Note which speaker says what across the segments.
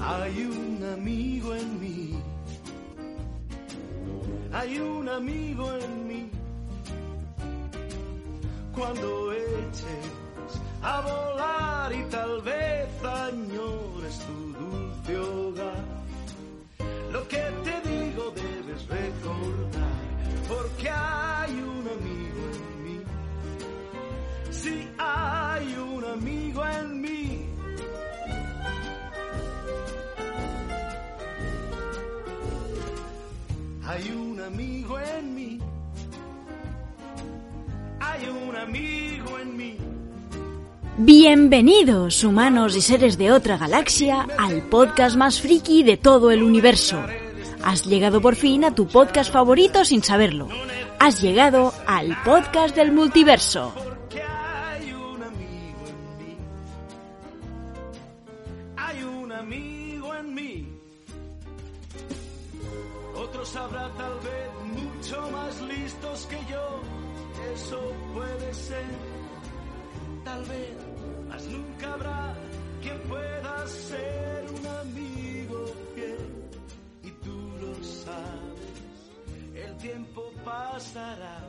Speaker 1: Hay un amigo en mí. Hay un amigo en mí. Cuando eches a volar y tal vez añores tu dulce hogar. Lo que te digo debes recordar, porque hay un amigo en mí. Si hay un amigo en mí. Hay un amigo en mí. Hay un amigo en mí.
Speaker 2: Bienvenidos, humanos y seres de otra galaxia, al podcast más friki de todo el universo. Has llegado por fin a tu podcast favorito sin saberlo. Has llegado al podcast del multiverso.
Speaker 1: Porque hay un amigo en mí. Hay un amigo en mí. Otros habrá tal vez mucho más listos que yo. Eso puede ser. Tal vez, mas nunca habrá quien pueda ser un amigo fiel. Y tú lo sabes. El tiempo pasará.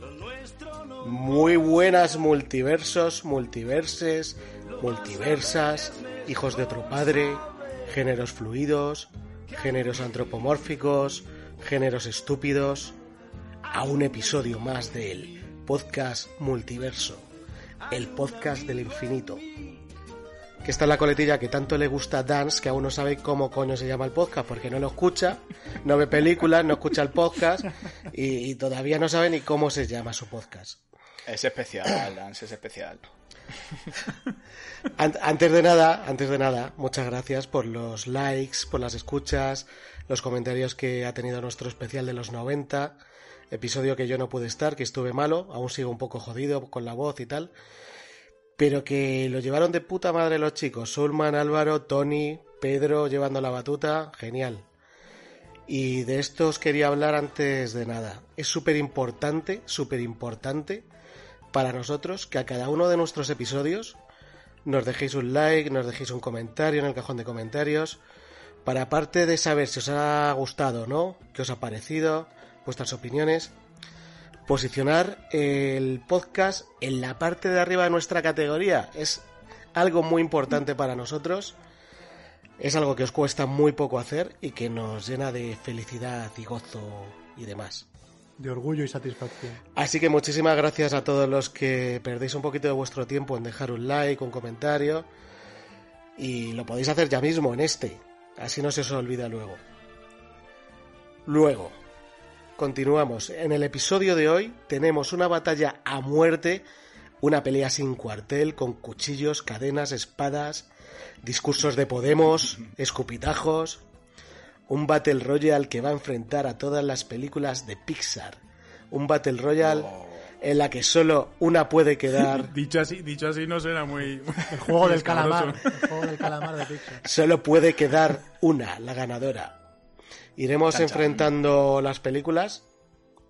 Speaker 1: Lo nuestro no.
Speaker 3: Muy buenas multiversos, multiverses, multiversas, hijos de otro padre, géneros fluidos, géneros antropomórficos, géneros estúpidos, a un episodio más del podcast multiverso, el podcast del infinito. Que está en la coletilla que tanto le gusta a Dance que aún no sabe cómo coño se llama el podcast porque no lo escucha, no ve películas, no escucha el podcast y- y todavía no sabe ni cómo se llama su podcast.
Speaker 4: Es especial, Lance, es especial.
Speaker 3: An- Antes de nada, antes de nada, muchas gracias por los likes, por las escuchas, los comentarios que ha tenido nuestro especial de los 90, episodio que yo no pude estar, que estuve malo, aún sigo un poco jodido con la voz y tal, pero que lo llevaron de puta madre los chicos, Sulman, Álvaro, Tony, Pedro llevando la batuta, genial. Y de esto os quería hablar antes de nada. Es súper importante, súper importante para nosotros que a cada uno de nuestros episodios nos dejéis un like, nos dejéis un comentario en el cajón de comentarios. Para aparte de saber si os ha gustado o no, qué os ha parecido, vuestras opiniones, posicionar el podcast en la parte de arriba de nuestra categoría. Es algo muy importante para nosotros. Es algo que os cuesta muy poco hacer y que nos llena de felicidad y gozo y demás.
Speaker 5: de orgullo y satisfacción.
Speaker 3: Así que muchísimas gracias a todos los que perdéis un poquito de vuestro tiempo en dejar un like, un comentario. Y lo podéis hacer ya mismo en este. Así no se os olvida luego. Luego, continuamos. En el episodio de hoy tenemos una batalla a muerte, una pelea sin cuartel, con cuchillos, cadenas, espadas, discursos de Podemos, escupitajos. Un Battle Royale que va a enfrentar a todas las películas de Pixar. Un Battle Royale
Speaker 4: Oh.
Speaker 3: en la que solo una puede quedar.
Speaker 6: Dicho así, dicho así no suena muy...
Speaker 5: El juego del
Speaker 6: escabroso.
Speaker 5: calamar. El juego del calamar de Pixar.
Speaker 3: Solo puede quedar una, la ganadora. Iremos
Speaker 4: Chan, chan.
Speaker 3: enfrentando las películas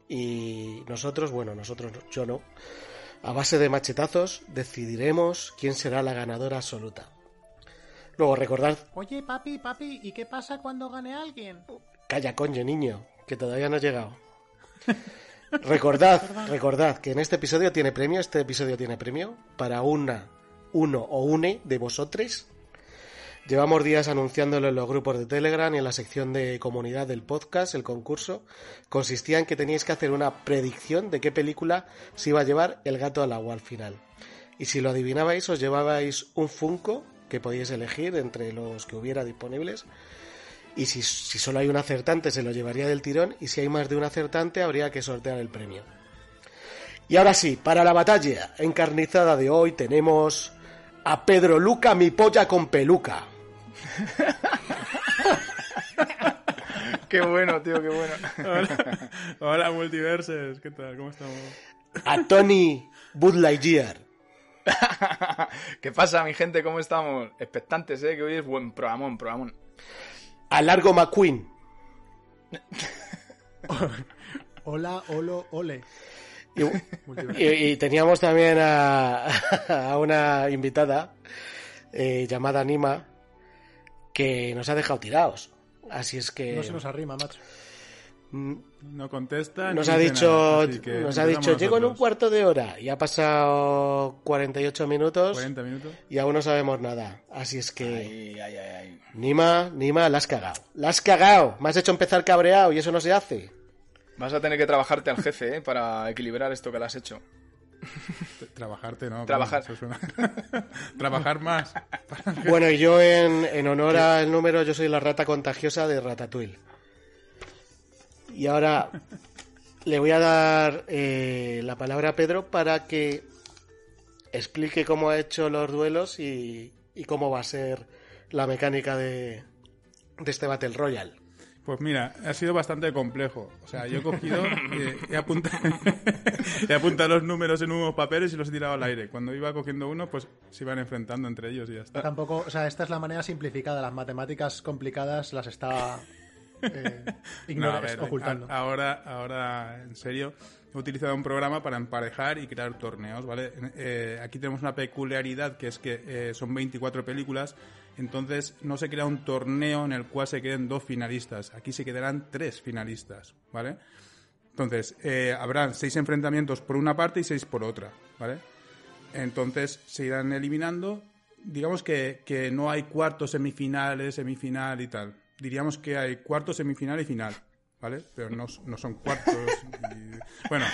Speaker 3: y nosotros, bueno, nosotros no, yo no, a base de machetazos decidiremos quién será la ganadora absoluta. Luego recordad,
Speaker 5: Oye, papi, papi, ¿y qué pasa cuando gane alguien?
Speaker 3: calla coño niño, que todavía no ha llegado. recordad, recordad que en este episodio tiene premio, este episodio tiene premio para una, uno o une de vosotros. Llevamos días anunciándolo en los grupos de Telegram y en la sección de comunidad del podcast, el concurso. Consistía en que teníais que hacer una predicción de qué película se iba a llevar el gato al agua al final. Y si lo adivinabais, os llevabais un Funko que podíais elegir entre los que hubiera disponibles. Y si, si solo hay un acertante, se lo llevaría del tirón. Y si hay más de un acertante, habría que sortear el premio. Y ahora sí, para la batalla encarnizada de hoy tenemos a Pedro Luca, mi polla con peluca.
Speaker 4: Qué bueno, tío, qué bueno.
Speaker 6: Hola, hola, multiverses, ¿qué tal? ¿Cómo estamos?
Speaker 3: a Tony Buzz Lightyear,
Speaker 4: ¿Qué pasa, mi gente? ¿Cómo estamos? Expectantes, ¿eh? Que hoy es buen programón, programón.
Speaker 3: a Largo McQueen,
Speaker 5: Hola, holo, ole.
Speaker 3: Y, y- y teníamos también a, a una invitada eh, llamada Nima, que nos ha dejado tirados. Así es que
Speaker 5: No se nos arrima, macho.
Speaker 3: mm,
Speaker 6: No contesta.
Speaker 3: nos
Speaker 6: ni
Speaker 3: ha
Speaker 6: dice
Speaker 3: dicho,
Speaker 6: nada, así que
Speaker 3: nos ha
Speaker 6: empezamos
Speaker 3: dicho, llego en un
Speaker 6: nosotros".
Speaker 3: cuarto de hora y ha pasado 48 minutos
Speaker 6: 40 minutos.
Speaker 3: y aún no sabemos nada. Así es que
Speaker 4: Ay, ay, ay, ay.
Speaker 3: Nima, Nima, la has cagado. La has cagado. Me has hecho empezar cabreado y eso no se hace.
Speaker 4: Vas a tener que trabajarte al jefe, ¿eh? Para equilibrar esto que le has hecho.
Speaker 6: T- Trabajarte, ¿no?
Speaker 4: Trabajar.
Speaker 6: Eso suena- Trabajar más.
Speaker 3: Bueno, y yo en, en honor al número, yo soy la rata contagiosa de Ratatouille. Y ahora le voy a dar eh, la palabra a Pedro para que explique cómo ha hecho los duelos y, y cómo va a ser la mecánica de, de este Battle Royale.
Speaker 6: Pues mira, ha sido bastante complejo. O sea, yo he cogido, eh, he, apuntado, he apuntado los números en unos papeles y los he tirado al aire. Cuando iba cogiendo uno, pues se iban enfrentando entre ellos y ya está.
Speaker 5: Tampoco, o sea, esta es la manera simplificada. Las matemáticas complicadas las está eh,
Speaker 6: No,
Speaker 5: ignora-
Speaker 6: a ver,
Speaker 5: ocultando.
Speaker 6: a- ahora, ahora, en serio, he utilizado un programa para emparejar y crear torneos, ¿vale? En- eh, aquí tenemos una peculiaridad que es que eh, son 24 películas, entonces no se crea un torneo en el cual se queden dos finalistas, aquí se quedarán tres finalistas, ¿vale? Entonces, eh, habrán seis enfrentamientos por una parte y seis por otra, ¿vale? Entonces se irán eliminando. Digamos que, que no hay cuartos, semifinales, semifinal y tal. Diríamos que hay cuartos, semifinal y final, ¿vale? Pero no, s- no son cuartos. y- Bueno,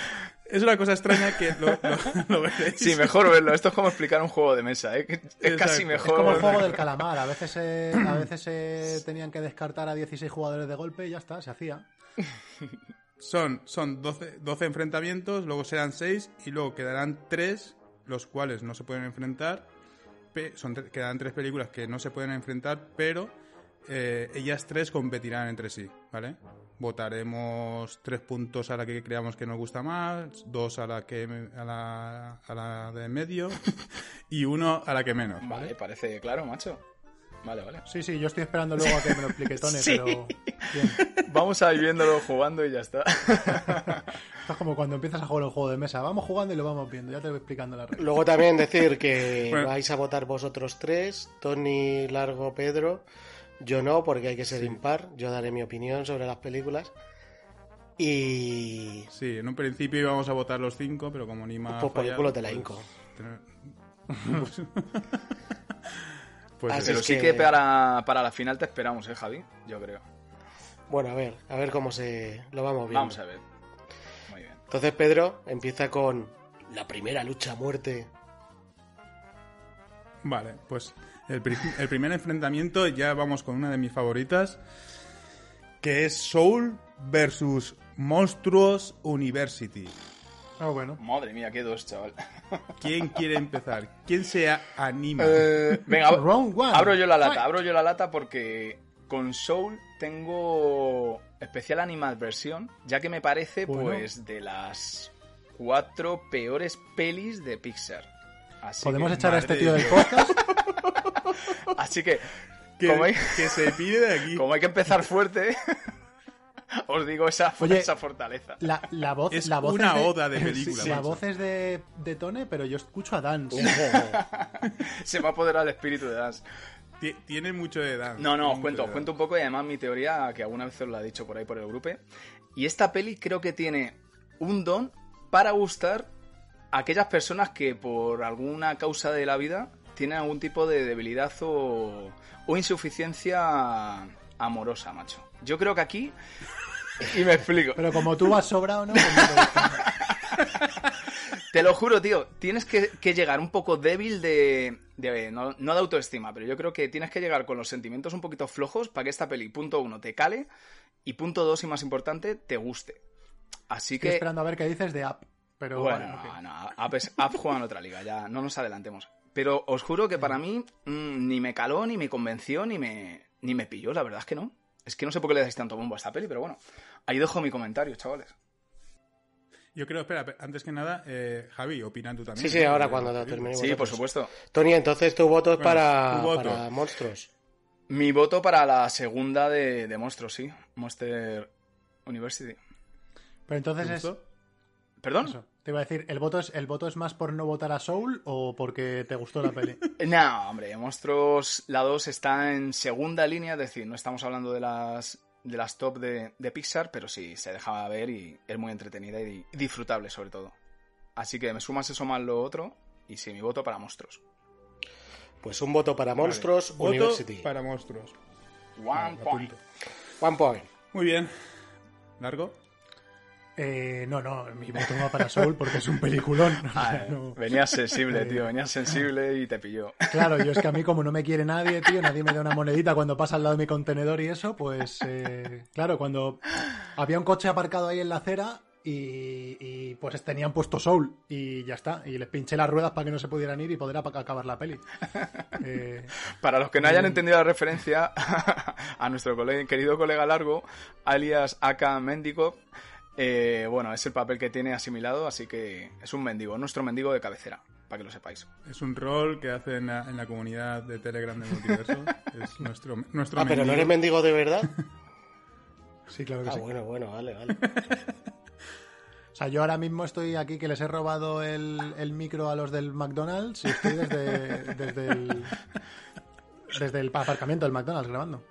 Speaker 6: es una cosa extraña que lo, lo- lo veréis.
Speaker 4: Sí, mejor verlo. Esto es como explicar un juego de mesa, ¿eh? Que Es casi
Speaker 6: Exacto.
Speaker 4: mejor.
Speaker 5: Es como el juego del calamar. A veces, eh, a veces eh, tenían que descartar a 16 jugadores de golpe y ya está, se hacía.
Speaker 6: Son, son 12, 12 enfrentamientos, luego serán 6 y luego quedarán 3, los cuales no se pueden enfrentar. pe- son, tre- quedarán 3 películas que no se pueden enfrentar, pero eh, ellas 3 competirán entre sí, ¿vale? Votaremos 3 puntos a la que creamos que nos gusta más, 2 a la, que, a la, a la de en medio y 1 a la que menos.
Speaker 4: Vale, parece claro, macho. Vale, vale.
Speaker 5: Sí, sí, yo estoy esperando luego a que me lo explique Tone, pero. Bien.
Speaker 4: Vamos a ir viéndolo jugando y ya está.
Speaker 5: Esto es como cuando empiezas a jugar un juego de mesa. Vamos jugando y lo vamos viendo, ya te voy explicando la regla.
Speaker 3: Luego también decir que
Speaker 6: Bueno.
Speaker 3: vais a votar vosotros tres, Tony, Largo, Pedro. Yo no, porque hay que ser impar. Yo daré mi opinión sobre las películas. Y...
Speaker 6: Sí, en un principio íbamos a votar los 5, pero como Nima. ha
Speaker 3: Pues por el
Speaker 6: fallado,
Speaker 3: culo te la
Speaker 6: pues,
Speaker 3: hinco.
Speaker 6: tener- Pues
Speaker 3: Así
Speaker 4: Pero
Speaker 6: eso.
Speaker 3: es
Speaker 4: sí
Speaker 3: que-
Speaker 4: que para, para la final te esperamos, ¿eh, Javi? Yo creo.
Speaker 3: Bueno, a ver, a ver cómo se lo vamos viendo.
Speaker 4: Vamos a ver. Muy bien.
Speaker 3: Entonces Pedro empieza con la primera lucha a muerte.
Speaker 6: Vale, pues el, pri- el primer enfrentamiento ya vamos con una de mis favoritas, que es Soul versus Monstruos University.
Speaker 5: Ah, bueno.
Speaker 4: Madre mía, qué dos, chaval.
Speaker 6: ¿Quién quiere empezar? ¿Quién se a- anima?
Speaker 4: Eh, Venga, ab-
Speaker 5: Round one.
Speaker 4: abro yo la lata,
Speaker 5: Fight.
Speaker 4: abro yo la lata porque con Soul tengo especial animadversión, ya que me parece
Speaker 5: Bueno.
Speaker 4: pues de las cuatro peores pelis de Pixar. Así
Speaker 5: ¿Podemos
Speaker 4: que,
Speaker 5: echar a este
Speaker 6: madre
Speaker 5: tío
Speaker 6: de
Speaker 5: del podcast?
Speaker 4: Así que,
Speaker 6: que,
Speaker 4: como hay,
Speaker 6: que se pide de aquí.
Speaker 4: como hay que empezar fuerte, os digo esa,
Speaker 5: Oye,
Speaker 4: esa fortaleza.
Speaker 5: La, la voz,
Speaker 6: Es
Speaker 5: la voz
Speaker 6: una
Speaker 5: es de-
Speaker 6: oda de película.
Speaker 5: La
Speaker 6: macho.
Speaker 5: voz es de, de Tone, pero yo escucho a Dan.
Speaker 4: Se me ha apoderado el espíritu de Dance.
Speaker 6: Ti- Tiene mucho de edad.
Speaker 4: No, no, os
Speaker 6: Mucho
Speaker 4: cuento,
Speaker 6: de
Speaker 4: os
Speaker 6: edad.
Speaker 4: cuento un poco y además mi teoría, que alguna vez os la he dicho por ahí por el grupo. Y esta peli creo que tiene un don para gustar a aquellas personas que por alguna causa de la vida tienen algún tipo de debilidad o, o insuficiencia amorosa, macho. Yo creo que aquí... Y me explico.
Speaker 5: Pero como tú vas sobrado, ¿no? Pues no te gusta.
Speaker 4: Te lo juro, tío. Tienes que, que llegar un poco débil de. de- no, no de autoestima, pero yo creo que tienes que llegar con los sentimientos un poquito flojos para que esta peli, punto uno, te cale y punto dos, y más importante, te guste. Así
Speaker 5: Estoy
Speaker 4: que.
Speaker 5: esperando a ver qué dices de App. Pero
Speaker 4: bueno,
Speaker 5: vale, ok.
Speaker 4: no, no, Up, es- Up juega en otra liga, ya no nos adelantemos. Pero os juro que para mí mm, ni me caló, ni me convenció, ni me, ni me pilló, la verdad es que no. Es que no sé por qué le dais tanto bombo a esta peli, pero bueno. Ahí dejo mi comentario, chavales.
Speaker 6: Yo creo, espera, pe- antes que nada, eh, Javi, opina tú también.
Speaker 3: Sí, sí,
Speaker 6: ¿no?
Speaker 3: ahora
Speaker 6: De-
Speaker 3: cuando
Speaker 6: de-
Speaker 3: te termine
Speaker 4: Sí, por supuesto.
Speaker 3: Tony, entonces tu voto es
Speaker 6: Bueno,
Speaker 3: para,
Speaker 6: tu voto.
Speaker 3: para monstruos.
Speaker 4: Mi voto para la segunda de, de Monstruos, sí. Monster University.
Speaker 5: Pero entonces
Speaker 6: ¿Te
Speaker 5: es
Speaker 6: gustó?
Speaker 4: ¿Perdón?
Speaker 5: Eso. Te iba a decir, ¿el voto, es, ¿el voto es más por no votar a Soul o porque te gustó la peli?
Speaker 4: No, hombre, Monstruos la 2 está en segunda línea, es decir, no estamos hablando de las de las top de, de Pixar, pero sí se dejaba ver y es muy entretenida y disfrutable sobre todo. Así que me sumas eso más lo otro y sí, mi voto para Monstruos.
Speaker 3: Pues un voto para Monstruos
Speaker 6: Voto
Speaker 3: University.
Speaker 6: para monstruos.
Speaker 4: One
Speaker 6: Lo
Speaker 4: point.
Speaker 6: apunto.
Speaker 3: One point.
Speaker 6: Muy bien. ¿Largo?
Speaker 5: Eh, no, no, mi voto va para Soul porque es un peliculón. O sea,
Speaker 4: Ah,
Speaker 5: no.
Speaker 4: Venías sensible, tío, venías sensible y te pilló.
Speaker 5: Claro, yo es que a mí como no me quiere nadie, tío, nadie me da una monedita cuando pasa al lado de mi contenedor y eso, pues eh, claro, cuando había un coche aparcado ahí en la acera y, y, pues tenían puesto Soul y ya está, y les pinché las ruedas para que no se pudieran ir y poder apa- acabar la peli. Eh,
Speaker 4: Para los que no
Speaker 6: Mm.
Speaker 4: hayan entendido la referencia a nuestro cole- querido colega largo, alias Aka Mendigo, eh, bueno, es el papel que tiene asimilado, así que es un mendigo, nuestro mendigo de cabecera, para que lo sepáis.
Speaker 6: Es un rol que hace en la, en la comunidad de Telegram del multiverso. es nuestro, nuestro
Speaker 3: Ah, pero no
Speaker 6: mendigo.
Speaker 3: eres mendigo de verdad.
Speaker 5: sí, claro que
Speaker 3: Ah,
Speaker 5: sí.
Speaker 3: bueno, bueno, vale, vale.
Speaker 5: O sea, yo ahora mismo estoy aquí que les he robado el, el micro a los del McDonald's y estoy desde, desde el desde el aparcamiento del McDonald's grabando.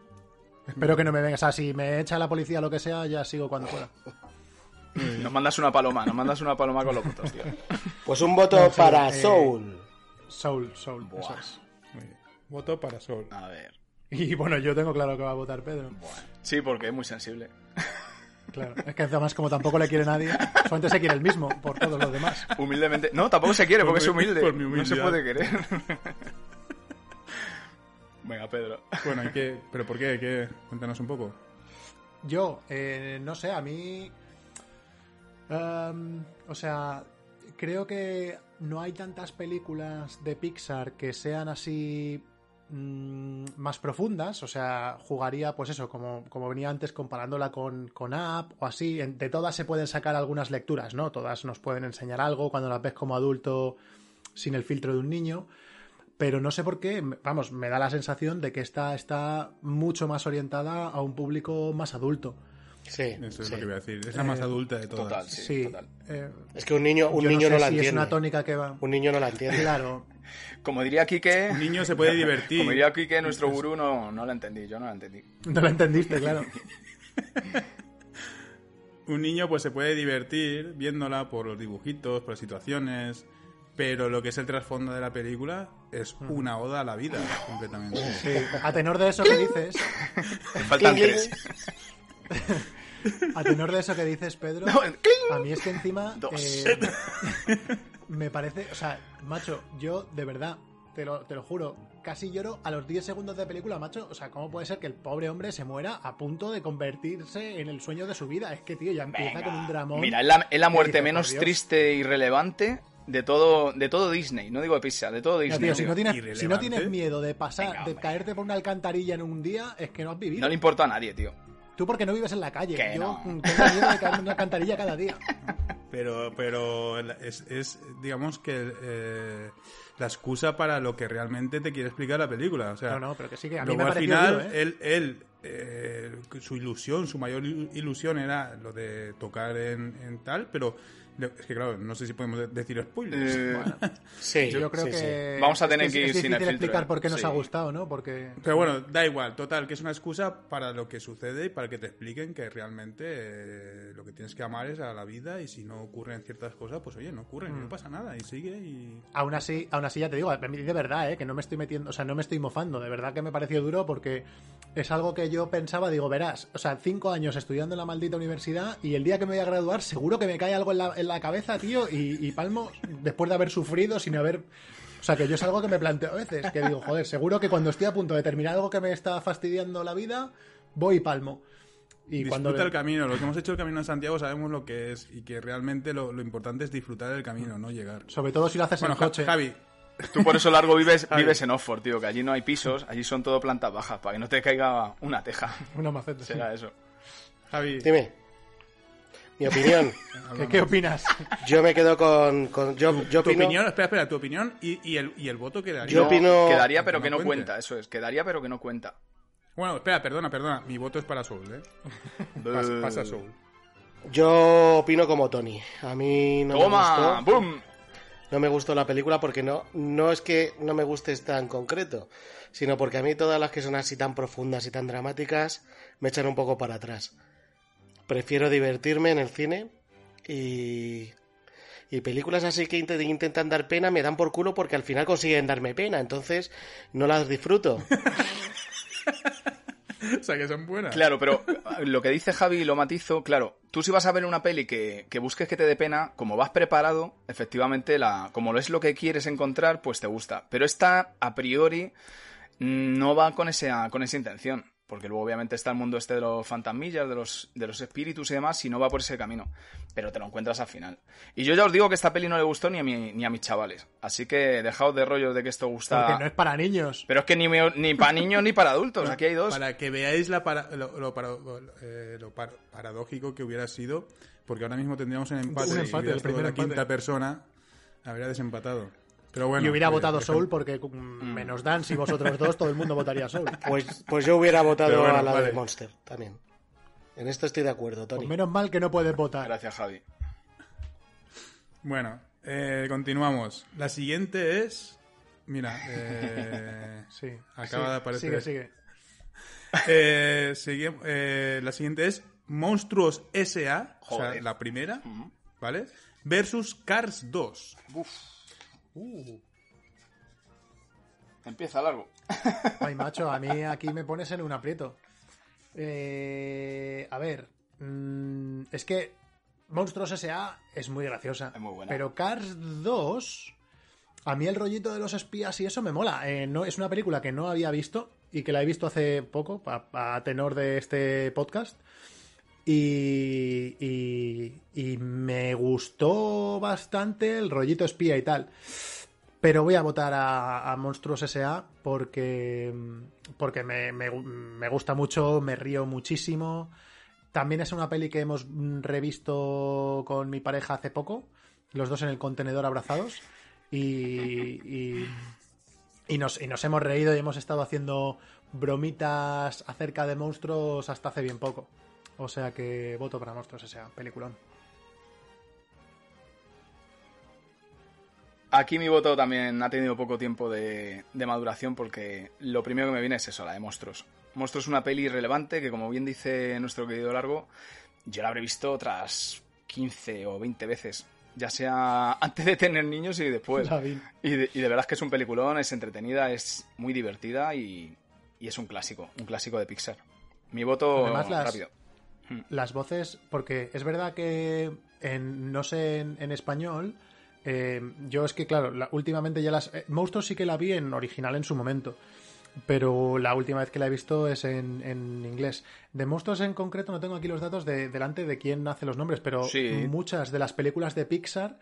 Speaker 5: Espero que no me venga. O sea, si me echa la policía o lo que sea, ya sigo cuando pueda.
Speaker 4: Nos mandas una paloma, nos mandas una paloma con los putos, tío.
Speaker 3: Pues un voto
Speaker 5: No, sí,
Speaker 3: para
Speaker 5: eh,
Speaker 3: Soul.
Speaker 5: Soul, Soul. eso
Speaker 4: Buah.
Speaker 5: es.
Speaker 6: Muy bien. Voto para Sol.
Speaker 4: A ver.
Speaker 5: Y bueno, yo tengo claro que va a votar Pedro.
Speaker 4: Sí, porque es muy sensible.
Speaker 5: Claro. Es que además, como tampoco le quiere nadie, solamente se quiere el mismo por todos los demás.
Speaker 4: Humildemente. No, tampoco se quiere,
Speaker 6: Por
Speaker 4: porque es
Speaker 6: mi-
Speaker 4: humilde.
Speaker 6: por mi
Speaker 4: No se
Speaker 6: humildad.
Speaker 4: puede querer. Venga, Pedro.
Speaker 6: Bueno, ¿y qué? ¿Pero por qué? ¿Qué? Cuéntanos un poco.
Speaker 5: Yo, eh, no sé, a mí. em, o sea, creo que no hay tantas películas de Pixar que sean así mm, más profundas. O sea, jugaría, pues eso, como, como venía antes, comparándola con, con App o así. En- de todas se pueden sacar algunas lecturas, ¿no? Todas nos pueden enseñar algo cuando las ves como adulto sin el filtro de un niño pero no sé por qué, m- vamos, me da la sensación de que esta está mucho más orientada a un público más adulto.
Speaker 3: Sí.
Speaker 6: Eso es
Speaker 3: sí. Eh,
Speaker 6: lo que voy a decir. Es la más adulta de todas.
Speaker 4: Total, sí, total.
Speaker 5: eh,
Speaker 3: Es que un niño, un
Speaker 5: yo
Speaker 3: niño
Speaker 5: no,
Speaker 3: no,
Speaker 5: sé
Speaker 3: la
Speaker 5: si es
Speaker 3: entiende.
Speaker 5: una tónica que va.
Speaker 3: Un niño no la entiende.
Speaker 5: Claro,
Speaker 4: Como diría Quique.
Speaker 6: Un niño se puede divertir.
Speaker 4: Como diría Quique, nuestro gurú no, no la entendí, yo no la entendí.
Speaker 5: no la entendiste, claro.
Speaker 6: Un niño pues se puede divertir viéndola por los dibujitos, por las situaciones, pero lo que es el trasfondo de la película es
Speaker 3: Ah.
Speaker 6: una oda a la vida completamente.
Speaker 5: Sí, A tenor de eso que dices,
Speaker 4: Me faltan
Speaker 3: Cling,
Speaker 4: tres.
Speaker 5: a tenor de eso que dices, Pedro,
Speaker 4: No, cling.
Speaker 5: a mí es que encima
Speaker 4: Dos.
Speaker 5: eh, me parece, o sea, macho, yo de verdad, te lo, te lo juro, casi lloro a los 10 segundos de película, macho. O sea, ¿cómo puede ser que el pobre hombre se muera a punto de convertirse en el sueño de su vida? Es que, tío, ya empieza
Speaker 4: Venga.
Speaker 5: con un dramón.
Speaker 4: Mira, es la, es la
Speaker 5: que
Speaker 4: muerte
Speaker 5: dices, por
Speaker 4: menos
Speaker 5: Dios.
Speaker 4: triste y relevante de todo, de todo Disney. No digo de Pixar, de todo
Speaker 5: Ya,
Speaker 4: Disney.
Speaker 5: tío, si,
Speaker 4: tío.
Speaker 5: no
Speaker 6: irrelevante.
Speaker 5: tienes, si no tienes miedo de pasar,
Speaker 4: Venga,
Speaker 5: de
Speaker 4: hombre.
Speaker 5: caerte por una alcantarilla en un día, es que no has vivido.
Speaker 4: No le importa a nadie, tío.
Speaker 5: Tú porque no vives en la calle.
Speaker 4: Que
Speaker 5: Yo
Speaker 4: no.
Speaker 5: mm, tengo miedo de caerme en una alcantarilla cada día.
Speaker 6: Pero, pero es, es, digamos que eh, la excusa para lo que realmente te quiere explicar la película. O sea,
Speaker 5: No, no, pero que sí que a mí
Speaker 6: Luego,
Speaker 5: me ha
Speaker 6: al
Speaker 5: parecido
Speaker 6: final,
Speaker 5: duro, ¿eh?
Speaker 6: él, él, eh, su ilusión, su mayor il- ilusión era lo de tocar en, en tal, pero le- es que claro, no sé si podemos de- decir spoilers.
Speaker 4: Eh,
Speaker 3: Sí,
Speaker 5: Yo creo
Speaker 3: sí, sí.
Speaker 5: que.
Speaker 4: Vamos a
Speaker 5: es
Speaker 4: tener
Speaker 5: es-
Speaker 4: que ir
Speaker 5: es
Speaker 4: sin el
Speaker 5: difícil
Speaker 4: filtro,
Speaker 5: explicar
Speaker 4: ¿eh?
Speaker 5: por qué nos
Speaker 4: Sí.
Speaker 5: ha gustado, ¿no? Porque.
Speaker 6: Pero bueno, da igual, total, que es una excusa para lo que sucede y para que te expliquen que realmente eh, lo que tienes que amar es a la vida y si no ocurren ciertas cosas, pues oye, no ocurren,
Speaker 5: Mm.
Speaker 6: no pasa nada y sigue y...
Speaker 5: Aún así, aún así ya te digo, a mí de verdad, ¿eh? que no me estoy metiendo, o sea, no me estoy mofando, de verdad que me pareció duro porque es algo que yo pensaba, digo, verás, o sea, cinco años estudiando en la maldita universidad y el día que me voy a graduar seguro que me cae algo en la, en la cabeza, tío, y, y palmo después de haber sufrido sin haber... O sea, que yo es algo que me planteo a veces, que digo, joder, seguro que cuando estoy a punto de terminar algo que me está fastidiando la vida, voy y palmo. Y
Speaker 6: Disfruta
Speaker 5: cuando...
Speaker 6: el camino, lo que hemos hecho el camino en Santiago sabemos lo que es y que realmente lo, lo importante es disfrutar el camino, no llegar.
Speaker 5: Sobre todo si lo haces
Speaker 6: Bueno,
Speaker 5: en
Speaker 6: Ja-
Speaker 5: coche.
Speaker 6: Javi,
Speaker 4: Tú por eso largo vives, vives en Oxford, tío, que allí no hay pisos, allí son todo plantas bajas, para que no te caiga una teja.
Speaker 5: Una maceta. sí.
Speaker 4: Será eso.
Speaker 6: Javi,
Speaker 3: Dime. Mi opinión.
Speaker 5: ¿Qué, qué opinas?
Speaker 3: Yo me quedo con. con- yo, yo
Speaker 6: tu
Speaker 3: opino.
Speaker 6: opinión, espera, espera, tu opinión y, y el, y el voto que daría.
Speaker 3: Yo
Speaker 4: No,
Speaker 3: opino-
Speaker 4: Quedaría pero
Speaker 6: No
Speaker 4: que no
Speaker 6: cuente.
Speaker 4: cuenta, eso es. Quedaría pero que no cuenta. Eh,
Speaker 6: Bueno, espera, perdona, perdona. Mi voto es para Soul, ¿eh? Pas- Pasa, Soul.
Speaker 3: Yo opino como Tony. A mí no me
Speaker 4: ¡Toma!
Speaker 3: gustó.
Speaker 4: ¡Bum!
Speaker 3: No me gustó la película porque no, no es que no me guste esta en concreto, sino porque a mí todas las que son así tan profundas y tan dramáticas me echan un poco para atrás. Prefiero divertirme en el cine y, y películas así que inte- intentan dar pena me dan por culo porque al final consiguen darme pena, entonces no las disfruto.
Speaker 6: O sea, que son buenas.
Speaker 4: Claro, pero eh, lo que dice Javi, lo matizo, claro, tú si vas a ver una peli que, que busques que te dé pena, como vas preparado, efectivamente, la, como lo es lo que quieres encontrar, pues te gusta. Pero esta, a priori, no va con esa, con esa intención. Porque luego, obviamente, está el mundo este de los fantasmillas, de los, de los espíritus y demás, y no va por ese camino. Pero te lo encuentras al final. Y yo ya os digo que esta peli no le gustó ni a, mi- ni a mis chavales. Así que dejaos de rollos de que esto gusta.
Speaker 5: Porque no es para niños.
Speaker 4: Pero es que ni, me- ni para niños ni para adultos. Aquí hay dos.
Speaker 6: Para que veáis la para- lo, lo para- eh, lo par- paradójico que hubiera sido, porque ahora mismo tendríamos un empate.
Speaker 5: Un
Speaker 6: si
Speaker 5: empate,
Speaker 6: hubiera
Speaker 5: el
Speaker 6: estado
Speaker 5: primer
Speaker 6: la
Speaker 5: empate.
Speaker 6: quinta persona habría desempatado. Pero bueno.
Speaker 5: y hubiera
Speaker 6: eh,
Speaker 5: votado
Speaker 6: deja-
Speaker 5: Soul porque mm, menos Dan, si vosotros dos, todo el mundo votaría Soul.
Speaker 3: Pues, pues yo hubiera votado
Speaker 6: Pero bueno,
Speaker 3: a la
Speaker 6: vale.
Speaker 3: de Monster también. En esto estoy de acuerdo, Tony.
Speaker 5: Pues menos mal que no puedes votar.
Speaker 4: Gracias, Javi.
Speaker 6: Bueno, eh, continuamos. La siguiente es. Mira, eh,
Speaker 5: Sí.
Speaker 6: acaba
Speaker 5: Sí,
Speaker 6: de
Speaker 5: Sigue,
Speaker 6: aparecer.
Speaker 5: sigue.
Speaker 6: Eh, sigue- eh, la siguiente es Monstruos S.A., o sea,
Speaker 4: Joder.
Speaker 6: la primera, ¿vale? Versus Cars 2.
Speaker 4: Empieza largo.
Speaker 5: Ay, macho, a mí aquí me pones en un aprieto. Eh, a ver, mm, es que Monstruos S.A. es muy graciosa.
Speaker 4: Es muy buena.
Speaker 5: Pero Cars 2, a mí el rollito de los espías y eso me mola. Eh, no, es una película que no había visto y que la he visto hace poco, a, a tenor de este podcast. Y, y- y me gustó bastante el rollito espía y tal. Pero voy a votar a, a Monstruos S.A. porque, porque me, me- me gusta mucho, me río muchísimo. También es una peli que hemos mm, revisto con mi pareja hace poco, los dos en el contenedor abrazados. Y, y, y nos, y nos hemos reído y hemos estado haciendo bromitas acerca de monstruos hasta hace bien poco. O sea que voto para Monstruos S.A. Peliculón.
Speaker 4: Aquí mi voto también ha tenido poco tiempo de, de maduración porque lo primero que me viene es eso, la de Monstruos. Monstruos es una peli irrelevante que, como bien dice nuestro querido Largo, yo la habré visto otras 15 o 20 veces. Ya sea antes de tener niños y después.
Speaker 5: La vi.
Speaker 4: Y de, y de verdad es que es un peliculón, es entretenida, es muy divertida y, y es un clásico, un clásico de Pixar. Mi voto
Speaker 5: Además, las-
Speaker 4: rápido.
Speaker 5: las voces, porque es verdad que en, no sé en, en español, eh, yo es que claro, la- últimamente ya las... eh, Monstruos sí que la vi en original en su momento, pero la última vez que la he visto es en, en inglés. De Monstruos en concreto no tengo aquí los datos de, delante de quién hace los nombres, pero
Speaker 4: Sí.
Speaker 5: muchas de las películas de Pixar...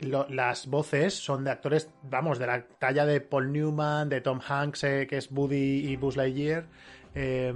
Speaker 5: lo- las voces son de actores, vamos, de la talla de Paul Newman, de Tom Hanks, eh, que es Woody y Buzz Lightyear eh,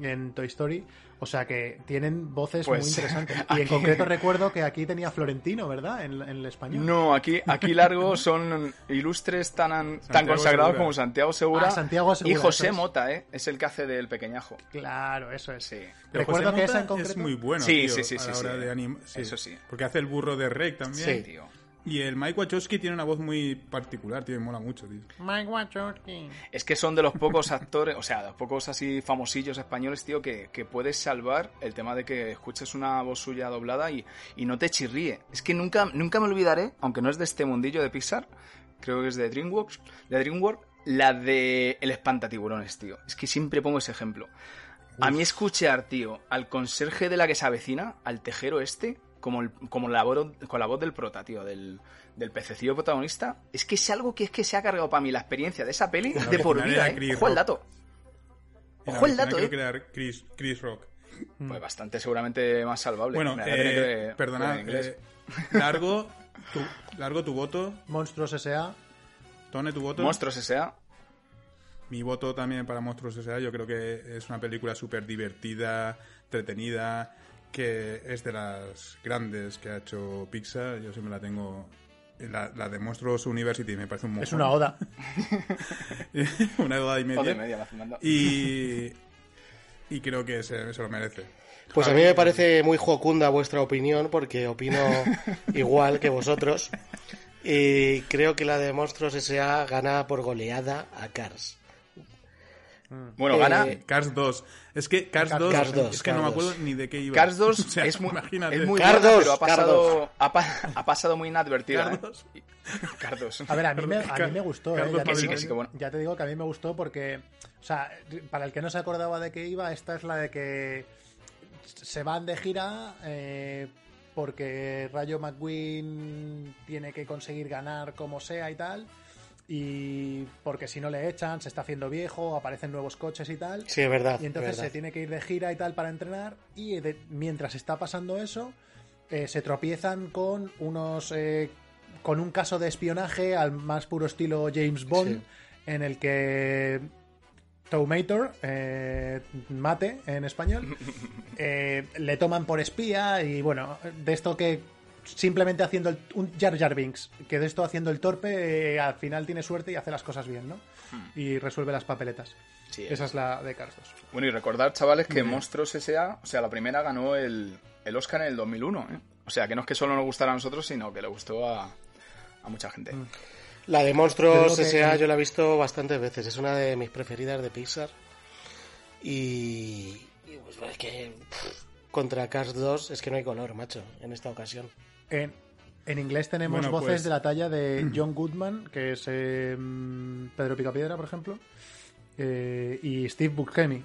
Speaker 5: en Toy Story. O sea que tienen voces
Speaker 4: Pues,
Speaker 5: muy interesantes. Y en
Speaker 4: aquí-
Speaker 5: concreto recuerdo que aquí tenía Florentino, ¿verdad? En, en el español.
Speaker 4: No, aquí, aquí Largo son ilustres tan, tan
Speaker 6: Santiago
Speaker 4: consagrados
Speaker 6: Segura.
Speaker 4: como Santiago Segura,
Speaker 5: Ah, Santiago Segura,
Speaker 4: y José
Speaker 5: eso es.
Speaker 4: Mota, ¿eh? Es el que hace del pequeñajo.
Speaker 5: Claro, eso es.
Speaker 4: Sí. pues,
Speaker 6: Pero
Speaker 5: Recuerdo
Speaker 6: José
Speaker 5: que
Speaker 6: Mota
Speaker 5: esa en concreto.
Speaker 6: es muy bueno.
Speaker 4: Sí,
Speaker 6: tío,
Speaker 4: sí, sí,
Speaker 6: a
Speaker 4: sí,
Speaker 6: la hora
Speaker 4: sí.
Speaker 6: de anim-
Speaker 4: Eso sí.
Speaker 6: Porque hace el burro de Rek también.
Speaker 4: Tío.
Speaker 6: Y el Mike Wachowski tiene una voz muy particular, tío, y mola mucho, tío.
Speaker 5: Mike Wachowski.
Speaker 4: Es que son de los pocos actores, o sea, de los pocos así famosillos españoles, tío, que, que puedes salvar el tema de que escuches una voz suya doblada y, y no te chirríe. Es que nunca, nunca me olvidaré, aunque no es de este mundillo de Pixar, creo que es de DreamWorks, de DreamWorks, la de El Espantatiburones, tío. Es que siempre pongo ese ejemplo. A mí escuchar, tío, al conserje de la que se avecina, al tejero este, como, el- como la, voz, con la voz del prota, tío, del, del pececillo protagonista, es que es algo que es que se ha cargado para mí la experiencia de esa peli de
Speaker 6: original
Speaker 4: por vida,
Speaker 6: era
Speaker 4: ¿eh?
Speaker 6: Chris
Speaker 4: Ojo al
Speaker 6: Rock.
Speaker 4: dato.
Speaker 6: Y la
Speaker 4: Ojo el
Speaker 6: original
Speaker 4: dato,
Speaker 6: creo
Speaker 4: eh.
Speaker 6: que era Chris, Chris Rock.
Speaker 4: Pues bastante seguramente más salvable.
Speaker 6: Bueno,
Speaker 4: Me la voy a tener que
Speaker 6: eh,
Speaker 4: ver
Speaker 6: perdonad.
Speaker 4: en inglés.
Speaker 6: eh, largo, tu, largo tu voto.
Speaker 5: Monstruos S.A.
Speaker 6: Tone tu voto.
Speaker 4: Monstruos S.A.
Speaker 6: Mi voto también para Monstruos S.A. Yo creo que es una película súper divertida, entretenida, que es de las grandes que ha hecho Pixar. Yo siempre la tengo. La, la de Monstruos University me parece un
Speaker 5: Es
Speaker 6: mojón.
Speaker 5: una oda.
Speaker 6: una oda y
Speaker 4: Joder,
Speaker 6: media.
Speaker 4: media la Fernando.
Speaker 6: Y, y creo que se, se lo merece.
Speaker 3: Pues a mí me parece muy jocunda vuestra opinión, porque opino igual que vosotros. Y creo que la de Monstruos S.A. gana por goleada a Cars.
Speaker 4: Bueno, gana.
Speaker 3: Eh,
Speaker 6: Cars 2. Es que Cars
Speaker 5: Cars
Speaker 6: 2,
Speaker 3: Cars 2,
Speaker 6: es que no
Speaker 3: Cars
Speaker 6: me acuerdo
Speaker 3: 2.
Speaker 6: ni de qué iba.
Speaker 4: Cars 2
Speaker 6: O sea,
Speaker 4: es muy,
Speaker 6: imagínate.
Speaker 4: es muy
Speaker 3: Cars
Speaker 4: buena,
Speaker 3: 2,
Speaker 4: pero ha
Speaker 3: Cars
Speaker 4: pasado, ha, pa- ha pasado muy inadvertida.
Speaker 6: Cars
Speaker 4: ¿eh?
Speaker 6: 2.
Speaker 4: Cars 2.
Speaker 5: A ver, a mí me, a mí me gustó, ¿eh? ya,
Speaker 6: Carlos
Speaker 5: te
Speaker 4: Sí,
Speaker 5: digo,
Speaker 4: que sí, que bueno.
Speaker 5: ya te digo que a mí me gustó porque, o sea, para el que no se acordaba de qué iba, esta es la de que se van de gira eh, porque Rayo McQueen tiene que conseguir ganar como sea y tal. Y porque si no le echan, se está haciendo viejo, aparecen nuevos coches y tal.
Speaker 3: Sí, es verdad.
Speaker 5: Y entonces
Speaker 3: es verdad.
Speaker 5: se tiene que ir de gira y tal para entrenar. Y de- mientras está pasando eso, eh, se tropiezan con unos. eh, con un caso de espionaje al más puro estilo James Bond,
Speaker 3: Sí.
Speaker 5: en el que. Tomator, eh, mate en español, eh, le toman por espía y bueno, de esto que simplemente haciendo el- un Jar Jar Binks, que de esto haciendo el torpe eh, al final tiene suerte y hace las cosas bien, ¿no?
Speaker 3: Hmm.
Speaker 5: Y resuelve las papeletas.
Speaker 4: Sí,
Speaker 5: Esa es la de Carlos.
Speaker 4: Bueno, y recordar, chavales, que Monstruos S.A., o sea, la primera ganó el, el Oscar en el 2001, ¿eh? O sea, que no es que solo nos gustara a nosotros, sino que le gustó a, a mucha gente.
Speaker 6: Mm.
Speaker 3: La de
Speaker 5: Yo creo
Speaker 3: Monstruos
Speaker 5: que-
Speaker 3: S.A. yo la he visto bastantes veces. Es una de mis preferidas de Pixar. Y. y, pues, es que. pff, Contra Cars 2 es que no hay color, macho, en esta ocasión.
Speaker 5: En, en inglés tenemos
Speaker 6: Bueno,
Speaker 5: voces
Speaker 6: pues-
Speaker 5: de la talla de John Goodman, que es eh, Pedro Picapiedra, por ejemplo, eh, y Steve Buscemi.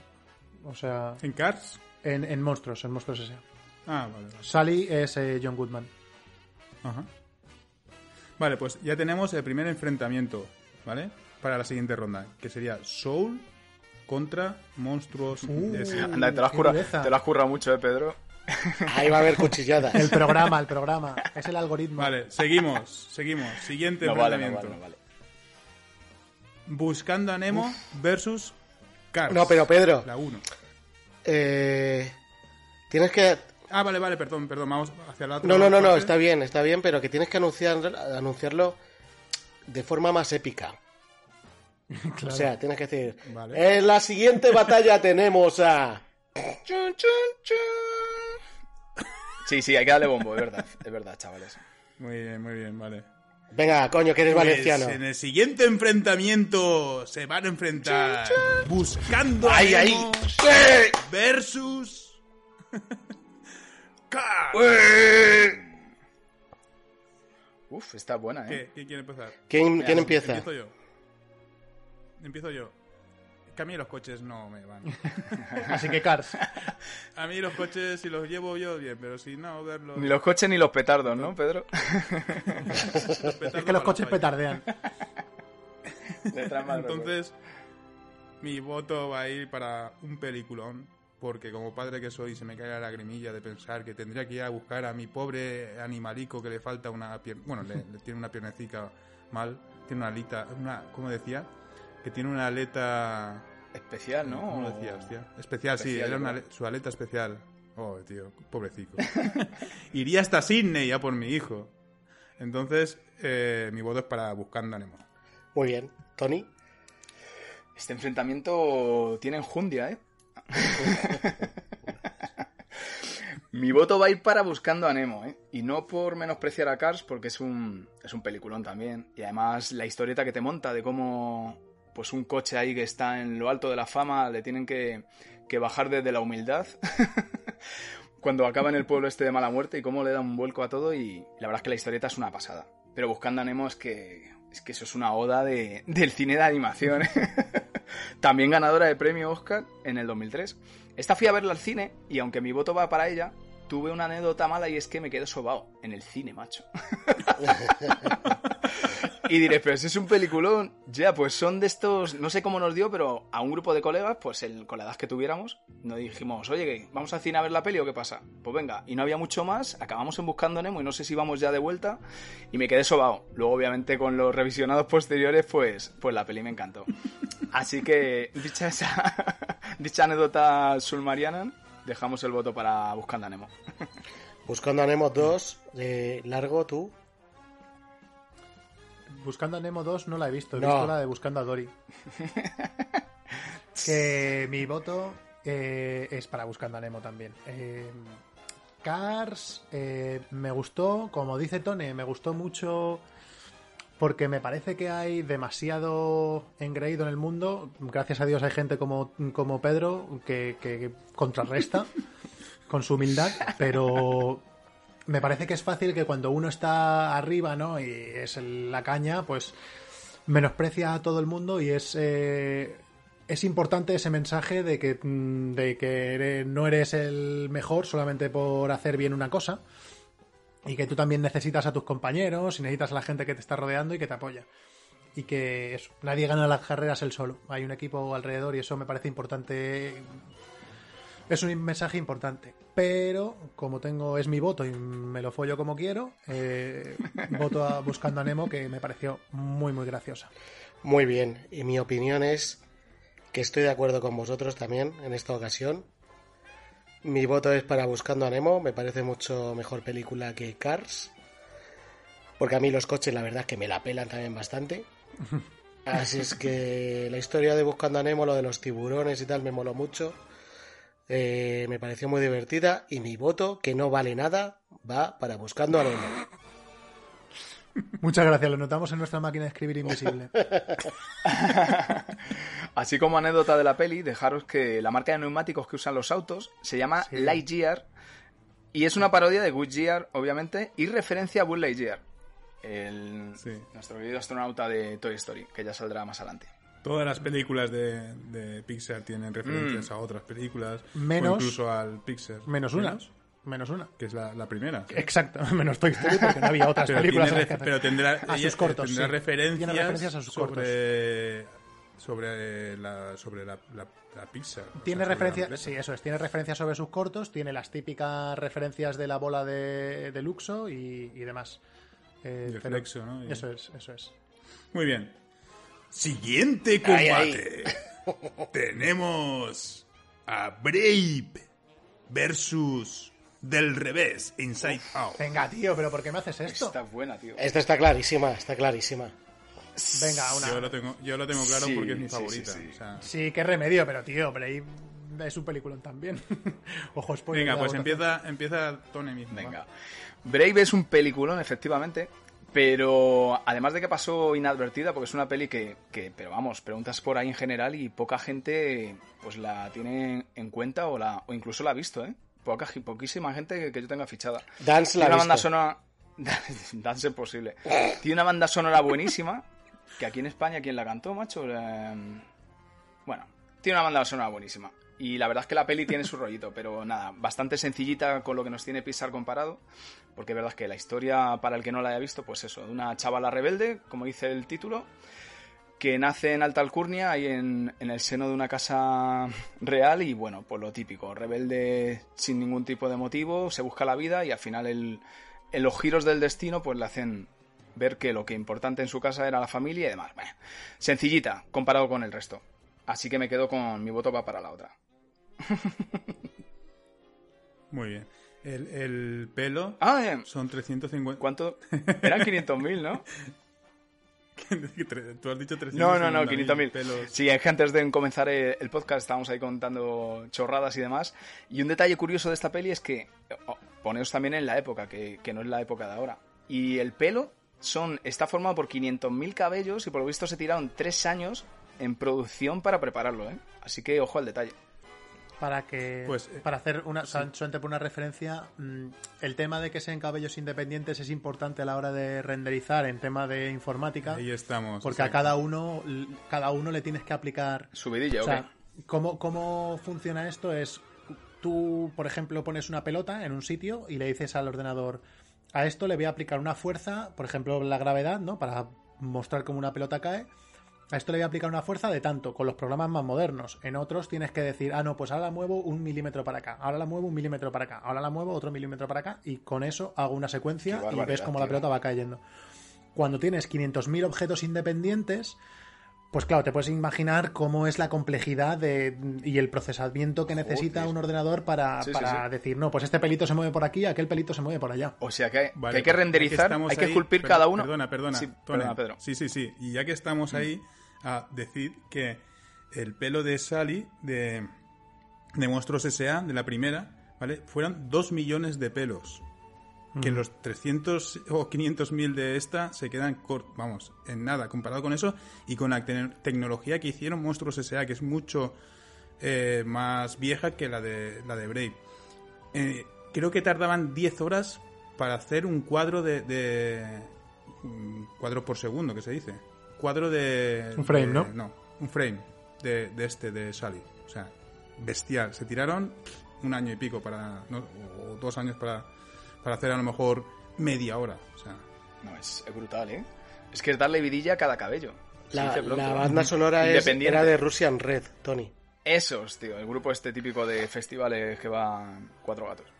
Speaker 5: O sea,
Speaker 6: ¿En Cars?
Speaker 5: en, en Monstruos, en Monstruos S.A.
Speaker 6: Ah, vale. vale.
Speaker 5: Sally es eh, John Goodman.
Speaker 6: Ajá. Vale, pues ya tenemos el primer enfrentamiento, ¿vale? Para la siguiente ronda, que sería Soul contra Monstruos
Speaker 5: Uh.
Speaker 6: S.A.
Speaker 4: Anda, que te lo has
Speaker 5: qué
Speaker 4: currado,
Speaker 5: dureza.
Speaker 4: te lo has currado mucho, ¿eh, Pedro?
Speaker 3: Ahí va a haber cuchilladas.
Speaker 5: El programa, el programa. Es el algoritmo.
Speaker 6: Vale, seguimos, seguimos. Siguiente
Speaker 4: No vale, no
Speaker 6: enfrentamiento.
Speaker 4: vale, no vale.
Speaker 6: Buscando a Nemo versus Cars.
Speaker 3: No, pero Pedro.
Speaker 6: La 1.
Speaker 3: Eh, tienes que.
Speaker 6: Ah, vale, vale, perdón, perdón, vamos hacia la otra.
Speaker 3: No, no, no, no,
Speaker 6: parte.
Speaker 3: está bien, está bien, pero que tienes que anunciar, anunciarlo de forma más épica. O sea, tienes que decir.
Speaker 6: Vale.
Speaker 3: En la siguiente batalla tenemos a.
Speaker 4: Chun, chun, chun. Sí, sí, hay que darle bombo, es verdad, es verdad, chavales.
Speaker 6: Muy bien, muy bien, vale.
Speaker 3: Venga, coño, que eres
Speaker 6: Pues,
Speaker 3: valenciano.
Speaker 6: En el siguiente enfrentamiento se van a enfrentar buscando a
Speaker 3: ¡Ay, ay!
Speaker 6: Nemo
Speaker 3: ¡Eh!
Speaker 6: versus Cars.
Speaker 4: Uf, está buena, ¿eh?
Speaker 6: ¿Qué? ¿Quién quiere empezar?
Speaker 3: ¿Quién, quién
Speaker 4: sí,
Speaker 3: empieza?
Speaker 6: Empiezo yo. Empiezo yo. Que a mí los coches no me van.
Speaker 5: Así que Cars.
Speaker 6: A mí los coches, si los llevo yo, bien, pero si no, verlos.
Speaker 4: Ni los coches ni los petardos, ¿no, Pedro?
Speaker 6: petardos
Speaker 5: Es que los
Speaker 6: para
Speaker 5: coches
Speaker 6: fallos.
Speaker 5: petardean.
Speaker 4: Detrás mal recuerdo.
Speaker 6: Entonces, mi voto va a ir para un peliculón, porque como padre que soy, se me cae la lagrimilla de pensar que tendría que ir a buscar a mi pobre animalico que le falta una pierna. Bueno, le, le tiene una piernecica mal, tiene una alita, una, ¿cómo decía? Que tiene una aleta.
Speaker 4: especial, ¿no?
Speaker 6: ¿Cómo lo decía, hostia? Especial, sí,
Speaker 4: Especial,
Speaker 6: era una
Speaker 4: ¿no?
Speaker 6: ale- su aleta especial. Oh, tío, pobrecito. Iría hasta Sydney ya por mi hijo. Entonces, eh, mi voto es para Buscando a Nemo.
Speaker 3: Muy bien. ¿Tony?
Speaker 4: Este enfrentamiento tiene enjundia, ¿eh? Mi voto va a ir para Buscando a Nemo, ¿eh? Y no por menospreciar a Cars, porque es un, es un peliculón también. Y además la historieta que te monta de cómo pues un coche ahí que está en lo alto de la fama le tienen que, que bajar desde la humildad cuando acaba en el pueblo este de mala muerte y cómo le da un vuelco a todo y la verdad es que la historieta es una pasada. Pero Buscando a Nemo es que, es que eso es una oda de, del cine de animación. ¿eh? También ganadora de premio Oscar en el 2003. Esta fui a verla al cine y aunque mi voto va para ella, tuve una anécdota mala y es que me quedé sobao en el cine, macho. y diré, pero si es un peliculón, ya, pues son de estos, no sé cómo nos dio, pero a un grupo de colegas, pues el, con la edad que tuviéramos, nos dijimos, oye, ¿qué? ¿vamos al cine a ver la peli o qué pasa? Pues venga, y no había mucho más, acabamos en Buscando a Nemo y no sé si vamos ya de vuelta y me quedé sobao. Luego, obviamente, con los revisionados posteriores, pues, pues la peli me encantó. Así que, dicha esa, dicha anécdota sulmariana, dejamos el voto para Buscando a Nemo.
Speaker 3: Buscando a Nemo 2, eh, largo, tú.
Speaker 5: Buscando a Nemo 2 no la he visto, he
Speaker 3: No.
Speaker 5: visto la de Buscando a Dory. que mi voto eh, es para Buscando a Nemo también. Eh, Cars eh, me gustó, como dice Tone, me gustó mucho porque me parece que hay demasiado engreído en el mundo. Gracias a Dios hay gente como, como Pedro que, que contrarresta con su humildad, pero me parece que es fácil que cuando uno está arriba, ¿no? Y es el- la caña, pues menosprecia a todo el mundo y es eh, es importante ese mensaje de que mm, de que eres- no eres el mejor solamente por hacer bien una cosa y que tú también necesitas a tus compañeros y necesitas a la gente que te está rodeando y que te apoya y que eso, nadie gana las carreras él solo hay un equipo alrededor y eso me parece importante es un mensaje importante pero como tengo es mi voto y me lo follo como quiero eh, voto a buscando a Nemo que me pareció muy muy graciosa
Speaker 3: Muy bien, y mi opinión es que estoy de acuerdo con vosotros también en esta ocasión. Mi voto es para Buscando a Nemo, me parece mucho mejor película que Cars. Porque a mí los coches la verdad es que me la pelan también bastante. Así es que la historia de Buscando a Nemo, lo de los tiburones y tal, me moló mucho. Eh, me pareció muy divertida y mi voto, que no vale nada, va para Buscando a Nemo.
Speaker 5: Muchas gracias, lo notamos en nuestra máquina de escribir invisible.
Speaker 4: Así como anécdota de la peli, dejaros que la marca de neumáticos que usan los autos se llama
Speaker 5: Sí.
Speaker 4: Lightyear y es una parodia de Goodyear, obviamente, y referencia a Buzz Lightyear, el,
Speaker 6: Sí.
Speaker 4: nuestro querido astronauta de Toy Story, que ya saldrá más adelante.
Speaker 6: Todas las películas de, de Pixar tienen referencias a otras películas. o
Speaker 5: Menos-
Speaker 6: incluso al Pixar.
Speaker 5: Menos una. Menos una.
Speaker 6: que es la, la primera.
Speaker 5: Exacto, menos Toy Story porque no había otras
Speaker 6: Pero,
Speaker 5: películas. en
Speaker 6: tiene
Speaker 5: las que
Speaker 6: ref-
Speaker 5: hacer.
Speaker 6: pero tendrá,
Speaker 5: a
Speaker 6: ella-
Speaker 5: sus cortos.
Speaker 6: tendrá
Speaker 5: sí.
Speaker 6: referencias,
Speaker 5: Tiene referencias a sus cortos.
Speaker 6: sobre, sobre eh, la sobre la, la, la Pixar. o
Speaker 5: Tiene
Speaker 6: sea, sobre la
Speaker 5: referencias,
Speaker 6: empresa.
Speaker 5: sí, eso es. Tiene referencias sobre sus cortos, tiene las típicas referencias de la bola de, de Luxo y, y demás. Eh,
Speaker 6: Y el
Speaker 5: pero-
Speaker 6: flexo, ¿no? Y-
Speaker 5: Eso es, eso es.
Speaker 6: Muy bien. Siguiente
Speaker 3: Ay,
Speaker 6: combate. Tenemos a Brave versus del revés, Inside Out.
Speaker 5: Venga, tío, pero ¿por qué me haces esto?
Speaker 4: Está buena, tío.
Speaker 3: Esta está clarísima, está clarísima.
Speaker 5: Venga,
Speaker 6: Yo
Speaker 5: una.
Speaker 6: lo tengo, yo lo tengo claro
Speaker 4: Sí,
Speaker 6: porque es mi
Speaker 4: sí, sí,
Speaker 6: favorita.
Speaker 4: sí.
Speaker 6: o sea.
Speaker 5: Sí, qué remedio, pero tío, pero ahí es un peliculón también. Ojo, spoiler.
Speaker 6: Venga,
Speaker 5: de la
Speaker 6: pues
Speaker 5: votación.
Speaker 6: empieza, empieza Tony mismo. va.
Speaker 4: Venga. Brave es un peliculón, efectivamente. Pero además de que pasó inadvertida, porque es una peli que, que, pero vamos, preguntas por ahí en general y poca gente pues la tiene en cuenta o la o incluso la ha visto, ¿eh? Poca, ge- poquísima gente que, que yo tenga fichada.
Speaker 3: Dance la
Speaker 4: Tiene
Speaker 3: ha
Speaker 4: una banda
Speaker 3: visto.
Speaker 4: sonora... Dance es posible. Tiene una banda sonora buenísima, que aquí en España, ¿quién la cantó, macho? Eh, Bueno, tiene una banda sonora buenísima. Y la verdad es que la peli tiene su rollito, pero nada, bastante sencillita con lo que nos tiene Pixar comparado. Porque la verdad es que la historia, para el que no la haya visto, pues eso, de una chavala rebelde, como dice el título, que nace en Alta Alcurnia, ahí en, en el seno de una casa real, y bueno, pues lo típico, rebelde sin ningún tipo de motivo, se busca la vida y al final el, en los giros del destino pues le hacen ver que lo que importante en su casa era la familia y demás. Bueno, sencillita, comparado con el resto. Así que me quedo con mi voto va para la otra.
Speaker 6: Muy bien. El, el pelo
Speaker 4: Ah, eh,
Speaker 6: son 350.
Speaker 4: ¿cuánto? Eran 500.000, ¿no?
Speaker 6: Tú has dicho 350.
Speaker 4: No, no, no, 500.000.
Speaker 6: pelos.
Speaker 4: Sí, es que antes de comenzar eh, el podcast estábamos ahí contando chorradas y demás. Y un detalle curioso de esta peli es que eh, oh, poneos también en la época, que, que no es la época de ahora. Y el pelo son está formado por 500.000 cabellos y por lo visto se tiraron tres años en producción para prepararlo, ¿eh? Así que ojo al detalle.
Speaker 5: para que
Speaker 6: Pues, eh,
Speaker 5: para hacer una solamente por una referencia mm, el tema de que sean cabellos independientes es importante a la hora de renderizar en tema de informática
Speaker 6: Ahí estamos.
Speaker 5: porque a
Speaker 6: exacto.
Speaker 5: cada uno l- cada uno le tienes que aplicar
Speaker 4: Subidilla,
Speaker 5: o
Speaker 4: ok.
Speaker 5: sea, ¿cómo, cómo funciona esto? Es tú, por ejemplo, pones una pelota en un sitio y le dices al ordenador, a esto le voy a aplicar una fuerza, por ejemplo, la gravedad, ¿no? Para mostrar cómo una pelota cae. A esto le voy a aplicar una fuerza de tanto, con los programas más modernos. En otros tienes que decir, ah, no, pues ahora la muevo un milímetro para acá, ahora la muevo un milímetro para acá, ahora la muevo otro milímetro para acá, y con eso hago una secuencia
Speaker 4: Qué
Speaker 5: y ves
Speaker 4: barbaridad,
Speaker 5: cómo la
Speaker 4: tío.
Speaker 5: pelota va cayendo. Cuando tienes 500.000 objetos independientes, pues claro, te puedes imaginar cómo es la complejidad de- y el procesamiento que necesita
Speaker 4: Joder.
Speaker 5: un ordenador para,
Speaker 4: Sí, sí,
Speaker 5: para
Speaker 4: sí.
Speaker 5: decir, no, pues este pelito se mueve por aquí, aquel pelito se mueve por allá.
Speaker 4: O sea que hay que,
Speaker 6: Vale, pues,
Speaker 4: hay que
Speaker 6: ya
Speaker 4: renderizar,
Speaker 6: estamos
Speaker 4: hay que
Speaker 6: ahí-
Speaker 4: esculpir
Speaker 6: per-
Speaker 4: cada uno.
Speaker 6: Perdona, perdona.
Speaker 4: Sí,
Speaker 6: Tony.
Speaker 4: perdona, Pedro.
Speaker 6: Sí, sí, sí. Y ya que estamos ahí, a decir que el pelo de Sally, de, de Monstruos S.A., de la primera, ¿vale? Fueron 2 millones de pelos. Que los 300 o 500 mil de esta se quedan cort, vamos, en nada, comparado con eso y con la te- tecnología que hicieron Monstruos S.A., que es mucho eh, más vieja que la de, la de Brave. Eh, creo que tardaban 10 horas para hacer un cuadro de. de- un cuadro por segundo, que se dice. Cuadro de.
Speaker 5: Un frame,
Speaker 6: de-
Speaker 5: ¿no?
Speaker 6: No, un frame de, de este, de Sally. O sea, bestial. Se tiraron un año y pico para. no, o dos años para, para hacer a lo mejor media hora. O sea,
Speaker 4: No, es, es brutal, ¿eh? Es que es darle vidilla a cada cabello. Se
Speaker 3: La,
Speaker 4: dice pronto.
Speaker 3: la banda sonora es,
Speaker 4: Independiente.
Speaker 3: era de Russian Red, Tony.
Speaker 4: Esos, tío. El grupo este típico de festivales que van cuatro gatos.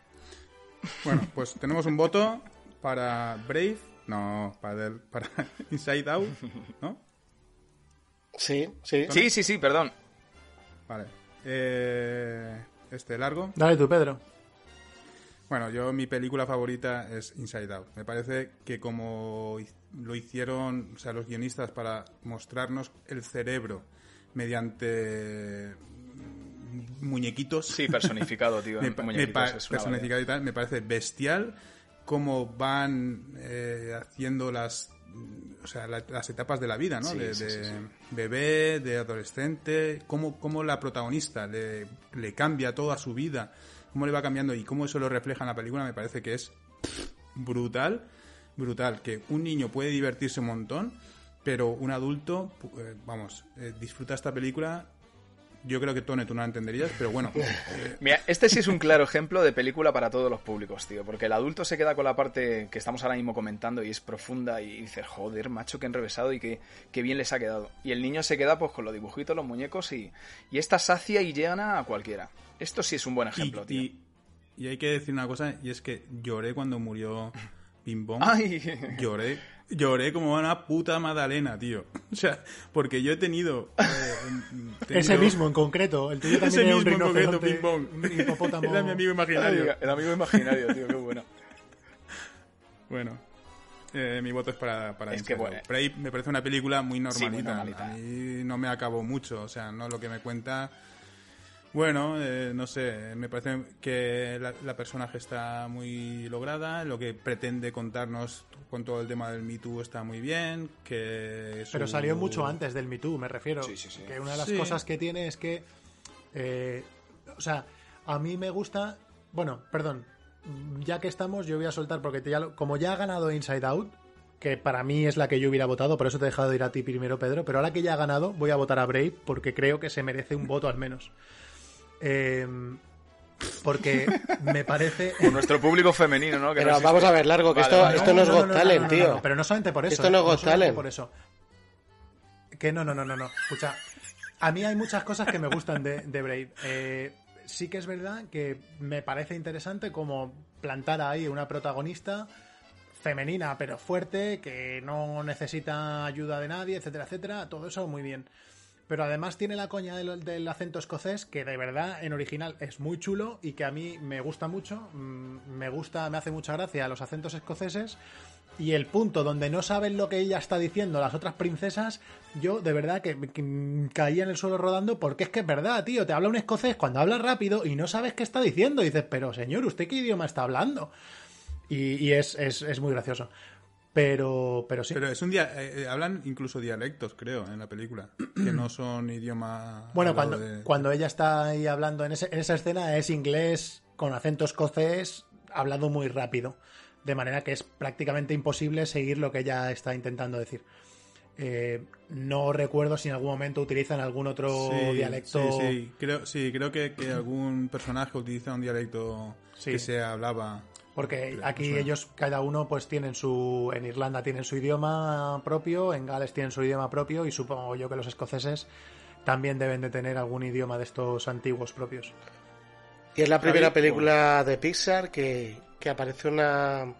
Speaker 6: Bueno, pues tenemos un voto para Brave. No, para, el- para Inside Out, ¿no?
Speaker 3: Sí, sí.
Speaker 4: Sí, sí, sí, perdón.
Speaker 6: Vale. Eh, este largo.
Speaker 5: Dale tú, Pedro.
Speaker 6: Bueno, yo mi película favorita es Inside Out. Me parece que como hi- lo hicieron, o sea, los guionistas para mostrarnos el cerebro mediante mm, muñequitos.
Speaker 4: Sí, personificado, tío.
Speaker 6: me,
Speaker 4: en
Speaker 6: pa- me
Speaker 4: muñequitos,
Speaker 6: pa-
Speaker 4: es una
Speaker 6: personificado y tal, me parece bestial cómo van eh, haciendo las o sea, la- las etapas de la vida, ¿no?
Speaker 4: Sí,
Speaker 6: de
Speaker 4: sí, sí,
Speaker 6: de
Speaker 4: sí.
Speaker 6: bebé, de adolescente, cómo, cómo la protagonista le, le cambia toda su vida, cómo le va cambiando y cómo eso lo refleja en la película, me parece que es brutal, brutal, que un niño puede divertirse un montón, pero un adulto, pu- eh, vamos, eh, disfruta esta película. Yo creo que Tone tú no la entenderías, pero bueno, eh,
Speaker 4: Mira, este sí es un claro ejemplo de película para todos los públicos, tío. Porque el adulto se queda con la parte que estamos ahora mismo comentando y es profunda y dice, joder, macho, que enrevesado y que, que bien les ha quedado. Y el niño se queda pues con los dibujitos, los muñecos y, y esta sacia y llena a cualquiera. Esto sí es un buen ejemplo,
Speaker 6: y,
Speaker 4: tío.
Speaker 6: y- y hay que decir una cosa, y es que lloré cuando murió Pim Bom.
Speaker 4: Ay,
Speaker 6: Lloré, lloré como una puta Madalena, tío. O sea, porque yo he tenido. eh, tenido-
Speaker 5: Ese mismo en concreto. El tuyo
Speaker 6: Ese
Speaker 5: también era un
Speaker 6: mismo en concreto,
Speaker 5: rinoceronte.
Speaker 6: Pim Bom.
Speaker 5: Un hipopótamo.
Speaker 6: Era mi amigo imaginario.
Speaker 4: el amigo imaginario, tío, qué bueno.
Speaker 6: Bueno, eh, mi voto es para, para
Speaker 4: Es
Speaker 6: Inside
Speaker 4: que, bueno,
Speaker 6: Out. Brave me parece una película muy normalita.
Speaker 4: muy normalita.
Speaker 6: A mí no me acabó mucho, o sea, no lo que me cuenta. Bueno, eh, no sé, me parece que la, la personaje está muy lograda, lo que pretende contarnos con todo el tema del Me Too está muy bien, que... su-
Speaker 5: Pero salió mucho antes del Me Too, me refiero.
Speaker 4: Sí, sí, sí.
Speaker 5: Que una de las
Speaker 6: Sí.
Speaker 5: cosas que tiene es que. eh, o sea, a mí me gusta. Bueno, perdón. Ya que estamos, yo voy a soltar porque te- ya lo- como ya ha ganado Inside Out, que para mí es la que yo hubiera votado, por eso te he dejado ir a ti primero, Pedro. Pero ahora que ya ha ganado, voy a votar a Brave porque creo que se merece un voto al menos. Eh, porque me parece.
Speaker 4: Por nuestro público femenino, ¿no? Que
Speaker 3: Pero
Speaker 4: no existe.
Speaker 3: vamos a ver, Largo, que esto-
Speaker 4: vale.
Speaker 3: esto no es Got Talent, tío.
Speaker 5: pero no solamente por eso.
Speaker 3: Esto no es
Speaker 5: ¿eh?
Speaker 3: Got
Speaker 5: solamente
Speaker 3: Talent.
Speaker 5: Por eso. Que no, no, no, no, no. Escucha, a mí hay muchas cosas que me gustan de, de Brave. Eh, sí que es verdad que me parece interesante como plantar ahí una protagonista femenina pero fuerte, que no necesita ayuda de nadie, etcétera, etcétera. Todo eso muy bien. Pero además tiene la coña del, del acento escocés, que de verdad en original es muy chulo y que a mí me gusta mucho. Mm, Me gusta, me hace mucha gracia los acentos escoceses. Y el punto donde no saben lo que ella está diciendo las otras princesas, yo de verdad que, que caía en el suelo rodando porque es que es verdad, tío. Te habla un escocés cuando habla rápido y no sabes qué está diciendo. Y dices, pero señor, ¿usted qué idioma está hablando? Y, y es, es, es muy gracioso. Pero, pero sí.
Speaker 6: Pero es un día, hablan incluso dialectos, creo, en la película, que no son idioma...
Speaker 5: Bueno,
Speaker 6: hablado
Speaker 5: cuando,
Speaker 6: de-
Speaker 5: cuando ella está ahí hablando en, ese- en esa escena es inglés con acento escocés hablado muy rápido. De manera que es prácticamente imposible seguir lo que ella está intentando decir. Eh, no recuerdo si en algún momento utilizan algún otro
Speaker 6: Sí,
Speaker 5: dialecto.
Speaker 6: Sí, sí, creo, sí, creo que, que algún personaje utiliza un dialecto
Speaker 5: Sí.
Speaker 6: que se hablaba.
Speaker 5: Porque
Speaker 6: Pero
Speaker 5: aquí
Speaker 6: suena.
Speaker 5: ellos, cada uno, pues tienen su. En Irlanda tienen su idioma propio, en Gales tienen su idioma propio, y supongo yo que los escoceses también deben de tener algún idioma de estos antiguos propios.
Speaker 3: Y es la primera
Speaker 4: Javi,
Speaker 3: película de Pixar que, que aparece una,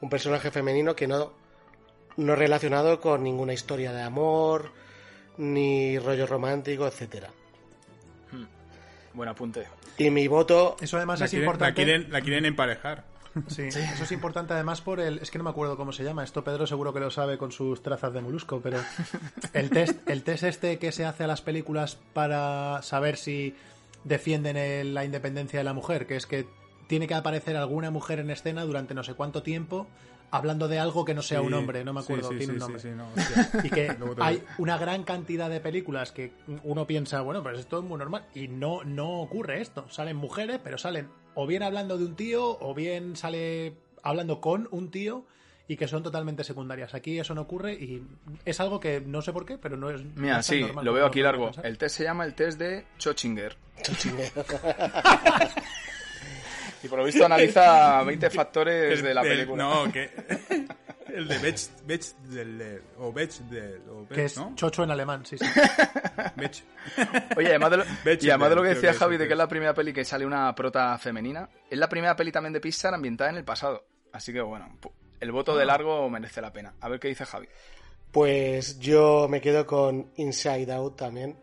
Speaker 3: un personaje femenino que no, no es relacionado con ninguna historia de amor, ni rollo romántico, etcétera.
Speaker 4: Buen apunte.
Speaker 3: Y mi voto,
Speaker 5: Eso además
Speaker 6: La
Speaker 5: es
Speaker 6: quieren, la,
Speaker 5: importante.
Speaker 6: quieren, la quieren emparejar.
Speaker 5: Sí, eso es importante además por el... Es que no me acuerdo cómo se llama, esto Pedro seguro que lo sabe con sus trazas de molusco, pero el test, el test este que se hace a las películas para saber si defienden el- la independencia de la mujer, que es que tiene que aparecer alguna mujer en escena durante no sé cuánto tiempo hablando de algo que no sea un hombre, no me
Speaker 6: Sí,
Speaker 5: acuerdo,
Speaker 6: sí,
Speaker 5: tiene un
Speaker 6: sí,
Speaker 5: nombre.
Speaker 6: sí, sí, no, hostia.
Speaker 5: Y que
Speaker 6: Luego te
Speaker 5: hay
Speaker 6: digo.
Speaker 5: una gran cantidad de películas que uno piensa, bueno, pero esto es muy normal. Y no, no ocurre esto. Salen mujeres, pero salen o bien hablando de un tío, o bien sale hablando con un tío, y que son totalmente secundarias. Aquí eso no ocurre y es algo que no sé por qué, pero no es. no
Speaker 4: Mira,
Speaker 5: es tan
Speaker 4: sí,
Speaker 5: normal
Speaker 4: lo
Speaker 5: como
Speaker 4: veo aquí
Speaker 5: podemos
Speaker 4: largo.
Speaker 5: pensar.
Speaker 4: El test se llama el test de Chochinger. y por lo visto analiza 20 factores de la
Speaker 6: del-
Speaker 4: película.
Speaker 6: No, que. El de Bech, Bech del. O Bech del. O Bech,
Speaker 5: Que es
Speaker 6: ¿no?
Speaker 5: chocho en alemán, sí, sí.
Speaker 6: Bech.
Speaker 4: Oye, además de lo,
Speaker 6: Bech
Speaker 4: y además de lo que
Speaker 6: creo
Speaker 4: decía
Speaker 6: que es,
Speaker 4: Javi, de
Speaker 6: creo
Speaker 4: que
Speaker 6: que
Speaker 4: es la primera peli que sale una prota femenina, es la primera peli también de Pixar ambientada en el pasado. Así que bueno, pu- el voto de
Speaker 6: Ah.
Speaker 4: largo merece la pena. A ver qué dice Javi.
Speaker 3: Pues yo me quedo con Inside Out también.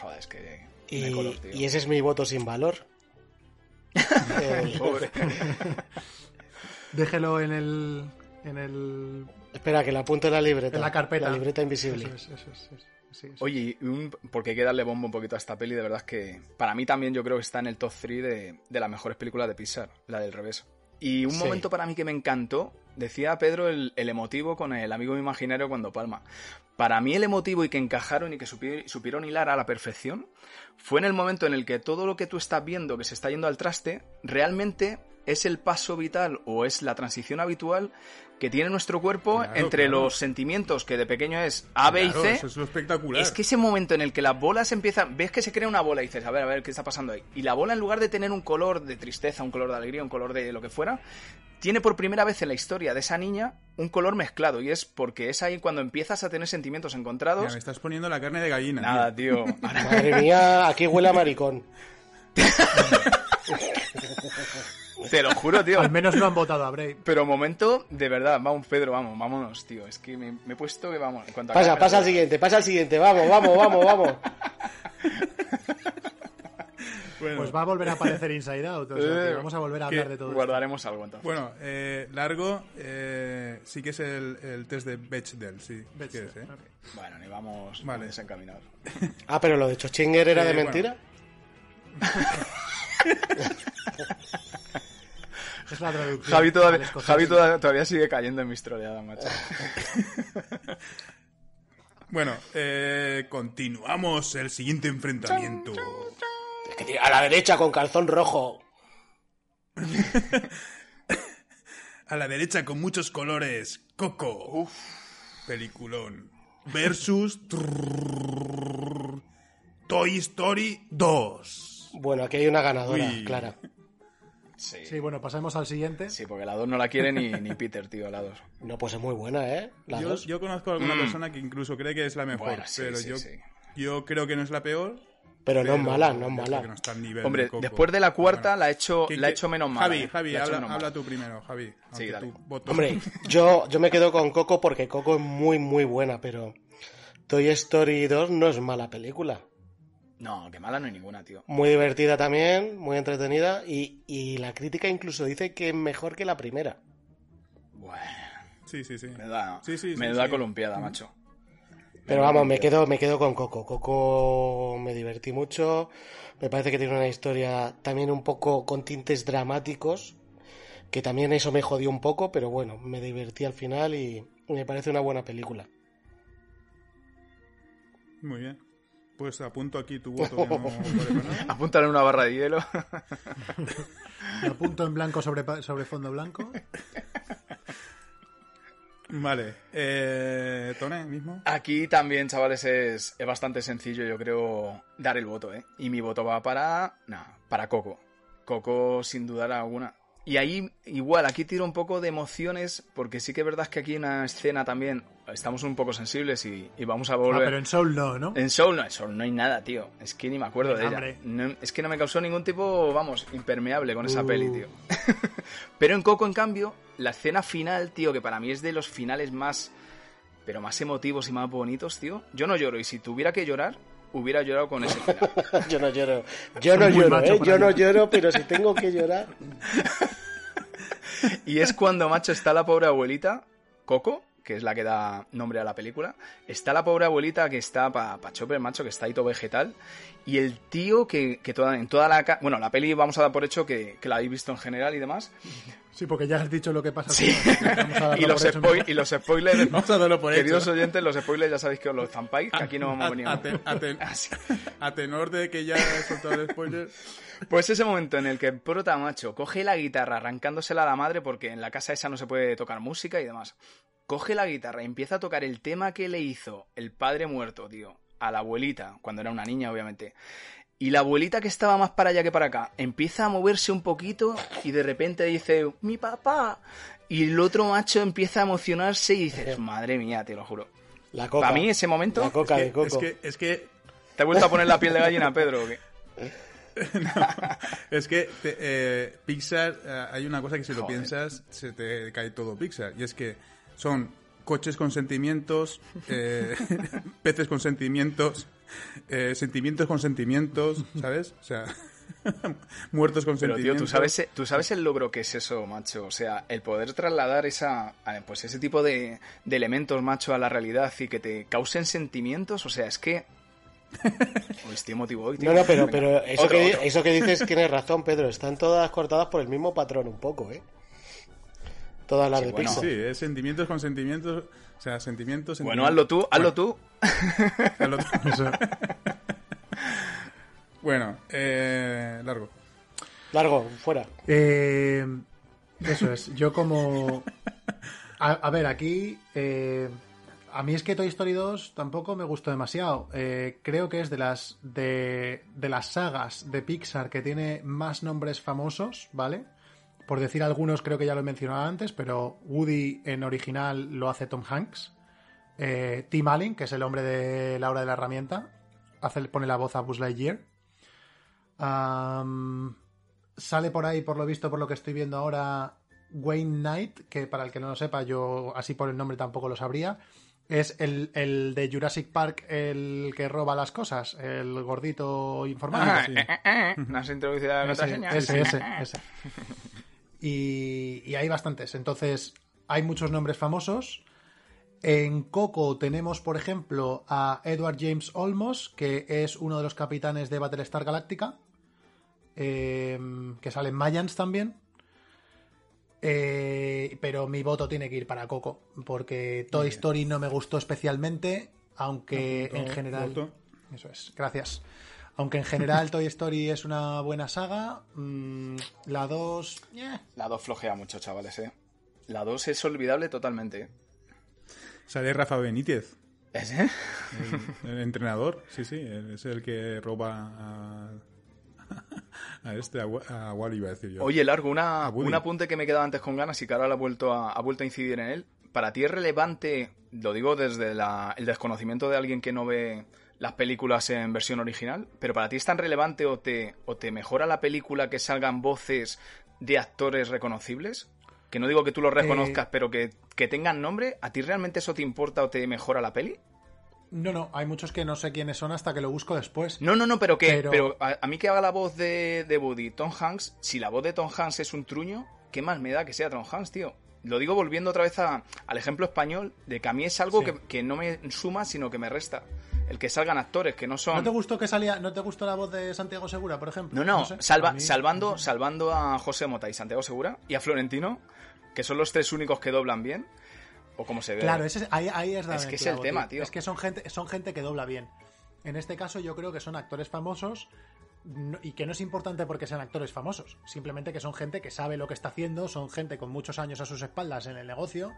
Speaker 4: Joder, es que.
Speaker 3: Y,
Speaker 4: de color, tío.
Speaker 3: y ese es mi voto sin valor. Eh,
Speaker 4: Pobre.
Speaker 5: Déjelo en el. En el.
Speaker 3: espera, que le apunto en la libreta.
Speaker 5: En la carpeta.
Speaker 3: La libreta invisible.
Speaker 5: Eso es, eso es, eso es. Sí, sí.
Speaker 4: Oye, y un- porque hay que darle bombo un poquito a esta peli, de verdad es que para mí también yo creo que está en el top 3 de, de las mejores películas de Pixar, la del revés. Y un
Speaker 3: Sí.
Speaker 4: momento para mí que me encantó, decía Pedro el, el emotivo con el amigo imaginario cuando palma. Para mí el emotivo y que encajaron y que supi- supieron hilar a la perfección fue en el momento en el que todo lo que tú estás viendo que se está yendo al traste realmente es el paso vital o es la transición habitual que tiene nuestro cuerpo
Speaker 6: Claro,
Speaker 4: entre
Speaker 6: claro.
Speaker 4: los sentimientos que de pequeño es A, B
Speaker 6: Claro,
Speaker 4: y C
Speaker 6: Eso es lo espectacular.
Speaker 4: es que ese momento en el que las bolas empiezan, ves que se crea una bola y dices, a ver, a ver, ¿qué está pasando ahí? Y la bola, en lugar de tener un color de tristeza, un color de alegría, un color de lo que fuera, tiene por primera vez en la historia de esa niña un color mezclado. Y es porque es ahí cuando empiezas a tener sentimientos
Speaker 6: Mira,
Speaker 4: encontrados.
Speaker 6: me estás poniendo la carne de gallina.
Speaker 4: Nada,
Speaker 6: tío.
Speaker 4: tío. Ahora-
Speaker 3: Madre mía, aquí huele a maricón.
Speaker 4: te lo juro, tío.
Speaker 5: Al menos no han votado a Brave.
Speaker 4: Pero momento, de verdad, vamos, Pedro, vamos, vámonos, tío. Es que me, me he puesto que vamos. en cuanto
Speaker 3: Pasa,
Speaker 4: acabe-
Speaker 3: pasa al siguiente, pasa al siguiente. Vamos, vamos, vamos, vamos.
Speaker 6: Bueno,
Speaker 5: Pues va a volver a aparecer Inside Out. o sea,
Speaker 4: Eh,
Speaker 5: que vamos a volver a
Speaker 6: que
Speaker 5: hablar de todo esto.
Speaker 4: Guardaremos algo entonces.
Speaker 6: bueno, eh, largo. eh, sí que es el, el test de Bechdel, sí.
Speaker 5: Best-
Speaker 6: que es, eh.
Speaker 5: ok.
Speaker 4: Bueno, ni vamos
Speaker 6: Vale.
Speaker 4: desencaminados.
Speaker 3: Ah, pero lo de Chochinger era
Speaker 6: Eh,
Speaker 3: de
Speaker 6: bueno.
Speaker 3: mentira.
Speaker 5: Es la traducción.
Speaker 4: Javi, todavía,
Speaker 5: al escocés.
Speaker 4: Javi toda- todavía sigue cayendo en mis troleadas, macho.
Speaker 6: Bueno, eh, continuamos el siguiente enfrentamiento.
Speaker 3: Es que tira a la derecha con calzón rojo.
Speaker 6: A la derecha con muchos colores, Coco. Peliculón. Versus trrrrrrr, Toy Story 2.
Speaker 3: Bueno, aquí hay una ganadora,
Speaker 6: Uy.
Speaker 3: Clara.
Speaker 4: Sí.
Speaker 5: Sí, bueno, pasemos al siguiente.
Speaker 4: Sí, porque la 2 no la quiere ni, ni Peter, tío, la 2.
Speaker 3: No, pues es muy buena, ¿eh? La
Speaker 6: Yo,
Speaker 3: dos.
Speaker 6: yo conozco a alguna persona que incluso cree que es la mejor,
Speaker 4: Mm. Bueno, sí,
Speaker 6: pero
Speaker 4: sí,
Speaker 6: yo,
Speaker 4: sí.
Speaker 6: yo creo que no es la peor.
Speaker 3: Pero no es
Speaker 6: pero
Speaker 3: mala, no
Speaker 6: yo
Speaker 3: es
Speaker 6: creo que no
Speaker 3: mala.
Speaker 6: está al nivel
Speaker 4: Hombre,
Speaker 6: de Coco.
Speaker 4: después de la cuarta
Speaker 6: Bueno,
Speaker 4: la he hecho,
Speaker 6: que-
Speaker 4: la he
Speaker 6: que-
Speaker 4: hecho menos mal.
Speaker 6: Javi,
Speaker 4: ¿eh? La
Speaker 6: Javi,
Speaker 4: he hecho
Speaker 6: habla,
Speaker 4: menos mal.
Speaker 6: habla tú primero, Javi. aunque
Speaker 4: dale.
Speaker 6: tú votes-
Speaker 3: Hombre, yo, yo me quedo con Coco porque Coco es muy, muy buena, pero Toy Story 2 no es mala película.
Speaker 4: No, que mala no hay ninguna, tío.
Speaker 3: Muy divertida también, muy entretenida y, y la crítica incluso dice que es mejor que la primera.
Speaker 4: Bueno,
Speaker 6: Sí, sí, sí.
Speaker 4: me da,
Speaker 6: Sí, sí,
Speaker 4: me
Speaker 6: sí,
Speaker 4: da
Speaker 6: sí.
Speaker 4: columpiada, macho.
Speaker 3: Pero vamos, me quedo, me quedo con Coco. Coco me divertí mucho. Me parece que tiene una historia también un poco con tintes dramáticos. Que también eso me jodió un poco, pero bueno, me divertí al final y me parece una buena película.
Speaker 6: Muy bien. Pues apunto aquí tu voto. que no vale para nada.
Speaker 4: Apúntale una barra de hielo.
Speaker 5: Me apunto en blanco sobre, pa- sobre fondo blanco.
Speaker 6: Vale. Eh, Tone, mismo.
Speaker 4: Aquí también, chavales, es, es bastante sencillo, yo creo, dar el voto, ¿eh? Y mi voto va para. Nah, para Coco. Coco, sin dudar alguna. Y ahí, igual, aquí tiro un poco de emociones, porque sí que es verdad que aquí en la escena también estamos un poco sensibles y, y vamos a
Speaker 5: Ah,
Speaker 4: volver. Eh.
Speaker 5: pero en Soul no, ¿no?
Speaker 4: En Soul no, en Soul no hay nada, tío. Es que ni me acuerdo de
Speaker 5: Hambre.
Speaker 4: ella. No- es que no me causó ningún tipo, vamos, impermeable con esa
Speaker 5: Uh.
Speaker 4: peli, tío. pero en Coco, en cambio, la escena final, tío, que para mí es de los finales más, pero más emotivos y más bonitos, tío. Yo no lloro y si tuviera que llorar, hubiera llorado con ese final.
Speaker 3: Yo no lloro, yo no
Speaker 5: Muy
Speaker 3: lloro,
Speaker 5: macho
Speaker 3: ¿eh?
Speaker 5: para
Speaker 3: yo no
Speaker 5: llorar.
Speaker 3: lloro, pero si tengo que llorar.
Speaker 4: y es cuando, macho, está la pobre abuelita, Coco, que es la que da nombre a la película. Está la pobre abuelita que está para pa Chopper, macho, que está ahí todo vegetal. Y el tío que, que toda, en toda la... ca- Bueno, la peli vamos a dar por hecho que, que la habéis visto en general y demás.
Speaker 5: Sí, porque ya has dicho lo que pasa.
Speaker 4: Sí.
Speaker 5: Vamos a darlo
Speaker 4: y, los
Speaker 5: por hecho.
Speaker 4: spoil- y los spoilers...
Speaker 6: Vamos a darlo por
Speaker 4: Queridos
Speaker 6: hecho.
Speaker 4: oyentes, los spoilers ya sabéis que os los zampáis, que aquí no hemos
Speaker 6: A-
Speaker 4: venido.
Speaker 6: a te- a te-
Speaker 4: Así.
Speaker 6: A tenor de que ya he soltado el spoiler.
Speaker 4: Pues ese momento en el que el prota macho coge la guitarra arrancándosela a la madre porque en la casa esa no se puede tocar música y demás. Coge la guitarra y empieza a tocar el tema que le hizo el padre muerto, tío, a la abuelita, cuando era una niña, obviamente. Y la abuelita que estaba más para allá que para acá empieza a moverse un poquito y de repente dice, mi papá. Y el otro macho empieza a emocionarse y dices, madre mía, te lo juro.
Speaker 3: La coca.
Speaker 4: Para mí ese momento...
Speaker 3: La coca de coco.
Speaker 6: Es que, es que,
Speaker 4: ¿Te has vuelto a poner la piel de gallina, Pedro? o qué?
Speaker 6: es que te- eh, Pixar, eh, hay una cosa que si lo
Speaker 4: Joder.
Speaker 6: piensas, se te cae todo Pixar. Y es que son coches con sentimientos, eh, peces con sentimientos, eh, sentimientos con sentimientos, ¿sabes? O sea, muertos con
Speaker 4: Pero tío,
Speaker 6: sentimientos.
Speaker 4: ¿tú sabes, tú sabes el logro que es eso, macho. O sea, el poder trasladar esa, a- pues ese tipo de, de elementos, macho, a la realidad y que te causen sentimientos. O sea, es que. Uy, estoy emotivo hoy, tío.
Speaker 3: No, no, pero,
Speaker 4: Venga,
Speaker 3: pero eso,
Speaker 4: otro,
Speaker 3: que,
Speaker 4: otro.
Speaker 3: eso que dices tienes razón, Pedro. Están todas cortadas por el mismo patrón, un poco, ¿eh? Todas las
Speaker 4: Sí,
Speaker 3: de
Speaker 4: bueno.
Speaker 3: Pixar.
Speaker 6: Sí, es sentimientos con sentimientos, o sea, sentimientos...
Speaker 4: Bueno, hazlo tú, hazlo tú.
Speaker 6: tú. Hazlo tú. bueno, eh, largo.
Speaker 3: Largo, fuera.
Speaker 5: Eh, eso es, yo como... A, a ver, aquí... eh, a mí es que Toy Story 2 tampoco me gustó demasiado. Eh, creo que es de las, de, de las sagas de Pixar que tiene más nombres famosos, ¿vale? Por decir algunos, creo que ya lo he mencionado antes, pero Woody en original lo hace Tom Hanks. Eh, Tim Allen, que es el hombre de la hora de la herramienta, hace, pone la voz a Buzz Lightyear. Am, sale por ahí, por lo visto, por lo que estoy viendo ahora, Wayne Knight, que para el que no lo sepa, yo así por el nombre tampoco lo sabría. Es el, el de Jurassic Park, el que roba las cosas, el gordito informal.
Speaker 4: Ah,
Speaker 6: sí.
Speaker 4: eh, eh, eh. ¿No has introducido la
Speaker 5: Ese,
Speaker 4: contraseña?
Speaker 5: ese, ese, ese. Y, y hay bastantes. Entonces, hay muchos nombres famosos. En Coco tenemos, por ejemplo, a Edward James Olmos, que es uno de los capitanes de Battlestar Galactica, eh, que sale en Mayans también. Eh, pero mi voto tiene que ir para Coco, porque Toy Story no me gustó especialmente, aunque en
Speaker 6: Voto,
Speaker 5: general...
Speaker 6: voto.
Speaker 5: Eso es, gracias. Aunque en general Toy Story es una buena saga, mm, la eh, 2...
Speaker 4: La 2 flojea mucho, chavales, eh. La 2 es olvidable totalmente. ¿eh?
Speaker 6: Sale Rafa Benítez.
Speaker 3: eh?
Speaker 4: ¿Ese?
Speaker 6: El, el entrenador, sí, sí, el- es el que roba a, a este, a, Wa- a Wally, iba a decir yo.
Speaker 4: Oye, Largo, una,
Speaker 6: A Woody.
Speaker 4: un apunte que me quedaba antes con ganas y que ahora lo ha vuelto a, ha vuelto a incidir en él. Para ti es relevante, lo digo desde la- el desconocimiento de alguien que no ve las películas en versión original, pero para ti es tan relevante o te, o te mejora la película que salgan voces de actores reconocibles, que no digo que tú los reconozcas, pero que, que tengan nombre, ¿a ti realmente eso te importa o te mejora la peli?
Speaker 5: No, no, hay muchos que no sé quiénes son hasta que lo busco después.
Speaker 4: No, no, no, pero que pero...
Speaker 5: Pero-
Speaker 4: a, a mí que haga la voz de, de Woody Tom Hanks, si la voz de Tom Hanks es un truño, ¿qué más me da que sea Tom Hanks, tío? Lo digo volviendo otra vez a- al ejemplo español, de que a mí es algo
Speaker 5: Sí.
Speaker 4: que, que no me suma, sino que me resta. El que salgan actores que no son...
Speaker 5: ¿No te gustó que salía, no te gustó la voz de Santiago Segura, por ejemplo?
Speaker 4: No, no,
Speaker 5: sé,
Speaker 4: salva-
Speaker 5: a mí-
Speaker 4: salvando, salvando a José Mota y Santiago Segura y a Florentino, que son los tres únicos que doblan bien, o como se ve.
Speaker 5: Claro, ese es- ahí, ahí es la
Speaker 4: Es que es
Speaker 5: clavo,
Speaker 4: el tema, tío.
Speaker 5: Es que son gente, son gente que dobla bien. En este caso, yo creo que son actores famosos no- y que no es importante porque sean actores famosos. Simplemente que son gente que sabe lo que está haciendo, son gente con muchos años a sus espaldas en el negocio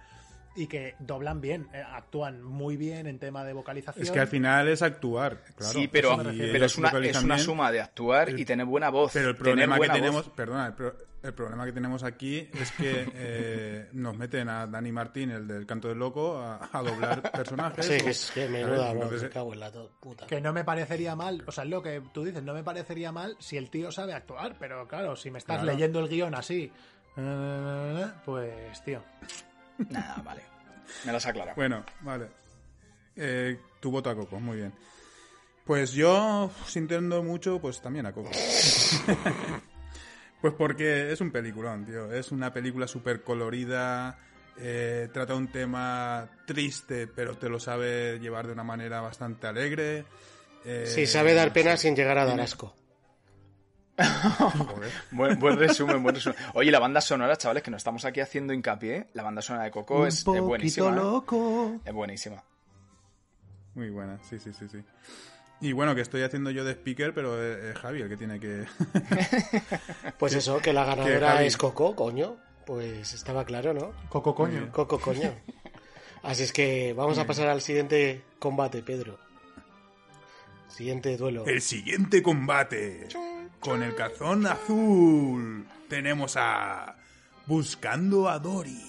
Speaker 5: y que doblan bien, eh, actúan muy bien en tema de vocalización.
Speaker 6: es que al final es actuar, claro.
Speaker 4: sí, pero,
Speaker 5: eso me refiero.
Speaker 4: pero
Speaker 6: ellos
Speaker 4: es, una, es
Speaker 6: localizan
Speaker 4: una
Speaker 6: bien,
Speaker 4: suma de actuar y
Speaker 6: El-
Speaker 4: tener buena voz.
Speaker 6: Pero el
Speaker 4: tener
Speaker 6: problema que
Speaker 4: buena voz.
Speaker 6: tenemos, perdona, el, pro- el problema que tenemos aquí es que eh, nos meten a Dani Martín, el del Canto del Loco, a, a doblar personajes.
Speaker 3: Sí,
Speaker 6: o-
Speaker 3: que es que
Speaker 6: ¿sabes?
Speaker 3: menuda, no,
Speaker 6: Entonces,
Speaker 3: me cago en la to- puta.
Speaker 5: Que no me parecería mal, o sea, es lo que tú dices, no me parecería mal si el tío sabe actuar, pero claro, si me estás
Speaker 6: Claro.
Speaker 5: leyendo el guión así, eh, pues tío.
Speaker 4: Nada, vale. Me las aclarado.
Speaker 6: Bueno, vale. Eh, tu voto a Coco, muy bien. Pues yo, sintiendo mucho, pues también a Coco. pues porque es un peliculón, tío. Es una película súper colorida, eh, trata un tema triste, pero te lo sabe llevar de una manera bastante alegre. eh,
Speaker 3: Sí, sabe dar pena sin llegar a dar asco.
Speaker 6: joder.
Speaker 4: Buen, buen resumen, buen resumen. Oye, la banda sonora, chavales, que nos estamos aquí haciendo hincapié, la banda sonora de Coco es, es buenísima. ¿eh?
Speaker 5: loco.
Speaker 4: Es buenísima.
Speaker 6: Muy buena, sí, sí, sí, sí. Y bueno, que estoy haciendo yo de speaker, pero es es Javi el que tiene que...
Speaker 3: Pues eso, que la
Speaker 6: que
Speaker 3: ganadora
Speaker 6: Javi-
Speaker 3: es Coco, coño. Pues estaba claro, ¿no?
Speaker 5: Coco coño.
Speaker 3: Coco, coño. Así es que vamos a pasar al siguiente combate, Pedro. Siguiente duelo.
Speaker 6: el siguiente combate. Con el calzón azul tenemos a... Buscando a Dory.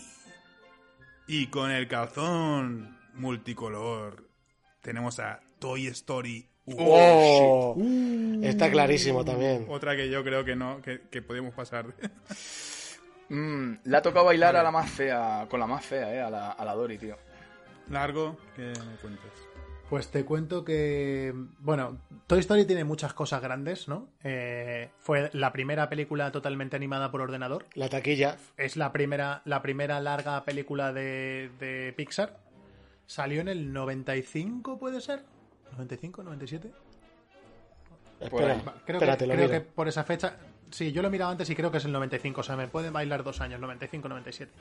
Speaker 6: Y con el calzón multicolor tenemos a Toy Story 1.
Speaker 3: ¡Oh! Está clarísimo también.
Speaker 6: Otra que yo creo que no, que, que podemos pasar.
Speaker 4: Mm, le ha tocado bailar a la más fea, con la más fea, eh, a la, a la Dory, tío.
Speaker 6: Largo, que me cuentes.
Speaker 5: Pues te cuento que, bueno, Toy Story tiene muchas cosas grandes, ¿no? Eh, fue la primera película totalmente animada por ordenador.
Speaker 3: La taquilla.
Speaker 5: Es la primera, la primera larga película de, de Pixar. Salió en el 95, puede ser. 95, 97.
Speaker 3: Espera,
Speaker 5: Va, Creo,
Speaker 3: espera,
Speaker 5: que,
Speaker 3: te lo
Speaker 5: creo
Speaker 3: miro.
Speaker 5: que por esa fecha. Sí, yo lo he mirado antes y creo que es el 95. O sea, me pueden bailar dos años, 95, 97.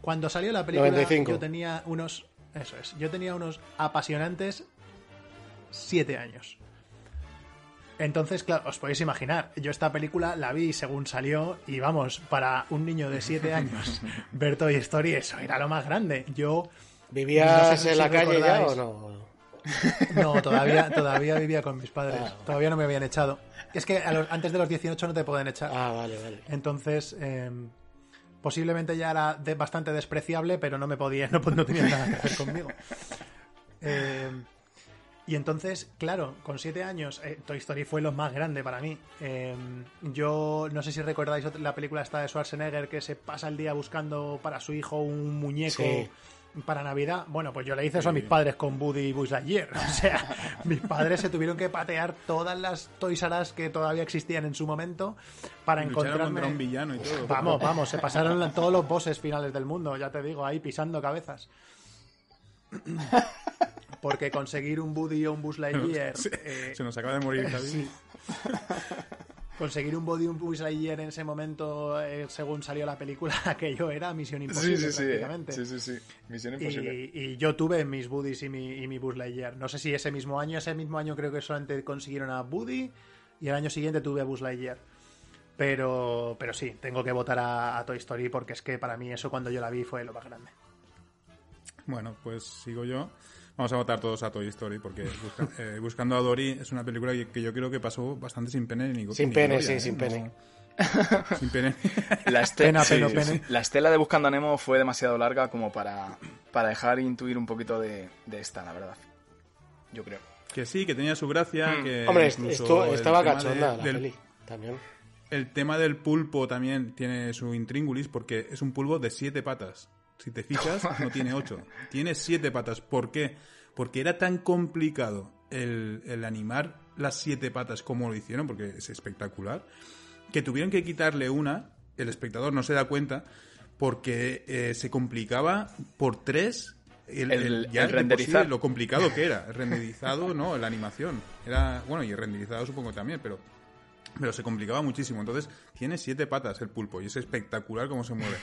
Speaker 5: Cuando salió la película,
Speaker 3: 95.
Speaker 5: yo tenía unos. Eso es. Yo tenía unos apasionantes 7 años. Entonces, claro, os podéis imaginar, yo esta película la vi según salió y vamos, para un niño de 7 años ver Toy Story, eso era lo más grande. Yo
Speaker 3: ¿Vivías
Speaker 5: no sé
Speaker 3: en
Speaker 5: si
Speaker 3: la calle ya
Speaker 5: recordáis.
Speaker 3: o no?
Speaker 5: No, todavía, todavía vivía con mis padres.
Speaker 3: Ah.
Speaker 5: Todavía no me habían echado. Es que a los- antes de los 18 no te pueden echar.
Speaker 3: Ah, vale, vale.
Speaker 5: Entonces, eh, posiblemente ya era de- bastante despreciable, pero no me podía, no, no tenía nada que hacer conmigo. Eh, y entonces, claro, con siete años, eh, Toy Story fue lo más grande para mí. Eh, yo no sé si recordáis otra- la película esta de Schwarzenegger que se pasa el día buscando para su hijo un muñeco.
Speaker 3: Sí.
Speaker 5: Para Navidad, bueno, pues yo le hice eso a mis padres con Woody y Buzz Lightyear. O sea, mis padres se tuvieron que patear todas las Toys R Us que todavía existían en su momento para
Speaker 6: Lucharon
Speaker 5: encontrarme.
Speaker 6: contra un villano y todo.
Speaker 5: Vamos, vamos, se pasaron la- todos los bosses finales del mundo, ya te digo, ahí pisando cabezas. Porque conseguir un Buddy o un Buzz Lightyear, eh,
Speaker 6: Se nos acaba de morir Javi.
Speaker 5: conseguir un Buddy o un Buzz Lightyear en ese momento, eh, según salió la película, aquello era misión imposible prácticamente.
Speaker 4: Sí, sí, sí. Misión imposible.
Speaker 5: Y, y yo tuve mis Buddies y mi, y mi Buzz Lightyear. No sé si ese mismo año, ese mismo año creo que solamente consiguieron a Buddy y el año siguiente tuve a Buzz Lightyear. Pero, pero sí, tengo que votar a, a Toy Story porque es que para mí eso cuando yo la vi fue lo más grande.
Speaker 6: Bueno, pues sigo yo. Vamos a votar todos a Toy Story porque busca- eh, Buscando a Dory es una película que, que yo creo que pasó bastante sin pene ni
Speaker 3: Sin
Speaker 6: ni
Speaker 3: pene,
Speaker 6: gloria,
Speaker 3: sí,
Speaker 6: ¿eh?
Speaker 3: sin pene.
Speaker 6: No- sin pene.
Speaker 4: La, este-
Speaker 5: Pena, pelo, pene.
Speaker 4: la estela de Buscando a Nemo fue demasiado larga como para, para dejar intuir un poquito de, de esta, la verdad. Yo creo.
Speaker 6: que sí, que tenía su gracia. Que
Speaker 3: Mm. Hombre,
Speaker 6: Eh, incluso
Speaker 3: esto,
Speaker 6: el
Speaker 3: estaba
Speaker 6: tema de-
Speaker 3: cachonda la
Speaker 6: del-
Speaker 3: peli también.
Speaker 6: El tema del pulpo también tiene su intríngulis porque es un pulpo de siete patas. Si te fijas, no tiene ocho. Tiene siete patas. ¿Por qué? Porque era tan complicado el, el animar las siete patas como lo hicieron, porque es espectacular, que tuvieron que quitarle una, el espectador no se da cuenta, porque eh, se complicaba por tres el,
Speaker 4: El-
Speaker 6: el-
Speaker 4: el
Speaker 6: de
Speaker 4: renderizar.
Speaker 6: posible lo complicado que era. El Renderizado, no, la animación. Era, bueno, y el renderizado supongo también, pero pero se complicaba muchísimo. Entonces, tiene siete patas el pulpo y es espectacular cómo se mueve.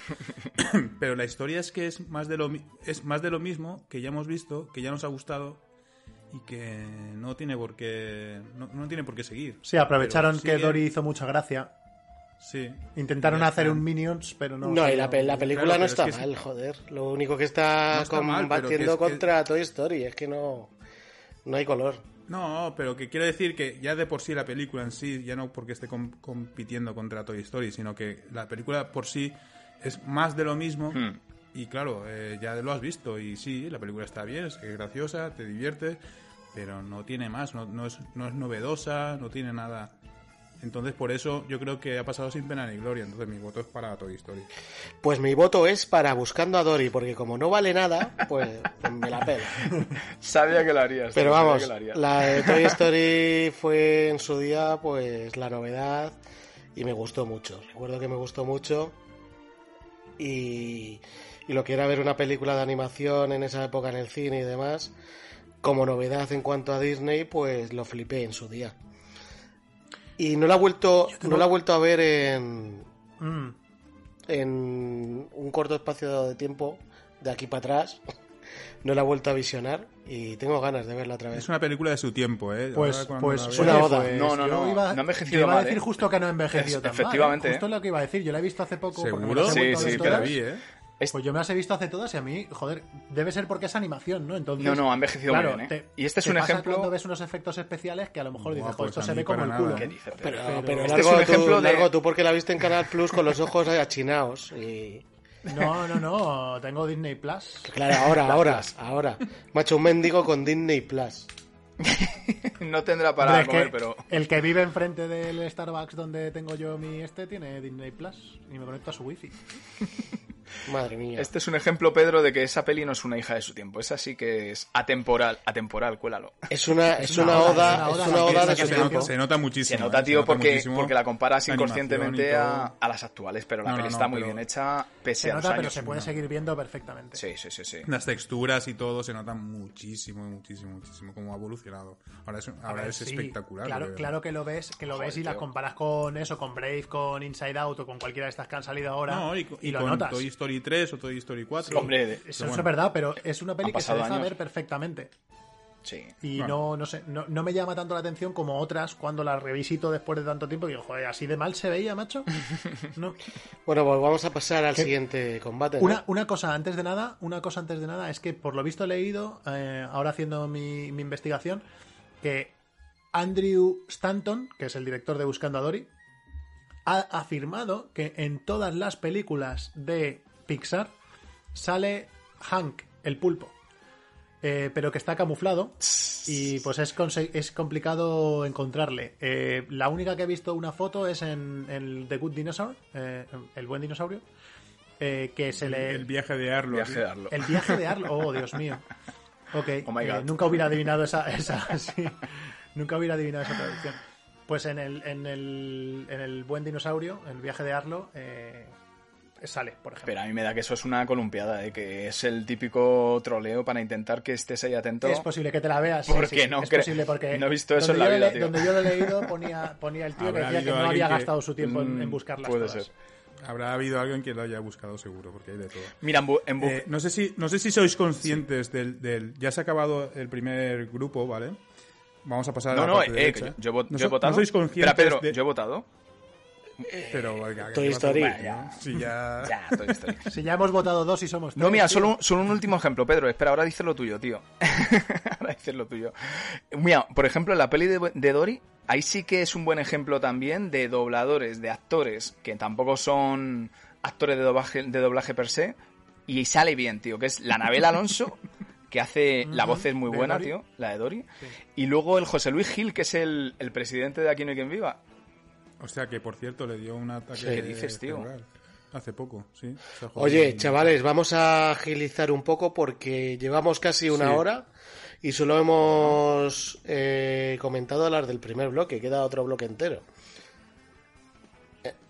Speaker 6: Pero la historia es que es más, de lo, mi- es más de lo mismo que ya hemos visto, que ya nos ha gustado y que no tiene por qué, no, no tiene por qué seguir.
Speaker 5: Sí, aprovecharon
Speaker 6: Pero
Speaker 5: que
Speaker 6: sigue-
Speaker 5: Dory hizo mucha gracia.
Speaker 6: Sí.
Speaker 5: Intentaron
Speaker 6: Ya
Speaker 5: hacer
Speaker 6: está.
Speaker 5: un Minions, pero no.
Speaker 3: No, y la, pe- la película
Speaker 6: Claro,
Speaker 3: no
Speaker 6: pero es
Speaker 3: está
Speaker 6: que es-
Speaker 3: mal, joder. Lo único que está,
Speaker 6: No está mal, pero que es
Speaker 3: combatiendo
Speaker 6: que-
Speaker 3: contra Toy Story es que no, no hay color.
Speaker 6: No, pero que quiero decir que ya de por sí la película en sí, ya no porque esté com- compitiendo contra Toy Story, sino que la película por sí es más de lo mismo.
Speaker 4: Hmm.
Speaker 6: Y claro, eh, ya lo has visto y sí, la película está bien, es graciosa, te diviertes, pero no tiene más, no, no es, no es novedosa, no tiene nada. Entonces por eso yo creo que ha pasado sin pena ni gloria, entonces mi voto es para Toy Story.
Speaker 3: Pues mi voto es para Buscando a Dory, porque como no vale nada, pues me la pela.
Speaker 4: Sabía que lo harías.
Speaker 3: Pero
Speaker 4: tío, sabía
Speaker 3: vamos,
Speaker 4: que lo harías.
Speaker 3: la de Toy Story fue en su día pues la novedad y me gustó mucho. Recuerdo que me gustó mucho y, y lo que era ver una película de animación en esa época en el cine y demás, como novedad en cuanto a Disney, pues lo flipé en su día. Y no la he vuelto, no la he vuelto a ver en,
Speaker 5: Mm.
Speaker 3: en un corto espacio de tiempo, de aquí para atrás. No la he vuelto a visionar y tengo ganas de verla otra vez.
Speaker 6: Es una película de su tiempo, ¿eh?
Speaker 5: Pues,
Speaker 6: Ahora cuando
Speaker 5: pues
Speaker 6: la
Speaker 3: es
Speaker 6: vea-
Speaker 3: una
Speaker 5: oye,
Speaker 3: oda.
Speaker 5: pues,
Speaker 4: No, no,
Speaker 5: yo
Speaker 4: no,
Speaker 5: iba-
Speaker 4: no ha envejecido
Speaker 5: yo iba a
Speaker 4: mal,
Speaker 5: decir
Speaker 4: ¿eh?
Speaker 5: justo que no ha envejecido
Speaker 4: Es-
Speaker 5: tan mal, ¿eh?
Speaker 4: efectivamente,
Speaker 5: Justo
Speaker 4: ¿eh?
Speaker 5: lo que iba a decir. Yo la he visto hace poco. porque me
Speaker 6: ¿Seguro?
Speaker 5: las he
Speaker 6: Sí,
Speaker 5: vuelto a
Speaker 6: sí,
Speaker 5: ver
Speaker 6: que la
Speaker 5: todas.
Speaker 6: vi, ¿eh?
Speaker 4: Es-
Speaker 5: Pues yo me las he visto hace todas y a mí, joder, debe ser porque es animación, ¿no? Entonces,
Speaker 4: No, no, ha envejecido
Speaker 5: claro,
Speaker 4: muy bien, ¿eh?
Speaker 5: te-
Speaker 4: Y este es
Speaker 5: te
Speaker 4: un
Speaker 5: pasa
Speaker 4: ejemplo-
Speaker 5: cuando ves unos efectos especiales que a lo mejor
Speaker 6: Buah,
Speaker 5: dices,
Speaker 6: pues
Speaker 5: joder, esto
Speaker 6: a
Speaker 5: se
Speaker 6: mí
Speaker 5: ve como
Speaker 6: para
Speaker 5: el
Speaker 6: nada.
Speaker 5: culo.
Speaker 4: ¿Qué dices?
Speaker 3: Pero,
Speaker 5: Pero-
Speaker 3: pero
Speaker 5: Este
Speaker 4: es
Speaker 3: largo,
Speaker 4: un
Speaker 3: tú,
Speaker 4: ejemplo de-
Speaker 3: largo tú porque la viste en Canal Plus con los ojos achinaos. Y...
Speaker 5: No, no, no, tengo Disney Plus.
Speaker 3: Claro, ahora, ahora, ahora. Macho, un mendigo con Disney Plus.
Speaker 4: No tendrá
Speaker 5: Hombre,
Speaker 4: para
Speaker 5: es
Speaker 4: comer,
Speaker 5: que
Speaker 4: pero...
Speaker 5: El que vive enfrente del Starbucks donde tengo yo mi este tiene Disney Plus y me conecto a su wifi.
Speaker 3: Madre mía.
Speaker 4: Este es un ejemplo, Pedro, de que esa peli no es una hija de su tiempo. Esa sí que es atemporal, atemporal, cuélalo.
Speaker 3: Es una, es una oda, es una oda de
Speaker 6: que
Speaker 3: su
Speaker 6: se, nota,
Speaker 3: tiempo.
Speaker 6: se nota muchísimo.
Speaker 4: Se nota,
Speaker 6: ¿eh?
Speaker 4: tío, porque,
Speaker 6: muchísimo
Speaker 4: porque la comparas
Speaker 6: animación y
Speaker 4: inconscientemente
Speaker 6: todo.
Speaker 4: a, a las actuales, pero la
Speaker 6: No, no,
Speaker 4: peli
Speaker 6: no,
Speaker 4: está muy
Speaker 6: pero-
Speaker 4: bien hecha, pese
Speaker 5: Se
Speaker 4: a los
Speaker 5: nota, pero
Speaker 4: años.
Speaker 5: se puede seguir viendo perfectamente.
Speaker 4: Sí, sí, sí, sí.
Speaker 6: Las texturas y todo se nota muchísimo, muchísimo, muchísimo. Como ha evolucionado. Ahora es,
Speaker 5: A
Speaker 6: ahora
Speaker 5: ver,
Speaker 6: es
Speaker 5: sí,
Speaker 6: espectacular. de
Speaker 5: Claro,
Speaker 6: verdad.
Speaker 5: claro que lo ves, que lo
Speaker 4: Joder,
Speaker 5: ves y las
Speaker 4: tío.
Speaker 5: comparas con eso, con Brave, con Inside Out o con cualquiera de estas que han salido ahora.
Speaker 6: No, y, co- y
Speaker 5: lo
Speaker 6: con
Speaker 5: notas.
Speaker 6: Toy Story 3 o Toy Story 4.
Speaker 5: Sí,
Speaker 4: Hombre, de-
Speaker 5: eso
Speaker 6: pero bueno.
Speaker 5: es verdad, pero es una
Speaker 4: Han
Speaker 5: peli que se
Speaker 4: pasado
Speaker 5: deja
Speaker 4: años.
Speaker 5: ver perfectamente.
Speaker 4: sí.
Speaker 5: Y
Speaker 6: Bueno.
Speaker 5: no, no sé, no, no me llama tanto la atención como otras cuando las revisito después de tanto tiempo. Y digo, joder, así de mal se veía, macho. No.
Speaker 3: Bueno, pues vamos a pasar al
Speaker 5: ¿Qué?
Speaker 3: siguiente combate. ¿no?
Speaker 5: Una, una cosa antes de nada, una cosa antes de nada es que por lo visto he leído, eh, ahora haciendo mi, mi investigación, que Andrew Stanton, que es el director de Buscando a Dory, ha afirmado que en todas las películas de Pixar sale Hank, el pulpo, eh, pero que está camuflado y pues es, conse- es complicado encontrarle. Eh, la única que he visto una foto es en, en The Good Dinosaur, eh, el buen dinosaurio, eh, que se le...
Speaker 6: El viaje de Arlo.
Speaker 4: Viaje
Speaker 6: tío.
Speaker 4: de Arlo.
Speaker 5: El viaje de Arlo. Oh, Dios mío. Ok.
Speaker 4: Oh my
Speaker 5: eh,
Speaker 4: God.
Speaker 5: nunca hubiera adivinado esa. esa sí. Nunca hubiera adivinado esa traducción. Pues en el, en el, en el buen dinosaurio, en el viaje de Arlo, eh, sale, por ejemplo.
Speaker 4: Pero a mí me da que eso es una columpiada, de que es el típico troleo para intentar que estés ahí atento.
Speaker 5: Es posible que te la veas. sí,
Speaker 4: ¿Por
Speaker 5: sí,
Speaker 4: qué no
Speaker 5: Es
Speaker 4: cre-
Speaker 5: posible porque.
Speaker 4: no he visto eso en
Speaker 5: donde
Speaker 4: la
Speaker 5: yo
Speaker 4: vida,
Speaker 5: le-
Speaker 4: tío.
Speaker 5: Donde yo lo he leído ponía, ponía el tío que decía
Speaker 6: Habrá
Speaker 5: que
Speaker 6: habido
Speaker 5: no había
Speaker 6: alguien que-
Speaker 5: gastado su tiempo en,
Speaker 4: Mm,
Speaker 5: en buscarlas
Speaker 4: puede
Speaker 5: todas.
Speaker 4: ser.
Speaker 6: Habrá habido alguien que lo haya buscado seguro, porque hay de todo.
Speaker 4: Mira, en, bu- en bu-
Speaker 6: Eh, no, sé si, no sé si sois conscientes del, del- Ya se ha acabado el primer grupo, ¿vale? Vamos a pasar a
Speaker 4: No,
Speaker 6: la
Speaker 4: no,
Speaker 6: parte
Speaker 4: eh, que
Speaker 6: derecha.
Speaker 4: yo, yo he vot-
Speaker 6: No
Speaker 4: yo he
Speaker 6: so-
Speaker 4: votado.
Speaker 6: No sois conscientes
Speaker 4: Espera, Pedro,
Speaker 6: de-
Speaker 4: yo he votado.
Speaker 6: Pero, venga, que
Speaker 3: Toy
Speaker 6: lleva todo
Speaker 3: Story.
Speaker 6: el día, ¿no? Sí, ya...
Speaker 4: Ya, Toy Story.
Speaker 5: Si ya hemos votado dos y somos
Speaker 4: No,
Speaker 5: tres,
Speaker 4: mira,
Speaker 5: tío.
Speaker 4: solo, solo un último ejemplo, Pedro. Espera, ahora dices lo tuyo, tío. ahora dices lo tuyo. Mira, por ejemplo, en la peli de, de Dory, ahí sí que es un buen ejemplo también de dobladores, de actores, que tampoco son actores de doblaje, de doblaje per se, y sale bien, tío, que es la Nabel Alonso, que hace... La voz es muy
Speaker 5: de
Speaker 4: buena,
Speaker 5: Dory.
Speaker 4: tío, la de Dory. Y luego el José Luis Gil, que es el, el presidente de Aquí no hay quien viva.
Speaker 6: O sea, que por cierto, le dio un ataque.
Speaker 3: ¿Qué
Speaker 4: dices, tío?
Speaker 6: cerebral. Hace poco, sí. Se ha jodido.
Speaker 3: Oye, mm. chavales, vamos a agilizar un poco porque llevamos casi una
Speaker 6: Sí.
Speaker 3: hora y solo hemos eh, comentado las del primer bloque, queda otro bloque entero.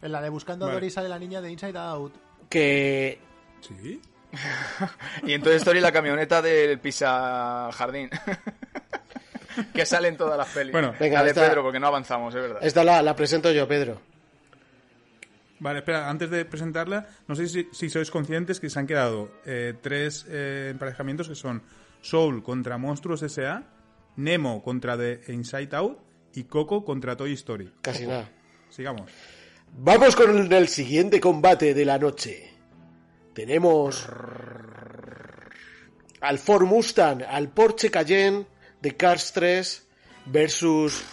Speaker 5: En la de Buscando
Speaker 6: Vale.
Speaker 5: a Dory sale la niña de Inside Out.
Speaker 3: Que
Speaker 6: Sí.
Speaker 4: Y entonces Dory la camioneta del Pisa Jardín. que sale en todas las pelis.
Speaker 6: Bueno,
Speaker 3: venga,
Speaker 4: Dale,
Speaker 3: esta-
Speaker 4: Pedro, porque no avanzamos, es verdad.
Speaker 3: esta la, la presento yo, Pedro.
Speaker 6: Vale, espera, antes de presentarla, no sé si, si sois conscientes que se han quedado eh, tres eh, emparejamientos que son Soul contra Monstruos S.A., Nemo contra The Inside Out y Coco contra Toy Story.
Speaker 3: Casi nada.
Speaker 6: Sigamos.
Speaker 3: Vamos con el, el siguiente combate de la noche. Tenemos al Ford Mustang, al Porsche Cayenne de Cars 3 versus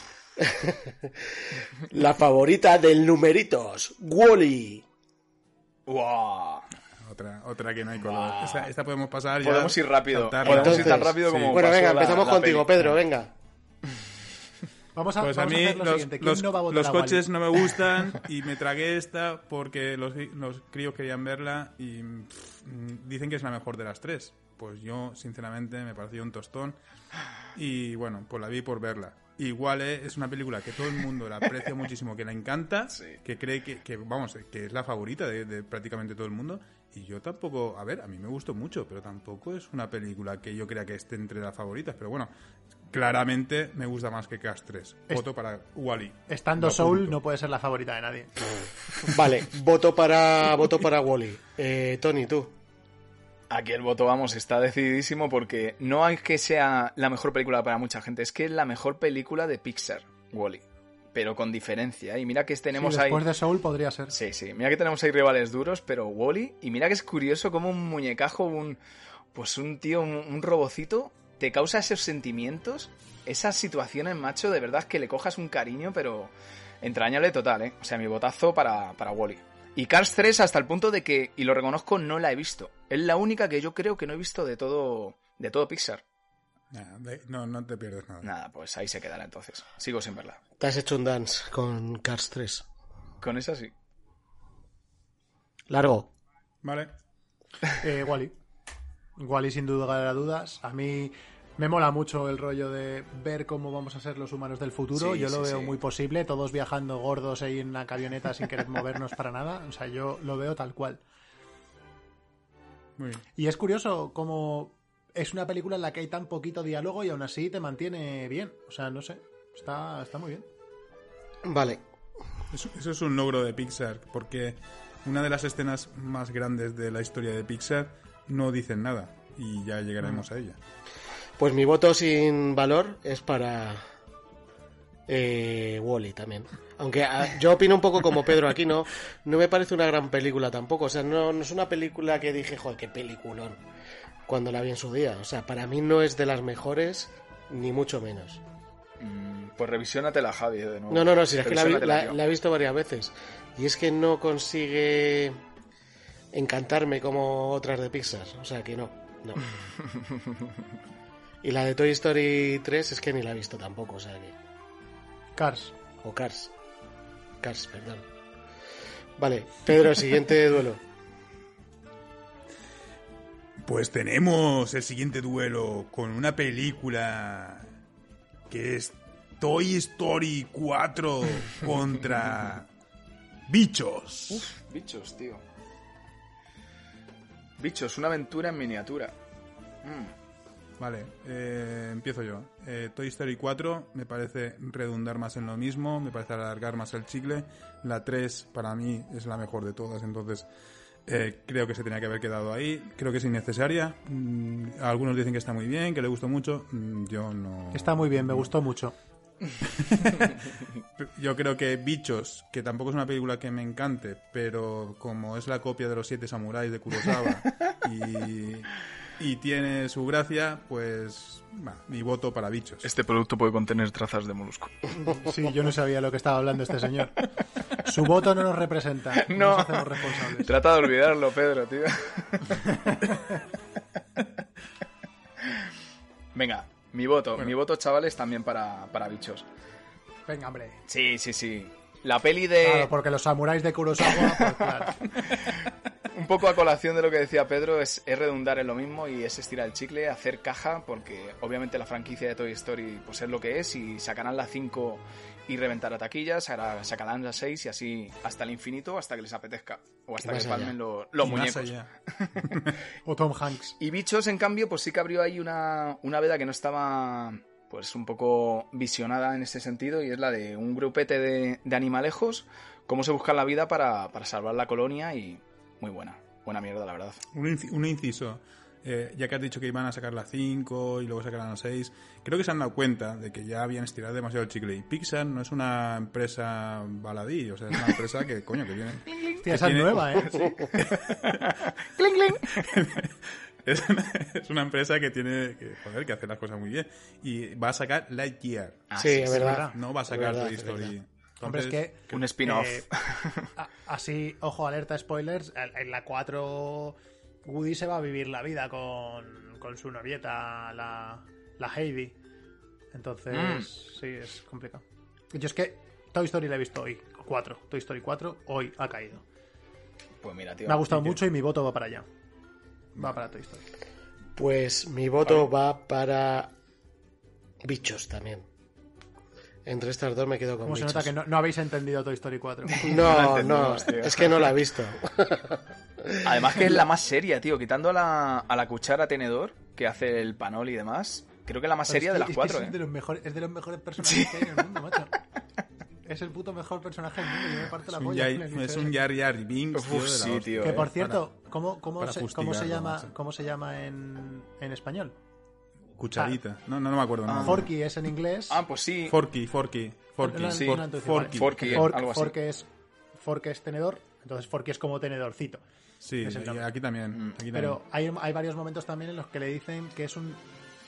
Speaker 3: la favorita del numeritos, Wally.
Speaker 4: ¡Guau!
Speaker 6: Otra, otra que no hay color. Esta, esta podemos pasar. ya,
Speaker 4: Podemos ir rápido.
Speaker 6: saltarla.
Speaker 4: Podemos ir tan rápido
Speaker 6: sí.
Speaker 4: como.
Speaker 3: Bueno,
Speaker 4: pasó
Speaker 3: venga,
Speaker 4: la-
Speaker 3: empezamos
Speaker 4: la
Speaker 3: contigo,
Speaker 4: peli.
Speaker 3: Pedro, venga.
Speaker 5: Vamos a,
Speaker 6: Pues a
Speaker 5: vamos a
Speaker 6: mí
Speaker 5: hacer lo
Speaker 6: los,
Speaker 5: siguiente. ¿Quién
Speaker 6: los-
Speaker 5: no va a votar
Speaker 6: los
Speaker 5: a Wall-E?
Speaker 6: coches no me gustan y me tragué esta porque los, los críos querían verla y pff, mm, dicen que es la mejor de las tres. Pues yo, sinceramente, me pareció un tostón y bueno, pues la vi por verla. Igual eh, es una película que todo el mundo la aprecia muchísimo, que la encanta, que cree que, que, vamos, que es la favorita de, de prácticamente todo el mundo Y yo tampoco, a ver, a mí me gustó mucho, pero tampoco es una película que yo crea que esté entre las favoritas. Pero bueno, claramente me gusta más que Cars 3. Voto para Wally.
Speaker 5: Estando Soul no puede ser la favorita de nadie.
Speaker 3: Vale, voto para, voto para Wally. Eh, Tony, tú.
Speaker 4: Aquí el voto, vamos, está decididísimo porque no es que sea la mejor película para mucha gente, es que es la mejor película de Pixar, Wally. Pero con diferencia. Y mira que tenemos
Speaker 5: Sí,
Speaker 4: ahí.
Speaker 5: después de Soul podría ser.
Speaker 4: Sí, sí. Mira que tenemos ahí rivales duros, pero Wally. Y mira que es curioso como un muñecajo, un. Pues un tío, un, un robocito, te causa esos sentimientos, esas situaciones, macho, de verdad que le cojas un cariño, pero entrañable total, ¿eh? O sea, mi botazo para, para Wally. Y Cars 3 hasta el punto de que, y lo reconozco, no la he visto. Es la única que yo creo que no he visto de todo, de todo Pixar.
Speaker 6: Nah, de- No, no te pierdes nada.
Speaker 4: Nada, pues ahí se quedará entonces. Sigo sin verla.
Speaker 3: Te has hecho un dance con Cars 3.
Speaker 4: Con esa sí.
Speaker 3: Largo.
Speaker 6: Vale.
Speaker 5: Eh, Wally. Wally, sin duda de dudas. A mí me mola mucho el rollo de ver cómo vamos a ser los humanos del futuro.
Speaker 4: Sí,
Speaker 5: yo lo
Speaker 4: sí,
Speaker 5: veo
Speaker 4: sí.
Speaker 5: muy posible. Todos viajando gordos ahí en una camioneta sin querer movernos para nada. O sea, yo lo veo tal cual.
Speaker 6: Muy bien.
Speaker 5: Y es curioso cómo es una película en la que hay tan poquito diálogo y aún así te mantiene bien. O sea, no sé. Está, está muy bien.
Speaker 3: Vale.
Speaker 6: Eso, eso es un logro de Pixar, porque una de las escenas más grandes de la historia de Pixar no dicen nada. Y ya llegaremos a ella.
Speaker 3: Pues mi voto sin valor es para eh, Wally también. Aunque a- yo opino un poco como Pedro aquí, ¿no? No me parece una gran película tampoco. O sea, no, no es una película que dije, joder, qué peliculón. Cuando la vi en su día. O sea, para mí no es de las mejores, ni mucho menos.
Speaker 4: Mm, Pues revisiónatela, Javi, de nuevo.
Speaker 3: No, no, no, si es que la, vi-
Speaker 4: Revisionatela,
Speaker 3: la-
Speaker 4: tío.
Speaker 3: la he visto varias veces. Y es que no consigue encantarme como otras de Pixar. O sea que no, no. Y la de Toy Story 3 es que ni la he visto tampoco, o sea que.
Speaker 5: Cars.
Speaker 3: O Cars. Cars, perdón. Vale, Pedro, siguiente duelo.
Speaker 6: Pues tenemos el siguiente duelo con una película que es Toy Story 4 contra Bichos.
Speaker 4: Bichos, tío. Bichos, una aventura en miniatura. Mm,
Speaker 6: Vale, eh, empiezo yo. Eh, Toy Story 4 me parece redundar más en lo mismo, me parece alargar más el chicle. La 3 para mí es la mejor de todas, entonces eh, creo que se tenía que haber quedado ahí. Creo que es innecesaria. Mm, algunos dicen que está muy bien, que le gustó mucho. Mm, yo no.
Speaker 5: Está muy bien, me gustó mucho.
Speaker 6: Yo creo que Bichos, que tampoco es una película que me encante, pero como es la copia de los siete samuráis de Kurosawa y, y tiene su gracia, pues va, mi voto para Bichos.
Speaker 4: Este producto puede contener trazas de molusco.
Speaker 5: Sí, yo no sabía lo que estaba hablando este señor. Su voto no nos representa. No.
Speaker 4: No.
Speaker 5: Nos hacemos responsables.
Speaker 4: Trata de olvidarlo, Pedro, tío. Venga, mi voto. Mi voto, chavales, también para, para bichos.
Speaker 5: Venga, hombre.
Speaker 4: Sí, sí, sí. La peli de...
Speaker 5: Claro, porque los samuráis de Kurosawa, pues claro.
Speaker 4: Un poco a colación de lo que decía Pedro, es, es redundar en lo mismo y es estirar el chicle, hacer caja, porque obviamente la franquicia de Toy Story pues es lo que es y sacarán la 5 y reventar a taquillas, ahora sacarán la 6 y así hasta el infinito, hasta que les apetezca o hasta
Speaker 3: Y
Speaker 4: que
Speaker 3: más allá.
Speaker 4: palmen lo- los
Speaker 6: Y más
Speaker 4: muñecos.
Speaker 6: allá.
Speaker 5: O Tom Hanks.
Speaker 4: Y Bichos, en cambio, pues sí que abrió ahí una, una veda que no estaba pues un poco visionada en ese sentido y es la de un grupete de, de animalejos, cómo se buscan la vida para, para salvar la colonia y muy buena, buena mierda la verdad.
Speaker 6: Un, inci- un inciso. Eh, ya que has dicho que iban a sacar la 5 y luego sacarán la 6, creo que se han dado cuenta de que ya habían estirado demasiado el chicle. Y Pixar no es una empresa baladí, o sea, es una empresa que, coño, que viene.
Speaker 5: Hostia, esa es
Speaker 6: tiene-
Speaker 5: nueva, ¿eh?
Speaker 6: es, una, es una empresa que tiene, que, joder, que hace las cosas muy bien. Y va a sacar Lightyear,
Speaker 4: Ah,
Speaker 3: sí, es verdad.
Speaker 6: no va a sacar
Speaker 3: verdad,
Speaker 6: Toy
Speaker 3: Ah, es
Speaker 6: Story.
Speaker 3: verdad.
Speaker 5: Hombre, es que.
Speaker 6: Entonces,
Speaker 4: Un spin-off.
Speaker 5: eh, a- así, ojo, alerta, spoilers. en- En la 4, Woody se va a vivir la vida con, con su novieta, la, la Heidi. Entonces,
Speaker 4: Mm.
Speaker 5: sí, es complicado. Yo es que Toy Story la he visto hoy, 4. Toy Story 4, hoy ha caído.
Speaker 4: Pues mira, tío.
Speaker 5: Me ha gustado mucho y mi voto va para allá. Va para Toy Story.
Speaker 3: Pues mi voto va para Bichos también. Entre estas dos me quedo con
Speaker 5: Como se
Speaker 3: bichos.
Speaker 5: nota que no, no habéis entendido Toy Story 4.
Speaker 4: No la
Speaker 3: No, no,
Speaker 4: entendemos, tío.
Speaker 3: es que no la he visto.
Speaker 4: Además que es la más seria, tío. Quitando a la, a la cuchara tenedor que hace el panol y demás. Creo que es la más seria
Speaker 5: Es
Speaker 4: de
Speaker 5: que-
Speaker 4: las cuatro,
Speaker 5: Es, que es de
Speaker 4: ¿eh?
Speaker 5: los mejores, es de los mejores personajes que hay en el mundo, macho. Es el puto mejor personaje del mundo. Yo me parto
Speaker 6: Es
Speaker 5: la
Speaker 6: un,
Speaker 5: polla.
Speaker 6: yar,
Speaker 5: con el bicho
Speaker 6: es un
Speaker 5: ese.
Speaker 6: Yar Yar Binks, tío,
Speaker 4: Uf,
Speaker 6: de la
Speaker 4: sí,
Speaker 6: hostia.
Speaker 4: tío.
Speaker 5: Que
Speaker 4: eh.
Speaker 5: por cierto, ¿cómo, cómo,
Speaker 6: para
Speaker 5: se, cómo, se
Speaker 6: fustigarlo,
Speaker 5: llama,
Speaker 6: macho.
Speaker 5: ¿cómo se llama en, en español?
Speaker 6: Cucharita. No, no, no me acuerdo. nada.
Speaker 5: Forky es en inglés.
Speaker 4: Ah, pues sí.
Speaker 6: Forky, Forky. Forky,
Speaker 5: No, no,
Speaker 6: sí.
Speaker 5: no, no, no,
Speaker 6: Forky.
Speaker 4: Forky.
Speaker 5: Que fork,
Speaker 4: algo así.
Speaker 5: fork es, fork es tenedor, entonces forky es como tenedorcito.
Speaker 6: Sí,
Speaker 5: Es el
Speaker 6: y
Speaker 5: nombre.
Speaker 6: aquí también. Aquí
Speaker 5: Mm. Pero hay, hay varios momentos también en los que le dicen que es un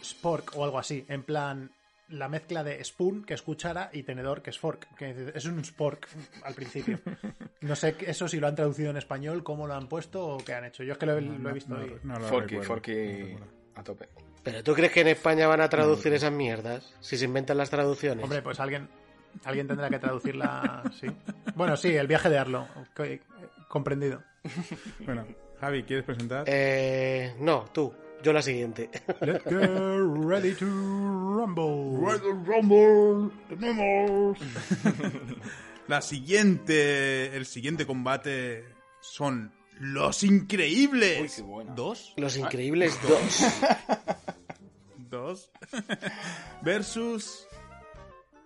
Speaker 5: spork o algo así, en plan la mezcla de spoon, que es cuchara, y tenedor, que es fork. Que dices, es un spork al principio. No sé que- eso si lo han traducido en español, cómo lo han puesto o qué han hecho. Yo es que lo, he-
Speaker 6: también.
Speaker 5: lo he visto.
Speaker 6: No,
Speaker 5: y-
Speaker 6: no lo
Speaker 4: Forky,
Speaker 6: recuerdo, no
Speaker 4: Forky
Speaker 6: lo recuerdo.
Speaker 4: a tope.
Speaker 3: ¿Pero tú crees que en España van a
Speaker 6: Mm.
Speaker 3: traducir esas mierdas? Si se inventan las traducciones.
Speaker 5: Hombre, pues alguien, alguien tendrá que traducirla. Sí. Bueno, sí, el viaje de Arlo. ok, Comprendido.
Speaker 6: Bueno, Javi, ¿quieres presentar?
Speaker 3: Eh, no, tú. Yo la siguiente.
Speaker 5: Let's get ready to rumble.
Speaker 6: La siguiente, el siguiente combate son los increíbles.
Speaker 4: Uy, qué buena.
Speaker 6: Ah, Dos,
Speaker 3: Los Increíbles 2.
Speaker 6: dos. Versus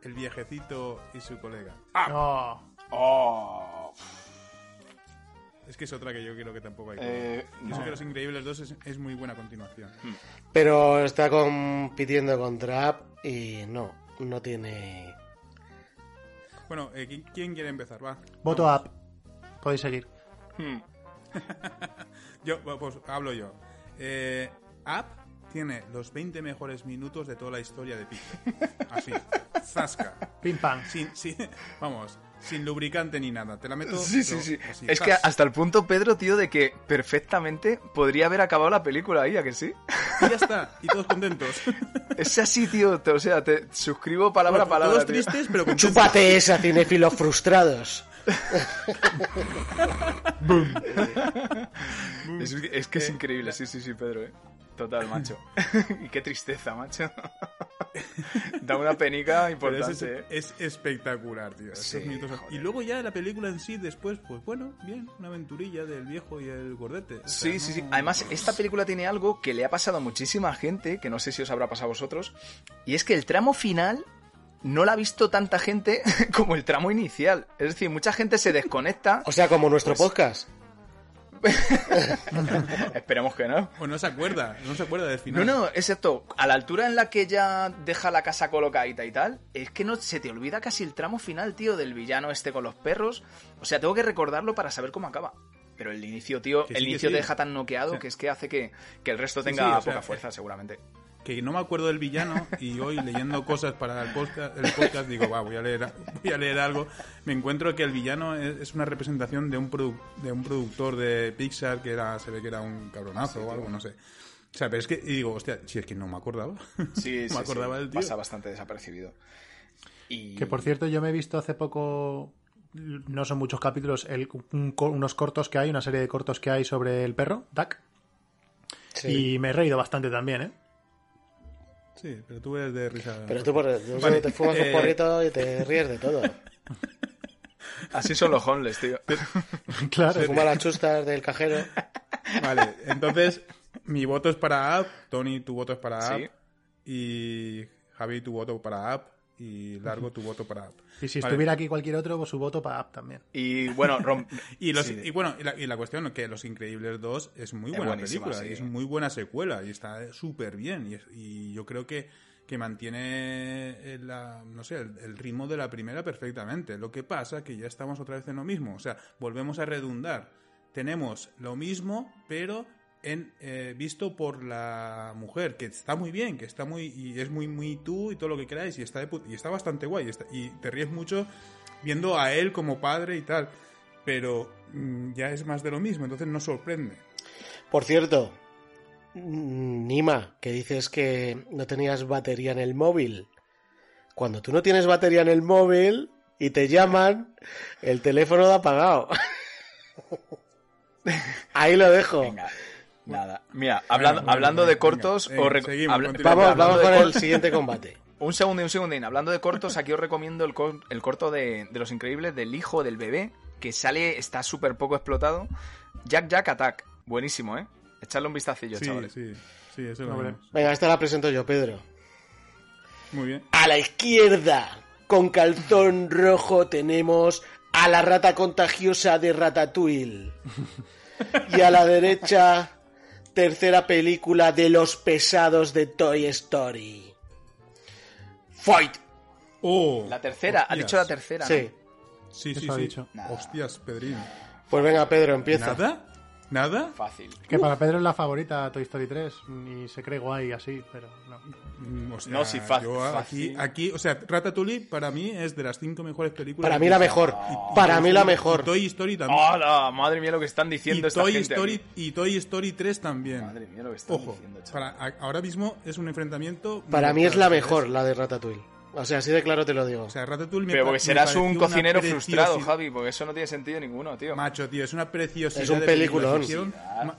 Speaker 6: el viejecito y su colega.
Speaker 5: No.
Speaker 4: Oh,
Speaker 6: Es que es otra que yo creo que tampoco hay.
Speaker 4: Eh, Mm.
Speaker 6: yo sé que los increíbles dos es, es muy buena continuación.
Speaker 3: Pero está compitiendo contra App y no, no tiene.
Speaker 6: Bueno, eh, ¿quién, quién quiere empezar? Va.
Speaker 5: Voto up. Podéis seguir.
Speaker 4: hmm.
Speaker 6: Yo, bueno, pues hablo yo. Eh, App tiene los 20 mejores minutos de toda la historia de Pixar. Así. Zasca.
Speaker 5: Pim pam.
Speaker 6: sin, sin- vamos, sin lubricante ni nada. Te la meto.
Speaker 4: Sí, sí,
Speaker 6: pero
Speaker 4: sí.
Speaker 6: así,
Speaker 4: Es que
Speaker 6: zas.
Speaker 4: hasta el punto, Pedro, tío, de que perfectamente podría haber acabado la película ahí, ¿a que sí?
Speaker 6: Y ya está. Y todos contentos.
Speaker 4: Es así, tío. te- o sea, te suscribo palabra a palabra.
Speaker 6: todos
Speaker 4: tío.
Speaker 6: tristes, pero contentos.
Speaker 3: ¡Chúpate esa, cinéfilos frustrados!
Speaker 4: Es, es que es increíble, sí, sí, sí, Pedro, ¿eh? Total, macho. y qué tristeza, macho. da una penica
Speaker 6: Pero
Speaker 4: importante, ¿eh?
Speaker 6: ese es, es espectacular, tío. esos
Speaker 4: Sí,
Speaker 6: minutos.
Speaker 4: joder.
Speaker 6: Y luego ya la película en sí, después, pues bueno, bien, una aventurilla del viejo y el gordete. O sea,
Speaker 4: Sí, sí, sí.
Speaker 6: no-
Speaker 4: Además, esta película tiene algo que le ha pasado a muchísima gente, que no sé si os habrá pasado a vosotros, y es que el tramo final no la ha visto tanta gente como el tramo inicial. Es decir, mucha gente se desconecta.
Speaker 3: O sea, como nuestro
Speaker 6: Pues,
Speaker 3: podcast.
Speaker 4: Esperemos que no.
Speaker 6: O Pues no se acuerda, no se acuerda del
Speaker 4: No,
Speaker 6: final.
Speaker 4: no, excepto a la altura en la que ya deja la casa colocadita y tal, es que no se te olvida casi el tramo final, tío, del villano este con los perros. O sea, tengo que recordarlo para saber cómo acaba. Pero el inicio, tío,
Speaker 6: Que
Speaker 4: el
Speaker 6: sí, que
Speaker 4: inicio
Speaker 6: sí.
Speaker 4: te deja tan noqueado
Speaker 6: Sí.
Speaker 4: que es que hace que, que el resto
Speaker 6: Sí,
Speaker 4: tenga
Speaker 6: sí, o
Speaker 4: poca
Speaker 6: sea, eh,
Speaker 4: fuerza, seguramente.
Speaker 6: Que no me acuerdo del villano y hoy leyendo cosas para el podcast, el podcast digo, va, voy a, leer, voy a leer algo. Me encuentro que el villano es, es una representación de un, produ- de un productor de Pixar que era, se ve que era un cabronazo o algo, no sé. O sea, pero es que, y digo, hostia, si es que no me acordaba.
Speaker 4: Sí,
Speaker 6: me
Speaker 4: sí,
Speaker 6: acordaba
Speaker 4: sí.
Speaker 6: del tío.
Speaker 4: Pasa bastante desapercibido. Y...
Speaker 5: Que por cierto, yo me he visto hace poco, no son muchos capítulos, el- un co- unos cortos que hay, una serie de cortos que hay sobre el perro, Duck.
Speaker 3: Sí.
Speaker 5: Y me he reído bastante también, ¿eh?
Speaker 6: Sí, pero tú eres de risa.
Speaker 3: Pero tú, por, tú
Speaker 6: Vale,
Speaker 3: te fumas
Speaker 6: eh,
Speaker 3: un porrito y te ríes de todo.
Speaker 4: Así son los homeless, tío.
Speaker 5: Claro.
Speaker 3: Te fumas las chustas del cajero.
Speaker 6: Vale, entonces, mi voto es para App, Tony, tu voto es para App,
Speaker 4: Sí.
Speaker 6: y Javi, tu voto para App, y Largo, tu voto para App.
Speaker 5: Y si
Speaker 6: Vale.
Speaker 5: estuviera aquí cualquier otro, pues su voto para App también.
Speaker 4: Y bueno, rom-
Speaker 6: Y, los,
Speaker 4: Sí.
Speaker 6: y bueno, y la, y la cuestión es que Los Increíbles 2 es muy
Speaker 4: Es
Speaker 6: buena
Speaker 4: buenísima,
Speaker 6: película,
Speaker 4: sí.
Speaker 6: y es muy buena secuela, y está súper bien, y, es- y yo creo que, que mantiene el, la- no sé, el, el ritmo de la primera perfectamente. Lo que pasa que ya estamos otra vez en lo mismo, o sea, volvemos a redundar. Tenemos lo mismo, pero en, eh, visto por la mujer, que está muy bien, que está muy, y es muy, muy tú y todo lo que queráis, y está, de put- y está bastante guay, y, está- y te ríes mucho viendo a él como padre y tal, pero mm, ya es más de lo mismo, entonces no sorprende.
Speaker 3: Por cierto, mm, Nima, que dices que no tenías batería en el móvil. Cuando tú no tienes batería en el móvil y te llaman, el teléfono da apagado. Ahí lo dejo.
Speaker 4: venga, nada. Mira, hablando,
Speaker 6: Venga,
Speaker 4: hablando
Speaker 6: venga,
Speaker 4: de cortos,
Speaker 6: venga,
Speaker 4: os re-
Speaker 6: seguimos,
Speaker 4: habla-
Speaker 6: continuamos.
Speaker 3: Vamos,
Speaker 4: hablando
Speaker 3: vamos
Speaker 4: de
Speaker 3: con el
Speaker 4: cortos-
Speaker 3: siguiente combate.
Speaker 4: Un segundo, un segundín. Hablando de cortos, aquí os recomiendo el, cor- el corto de, de Los Increíbles del hijo del bebé, que sale, está súper poco explotado. Jack Jack Attack. Buenísimo, ¿eh? Echadle un vistacillo,
Speaker 6: Sí,
Speaker 4: chavales.
Speaker 6: sí, sí, eso lo
Speaker 5: Hombre.
Speaker 6: vemos.
Speaker 3: Venga, esta la presento yo, Pedro.
Speaker 6: Muy bien.
Speaker 3: A la izquierda, con calzón rojo, tenemos a la rata contagiosa de Ratatouille. Y a la derecha, tercera película de los pesados de Toy Story. Fight.
Speaker 6: ¡Oh!
Speaker 4: La tercera, ha
Speaker 6: Hostias.
Speaker 4: dicho la tercera. ¿no?
Speaker 3: Sí.
Speaker 6: Sí, sí,
Speaker 5: Eso ha
Speaker 6: sí.
Speaker 5: dicho.
Speaker 4: Nada.
Speaker 6: Hostias, Pedrín.
Speaker 3: Pues venga, Pedro, empieza.
Speaker 6: ¿Nada? ¿Nada?
Speaker 4: Fácil.
Speaker 5: Que para Pedro es la favorita Toy Story 3 y se cree guay así, pero no.
Speaker 6: Mm, o sea,
Speaker 4: No, sí, fácil,
Speaker 6: yo aquí,
Speaker 4: fácil.
Speaker 6: aquí, o sea, Ratatouille para mí es de las cinco mejores películas.
Speaker 3: Para mí la mejor. Para mí la mejor.
Speaker 6: Y Toy Story también.
Speaker 4: ¡Hola! Madre mía lo que están
Speaker 6: y,
Speaker 4: diciendo Ah, esta
Speaker 6: Toy
Speaker 4: gente
Speaker 6: Story,
Speaker 4: aquí.
Speaker 6: y Toy Story 3 también.
Speaker 4: Madre mía lo que están
Speaker 6: Ojo,
Speaker 4: diciendo, chaval.
Speaker 6: para, a- ahora mismo es un enfrentamiento. muy
Speaker 3: Para mí es la
Speaker 6: brutal,
Speaker 3: mejor,
Speaker 6: ¿sabes?
Speaker 3: la de Ratatouille. O sea, así de claro te lo digo.
Speaker 6: O sea, Ratatouille me
Speaker 4: Pero
Speaker 6: pa-
Speaker 4: porque
Speaker 6: me
Speaker 4: serás
Speaker 6: pareció
Speaker 4: un
Speaker 6: una
Speaker 4: cocinero
Speaker 6: preciosidad.
Speaker 4: frustrado, Javi, porque eso no tiene sentido ninguno, tío.
Speaker 6: Macho, tío, es una preciosidad.
Speaker 3: Es un
Speaker 6: de película.
Speaker 3: peliculón.
Speaker 6: Se hicieron, ma-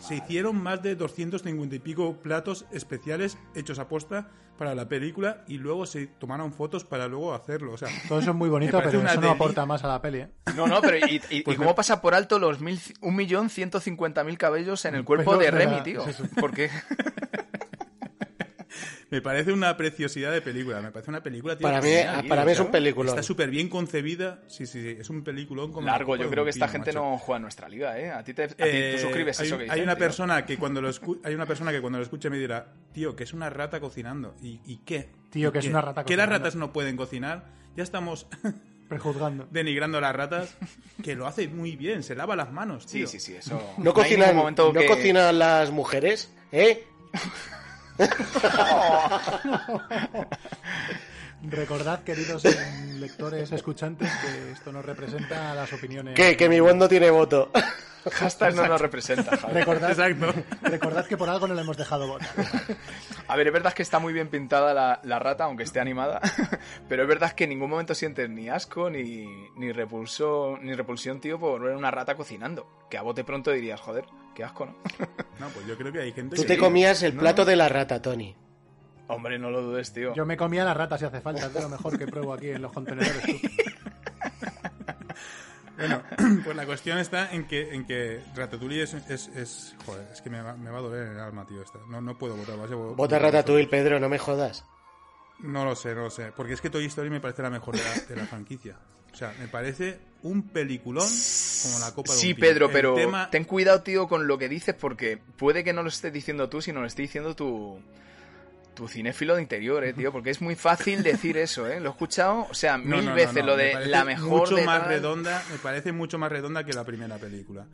Speaker 6: se hicieron más de 250 y pico platos especiales hechos a posta para la película y luego se tomaron fotos para luego hacerlo. O sea,
Speaker 5: Todo eso es muy bonito,
Speaker 6: Me parece
Speaker 5: pero
Speaker 6: una
Speaker 5: eso no
Speaker 6: deli-
Speaker 5: aporta más a la peli. ¿eh?
Speaker 4: No, no, pero ¿y, y- y
Speaker 6: Pues
Speaker 4: cómo
Speaker 6: me-
Speaker 4: pasa por alto los mil- 1.150.000 cabellos en el cuerpo
Speaker 6: Pues
Speaker 5: Pelos
Speaker 4: de
Speaker 5: de la-
Speaker 4: Remy, tío?
Speaker 5: eso.
Speaker 4: ¿Por qué?
Speaker 6: Me parece una preciosidad de película. Me parece una película. tío,
Speaker 3: Para mí- ah,
Speaker 6: genial,
Speaker 3: para mí es
Speaker 6: tío.
Speaker 3: un peliculón.
Speaker 6: Está súper bien concebida. Sí, sí, sí, es un peliculón. Como
Speaker 4: Largo,
Speaker 6: la copa de
Speaker 4: yo
Speaker 6: un
Speaker 4: creo que esta
Speaker 6: pino,
Speaker 4: gente
Speaker 6: macho.
Speaker 4: no juega a nuestra liga, ¿eh? A ti te a ti
Speaker 6: Eh,
Speaker 4: tú suscribes
Speaker 6: hay,
Speaker 4: eso que
Speaker 6: hay
Speaker 4: dicen,
Speaker 6: una
Speaker 4: tío.
Speaker 6: persona que cuando lo escu- hay una persona que cuando lo escuche me dirá tío que es una rata cocinando y, y qué
Speaker 5: Tío,
Speaker 6: ¿Y
Speaker 5: que es
Speaker 6: qué?
Speaker 5: una rata
Speaker 6: que las
Speaker 5: cocinando.
Speaker 6: ratas no pueden cocinar ya estamos
Speaker 5: Prejuzgando.
Speaker 6: denigrando a las ratas que lo hace muy bien se lava las manos
Speaker 4: Sí,
Speaker 6: tío.
Speaker 4: sí, sí, eso.
Speaker 3: No,
Speaker 4: hay ningún
Speaker 3: cocinan,
Speaker 4: momento
Speaker 3: no
Speaker 4: que-
Speaker 3: cocinan las mujeres, ¿eh?
Speaker 5: Recordad, queridos eh, lectores, escuchantes, que esto no representa las opiniones.
Speaker 3: Que, que mi buen no tiene voto.
Speaker 4: Hashtag no nos representa, Javi.
Speaker 5: Recordad,
Speaker 6: Exacto.
Speaker 5: recordad que por algo no le hemos dejado votar.
Speaker 4: A ver, es verdad que está muy bien pintada la, la rata, aunque esté animada, pero es verdad que en ningún momento sientes ni asco, ni, ni repulso, ni repulsión, tío, por ver una rata cocinando. Que a bote pronto dirías, joder, qué asco, ¿no?
Speaker 6: no pues yo creo que hay gente
Speaker 3: Tú
Speaker 6: que-
Speaker 3: te comías el
Speaker 6: No,
Speaker 3: plato
Speaker 6: no.
Speaker 3: de la rata, Tony.
Speaker 4: Hombre, no lo dudes, tío.
Speaker 5: Yo me comía la rata si hace falta, es de lo mejor que pruebo aquí en los contenedores. tú.
Speaker 6: Bueno, pues la cuestión está en que, en que Ratatouille es, es, es- Joder, es que me va, me va a doler el alma, tío. Esta. No, no puedo votar. Vaya, voy-
Speaker 3: Vota
Speaker 6: voy-
Speaker 3: Ratatouille, Pedro, no me jodas.
Speaker 6: No lo sé, no lo sé. Porque es que Toy Story me parece la mejor de la, de la franquicia. O sea, me parece un peliculón como la copa de un
Speaker 4: Sí,
Speaker 6: pino.
Speaker 4: Pedro,
Speaker 6: El
Speaker 4: pero
Speaker 6: tema-
Speaker 4: ten cuidado, tío, con lo que dices, porque puede que no lo estés diciendo tú, sino lo esté diciendo tu, tu cinéfilo de interior, eh, tío, porque es muy fácil decir eso, ¿eh? Lo he escuchado, o sea,
Speaker 6: No,
Speaker 4: mil
Speaker 6: no, no,
Speaker 4: veces
Speaker 6: no,
Speaker 4: lo
Speaker 6: me
Speaker 4: de
Speaker 6: parece
Speaker 4: la mejor
Speaker 6: mucho
Speaker 4: de
Speaker 6: más
Speaker 4: tal.
Speaker 6: redonda me parece mucho más redonda que la primera película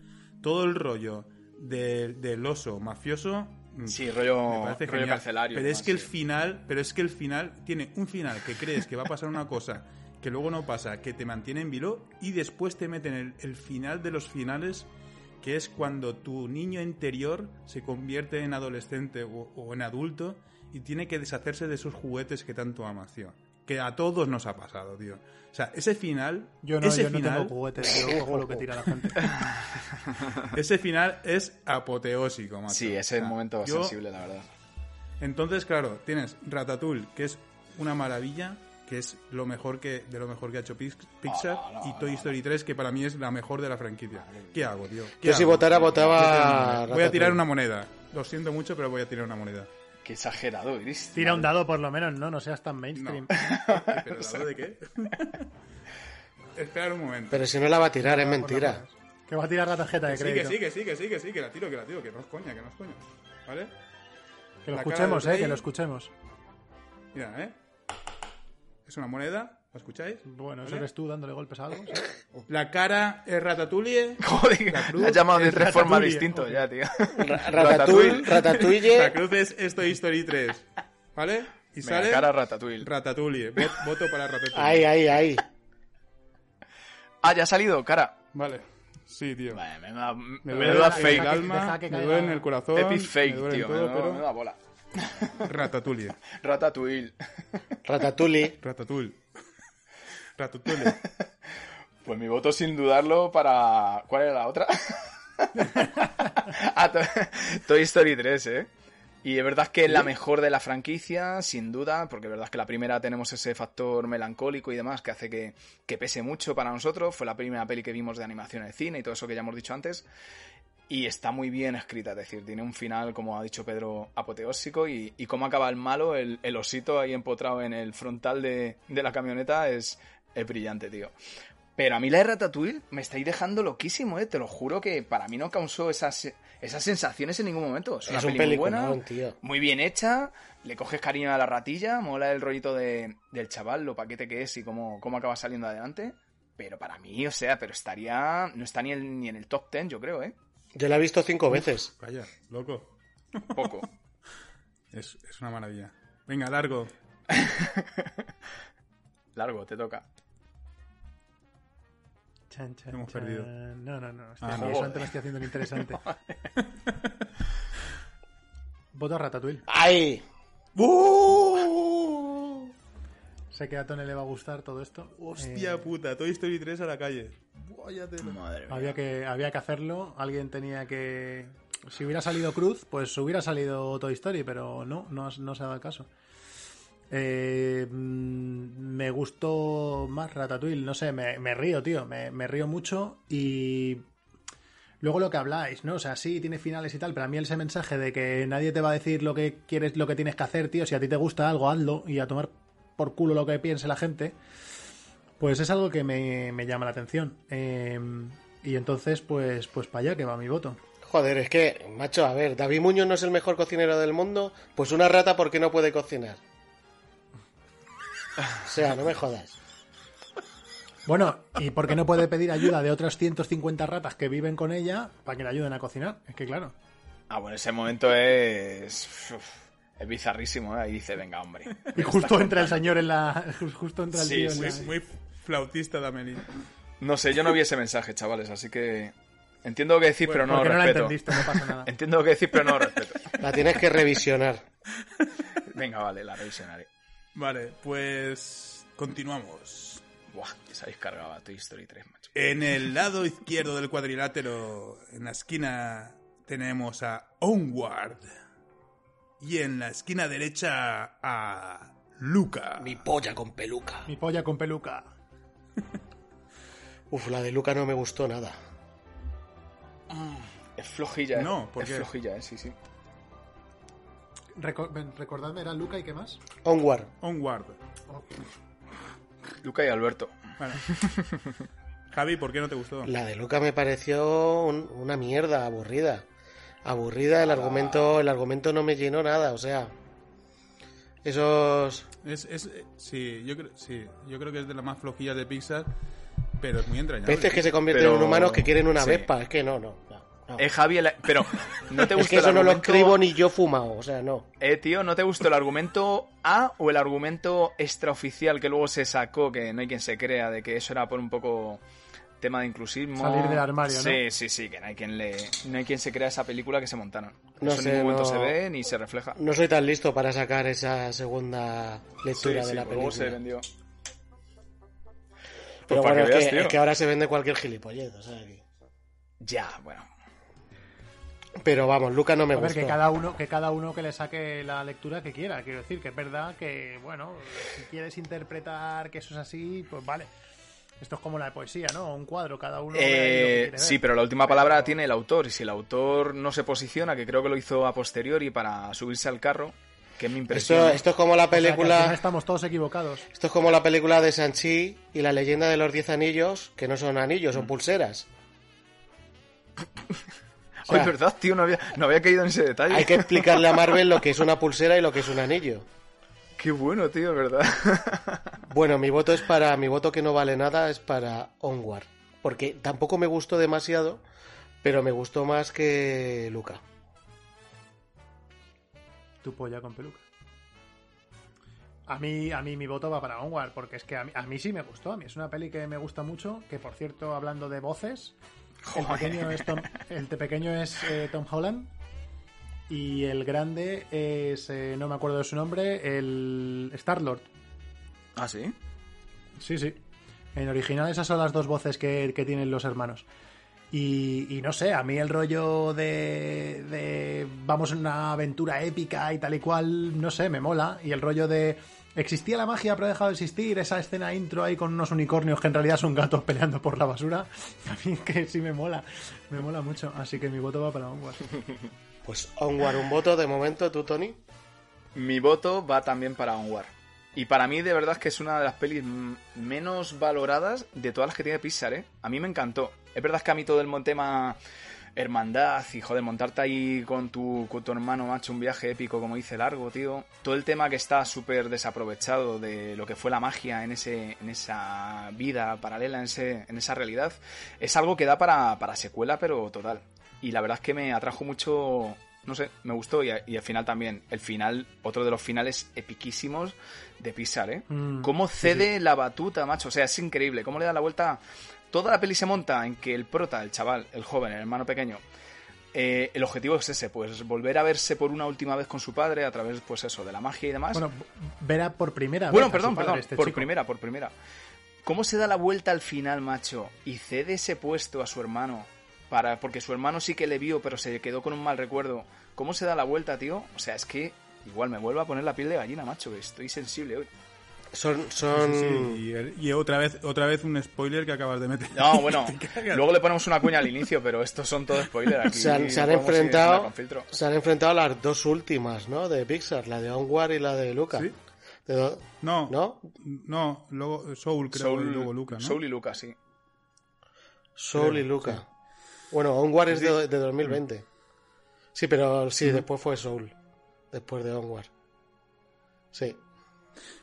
Speaker 6: todo el rollo del- del oso mafioso mm,
Speaker 4: Sí, rollo-
Speaker 6: me parece
Speaker 4: rollo
Speaker 6: genial.
Speaker 4: carcelario,
Speaker 6: pero es
Speaker 4: ¿no?
Speaker 6: que el
Speaker 4: Sí.
Speaker 6: final pero es que el final tiene un final que crees que va a pasar una cosa que luego no pasa que te mantiene en vilo y después te meten el, el final de los finales que es cuando tu niño interior se convierte en adolescente o, o en adulto y tiene que deshacerse de esos juguetes que tanto amas, tío. Que a todos nos ha pasado, tío. O sea, ese final,
Speaker 5: Yo no,
Speaker 6: ese,
Speaker 5: yo no
Speaker 6: final
Speaker 5: tengo juguetes, yo cojo lo que tira la gente.
Speaker 6: ese final es apoteósico, macho.
Speaker 4: Sí, ese
Speaker 6: O
Speaker 4: es
Speaker 6: sea,
Speaker 4: el momento
Speaker 6: yo-
Speaker 4: sensible, la verdad.
Speaker 6: Entonces, claro, tienes Ratatouille, que es una maravilla, que es lo mejor que de lo mejor que ha hecho Pix- Pixar, y Toy Story 3, que para mí es la mejor de la franquicia. ¿Qué hago, tío? ¿Qué
Speaker 3: Yo si
Speaker 6: hago? Este
Speaker 3: votara,
Speaker 6: Desde el
Speaker 3: votaba...
Speaker 6: final. Voy a tirar
Speaker 3: Ratatouille.
Speaker 6: una moneda. Lo siento mucho, pero voy a tirar una moneda.
Speaker 4: Qué exagerado, Iris.
Speaker 5: Tira un dado por lo menos, no, no seas tan
Speaker 6: No.
Speaker 5: mainstream.
Speaker 6: ¿Pero dado de qué? Esperar un momento.
Speaker 3: Pero si no la va a tirar, es mentira.
Speaker 5: Que va a tirar la tarjeta de
Speaker 6: Que sí, que
Speaker 5: crédito.
Speaker 6: sí, que sí, que sí, que sí, que la tiro, que la tiro, que no es coña, que no es coña. ¿Vale?
Speaker 5: Que lo
Speaker 6: La cara
Speaker 5: escuchemos,
Speaker 6: del
Speaker 5: eh,
Speaker 6: rey.
Speaker 5: que lo escuchemos.
Speaker 6: Mira, ¿eh? Es una moneda, ¿la escucháis?
Speaker 5: Bueno, eso
Speaker 6: ¿Vale?
Speaker 5: eres tú dándole golpes a algo. ¿sí?
Speaker 6: La cara es Ratatouille,
Speaker 4: Joder,
Speaker 6: La cruz
Speaker 4: la has llamado de
Speaker 6: es
Speaker 4: tres formas
Speaker 6: Ratatouille,
Speaker 4: distintas ya, tío.
Speaker 3: Ratatouille,
Speaker 6: la
Speaker 3: Ratatouille...
Speaker 6: cruz es Esto History 3, ¿vale? Y
Speaker 4: Venga,
Speaker 6: sale
Speaker 4: cara Ratatouille.
Speaker 6: Ratatouille, Vot- voto para Ratatouille.
Speaker 3: Ahí, ahí, ahí.
Speaker 4: Ah, ya ha salido, cara.
Speaker 6: Vale, sí, tío.
Speaker 4: Vale, me da,
Speaker 6: Me
Speaker 4: me
Speaker 6: duele
Speaker 4: da
Speaker 6: en
Speaker 4: fake.
Speaker 6: el
Speaker 5: Deja
Speaker 6: alma,
Speaker 5: que
Speaker 6: me
Speaker 5: caiga.
Speaker 6: duele en el corazón,
Speaker 4: Epic
Speaker 6: me
Speaker 4: fake,
Speaker 6: duele
Speaker 4: tío.
Speaker 6: en
Speaker 4: me,
Speaker 6: todo,
Speaker 4: da, me da
Speaker 6: pero
Speaker 4: bola.
Speaker 6: Ratatouille,
Speaker 4: Ratatouille.
Speaker 3: Ratatouille.
Speaker 6: Ratatouille. Ratatouille.
Speaker 4: Pues mi voto sin dudarlo para... ¿Cuál era la otra? ah, to- Toy Story 3, ¿eh? Y es verdad que es la mejor de la franquicia, sin duda, porque es verdad que la primera tenemos ese factor melancólico y demás que hace que, que pese mucho para nosotros. Fue la primera peli que vimos de animación en el cine y todo eso que ya hemos dicho antes. Y está muy bien escrita, es decir, tiene un final, como ha dicho Pedro, apoteósico. Y, y cómo acaba el malo, el, el osito ahí empotrado en el frontal de, de la camioneta, es, es brillante, tío. Pero a mí la de Ratatouille me estáis dejando loquísimo, eh. Te lo juro que para mí no causó esas, esas sensaciones en ningún momento. Es una
Speaker 3: Es un
Speaker 4: peli muy buena,
Speaker 3: peliculón, tío.
Speaker 4: muy bien hecha. Le coges cariño a la ratilla, mola el rollito de, del chaval, lo paquete que es y cómo, cómo acaba saliendo adelante. Pero para mí, o sea, pero estaría. No está ni, en- ni en el top ten, yo creo, eh.
Speaker 3: Yo la he visto cinco veces.
Speaker 6: Calla, loco.
Speaker 4: Poco.
Speaker 6: Es, es una maravilla. Venga, largo.
Speaker 4: Largo, te toca.
Speaker 5: Chan, chan,
Speaker 6: Hemos perdido.
Speaker 5: chan. No, no, no. Estoy
Speaker 6: Ah,
Speaker 5: haciendo-
Speaker 4: no.
Speaker 5: solamente me estoy haciendo el interesante. Voto a Ratatouille.
Speaker 3: ¡Ay!
Speaker 4: ¡Uh!
Speaker 5: Sé que a Tone le va a gustar todo esto.
Speaker 6: Hostia
Speaker 5: Eh,
Speaker 6: puta, Toy Story 3 a la calle. Váyatela.
Speaker 4: Madre mía.
Speaker 5: había, que, había que hacerlo. Alguien tenía que. Si hubiera salido Cruz, pues hubiera salido Toy Story, pero no, no, has- no se ha dado el caso. Eh, mm, me gustó más Ratatouille, no sé, me, me río, tío, me, me río mucho y luego lo que habláis, ¿no? O sea, sí, tiene finales y tal, pero a mí ese mensaje de que nadie te va a decir lo que quieres, lo que tienes que hacer, tío, si a ti te gusta algo, hazlo y a tomar por culo lo que piense la gente, pues es algo que me, me llama la atención. Eh, y entonces, pues, pues para allá que va mi voto.
Speaker 3: Joder, es que, macho, a ver, David Muñoz no es el mejor cocinero del mundo, pues una rata porque no puede cocinar. O sea, no me jodas.
Speaker 5: Bueno, ¿y por qué no puede pedir ayuda de otras 150 ratas que viven con ella para que le ayuden a cocinar? Es que claro.
Speaker 4: Ah, bueno, ese momento es. uf, es bizarrísimo, ¿eh? Ahí dice, venga, hombre.
Speaker 5: Y justo entra el señor en la. Justo entra el
Speaker 4: Sí,
Speaker 5: tío en
Speaker 4: sí,
Speaker 5: la-
Speaker 4: sí.
Speaker 6: Muy flautista de Amelie.
Speaker 4: No sé, yo no vi ese mensaje, chavales, así que. Entiendo lo que decís, pero no
Speaker 5: Porque
Speaker 4: lo
Speaker 5: no la
Speaker 4: respeto.
Speaker 5: entendiste, no pasa nada.
Speaker 4: Entiendo lo que decís, pero no lo respeto.
Speaker 3: La tienes que revisionar.
Speaker 4: Venga, vale, la revisionaré.
Speaker 6: Vale, pues continuamos.
Speaker 4: Buah, que se habéis cargado a Toy Story 3, macho.
Speaker 6: En el lado izquierdo del cuadrilátero, en la esquina, tenemos a Onward. Y en la esquina derecha a Luca.
Speaker 3: polla con peluca.
Speaker 5: Mi polla con peluca.
Speaker 3: Uf, la de Luca no me gustó nada.
Speaker 4: Es flojilla, ¿eh?
Speaker 6: No, ¿por
Speaker 4: es
Speaker 6: qué?
Speaker 4: flojilla, ¿eh? Sí, sí.
Speaker 5: Reco- ven, recordadme, era Luca y qué más.
Speaker 3: Onward.
Speaker 6: Onward.
Speaker 4: Luca y Alberto.
Speaker 6: Bueno. Javi, ¿por qué no te gustó?
Speaker 3: La de Luca me pareció un- una mierda, aburrida. Aburrida, el argumento, el argumento no me llenó nada, o sea. Esos.
Speaker 6: Es, es, eh, sí, yo creo, sí, yo creo que es de las más flojillas de Pixar, pero es muy entrañable.
Speaker 3: Peces este que se convierten
Speaker 4: Pero-
Speaker 3: en humanos que quieren una
Speaker 4: sí.
Speaker 3: vespa, es que no, no. no, no.
Speaker 4: Eh, Javi, el- pero. ¿No te gusta
Speaker 3: Es que
Speaker 4: el
Speaker 3: eso no lo
Speaker 4: argumento-
Speaker 3: escribo ni yo fumado, o sea, no.
Speaker 4: Eh, tío, ¿no te gustó el argumento A o el argumento extraoficial que luego se sacó, que no hay quien se crea, de que eso era por un poco tema de inclusismo?
Speaker 5: Salir del armario, ¿no?
Speaker 4: Sí, sí, sí, que no hay quien, le... no hay quien se crea esa película que se montaron.
Speaker 3: No
Speaker 4: eso
Speaker 3: sé,
Speaker 4: en ningún momento
Speaker 3: no-
Speaker 4: se ve ni se refleja.
Speaker 3: No soy tan listo para sacar esa segunda
Speaker 4: Sí,
Speaker 3: lectura de
Speaker 4: sí,
Speaker 3: la
Speaker 4: luego
Speaker 3: película.
Speaker 4: se vendió.
Speaker 3: Pero
Speaker 4: Pues para
Speaker 3: bueno,
Speaker 4: que
Speaker 3: es,
Speaker 4: veas,
Speaker 3: que,
Speaker 4: tío.
Speaker 3: es que ahora se vende cualquier gilipollez, o sea que-
Speaker 4: Ya, bueno.
Speaker 3: Pero vamos, Luca no me
Speaker 5: A ver,
Speaker 3: gustó.
Speaker 5: que cada uno, que cada uno que le saque la lectura que quiera. Quiero decir que es verdad que, bueno, si quieres interpretar que eso es así, pues vale. Esto es como la poesía, ¿no? Un cuadro, cada uno. ve ahí lo que
Speaker 4: Eh,
Speaker 5: quiere
Speaker 4: sí,
Speaker 5: ver.
Speaker 4: pero la última palabra
Speaker 5: Pero-
Speaker 4: tiene el autor, y si el autor no se posiciona, que creo que lo hizo a posteriori para subirse al carro, que es mi impresión.
Speaker 3: Esto, esto es como la
Speaker 5: O sea, que al
Speaker 3: película.
Speaker 5: final estamos todos equivocados.
Speaker 3: Esto es como la película de Sanchi y la leyenda de los diez anillos, que no son anillos, son pulseras. O sea,
Speaker 4: Ay, verdad, tío, no había, no había caído en ese detalle.
Speaker 3: Hay que explicarle a Marvel lo que es una pulsera y lo que es un anillo.
Speaker 4: Qué bueno, tío, es verdad.
Speaker 3: Bueno, mi voto es para. Mi voto que no vale nada es para Onward. Porque tampoco me gustó demasiado, pero me gustó más que Luca.
Speaker 5: Tu polla con peluca. A mí, a mí mi voto va para Onward, porque es que a mí, a mí sí me gustó. A mí es una peli que me gusta mucho, que por cierto, hablando de voces, el pequeño es, Tom, el te- pequeño es eh, Tom Holland y el grande es, eh, no me acuerdo de su nombre, el Star-Lord.
Speaker 4: ¿Ah, sí?
Speaker 5: Sí, sí. En original esas son las dos voces que, que tienen los hermanos. Y, y no sé, a mí el rollo de, de vamos en una aventura épica y tal y cual, no sé, me mola. Y el rollo de existía la magia pero ha dejado de existir, esa escena intro ahí con unos unicornios que en realidad son gatos peleando por la basura, a mí que sí me mola, me mola mucho. Así que mi voto va para Onward.
Speaker 3: Pues Onward, un voto de momento, tú, Tony.
Speaker 4: Mi voto va también para Onward. Y para mí, de verdad, es que es una de las pelis menos valoradas de todas las que tiene Pixar, ¿eh? A mí me encantó. Es verdad que a mí todo el tema hermandad y, joder, montarte ahí con tu, con tu hermano, macho, un viaje épico, como dice Largo, tío. Todo el tema que está súper desaprovechado de lo que fue la magia en, ese, en esa vida paralela, en, ese, en esa realidad, es algo que da para, para secuela, pero total. Y la verdad es que me atrajo mucho no sé, me gustó y, y, al final también, el final, otro de los finales epiquísimos de Pixar, ¿eh? Mm, cómo cede sí, sí. la batuta, macho, o sea, es increíble, cómo le da la vuelta. Toda la peli se monta en que el prota, el chaval, el joven, el hermano pequeño, eh, el objetivo es ese, pues volver a verse por una última vez con su padre a través, pues eso, de la magia y demás.
Speaker 5: Bueno, verá por primera vez.
Speaker 4: Bueno, perdón, perdón, este por chico. primera, por primera. ¿Cómo se da la vuelta al final, macho? Y cede ese puesto a su hermano para, porque su hermano sí que le vio, pero se quedó con un mal recuerdo. ¿Cómo se da la vuelta, tío? O sea, es que igual me vuelvo a poner la piel de gallina, macho, que estoy sensible hoy.
Speaker 3: Son, son...
Speaker 6: Sí, sí, y, y, otra vez otra vez un spoiler que acabas de meter.
Speaker 4: No, bueno, luego le ponemos una cuña al inicio, pero estos son todos spoilers. Aquí
Speaker 3: se han, se han enfrentado se han enfrentado las dos últimas, ¿no? De Pixar, la de Onward y la de Luca. ¿Sí?
Speaker 6: De... No, no, no, luego Soul creo Soul, y luego Luca, ¿no?
Speaker 4: Soul y Luca, sí.
Speaker 3: Soul creo, y Luca. Bueno, Onward es de, de, 2020. Sí, pero sí, después fue Soul. Después de Onward. Sí.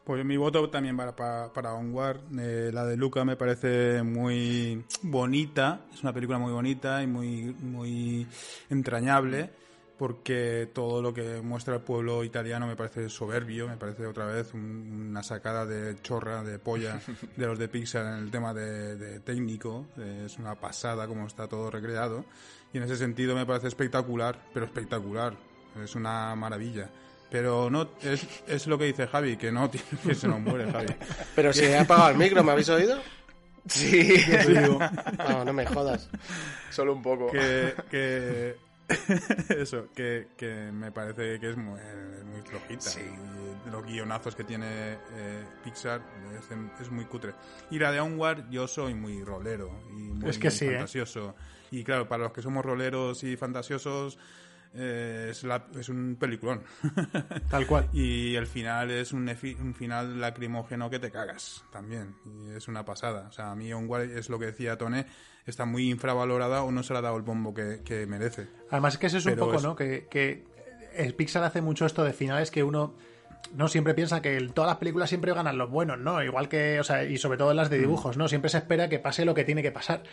Speaker 6: Pues mi voto también va para, para Onward. Eh, la de Luca me parece muy bonita. Es una película muy bonita y muy, muy entrañable. Porque todo lo que muestra el pueblo italiano me parece soberbio. Me parece otra vez un, una sacada de chorra, de polla de los de Pixar en el tema de, de técnico. Eh, es una pasada como está todo recreado. Y en ese sentido me parece espectacular, pero espectacular. Es una maravilla. Pero no es, es lo que dice Javi, que no tiene que se nos muere Javi.
Speaker 3: Pero si he apagado el micro, ¿me habéis oído?
Speaker 4: Sí.
Speaker 3: No, no me jodas.
Speaker 4: Solo un poco.
Speaker 6: Que, que eso, que, que, me parece que es muy, muy flojita. Sí. Y los guionazos que tiene eh, Pixar es, es, muy cutre. Y la de Onward, yo soy muy rolero y muy,
Speaker 5: es que
Speaker 6: muy
Speaker 5: sí,
Speaker 6: fantasioso. ¿eh? Y claro, para los que somos roleros y fantasiosos, eh, es, la, es un peliculón.
Speaker 5: Tal cual.
Speaker 6: Y el final es un, efi, un, final lacrimógeno que te cagas también. Y es una pasada. O sea, a mí Onward es lo que decía Tone, está muy infravalorada o no se le ha dado el bombo que, que merece.
Speaker 5: Además, es que eso es Pero un poco, es... ¿no? Que, que el Pixar hace mucho esto de finales que uno no siempre piensa que en todas las películas siempre ganan los buenos, ¿no? Igual que, o sea, y sobre todo en las de dibujos, ¿no? Siempre se espera que pase lo que tiene que pasar.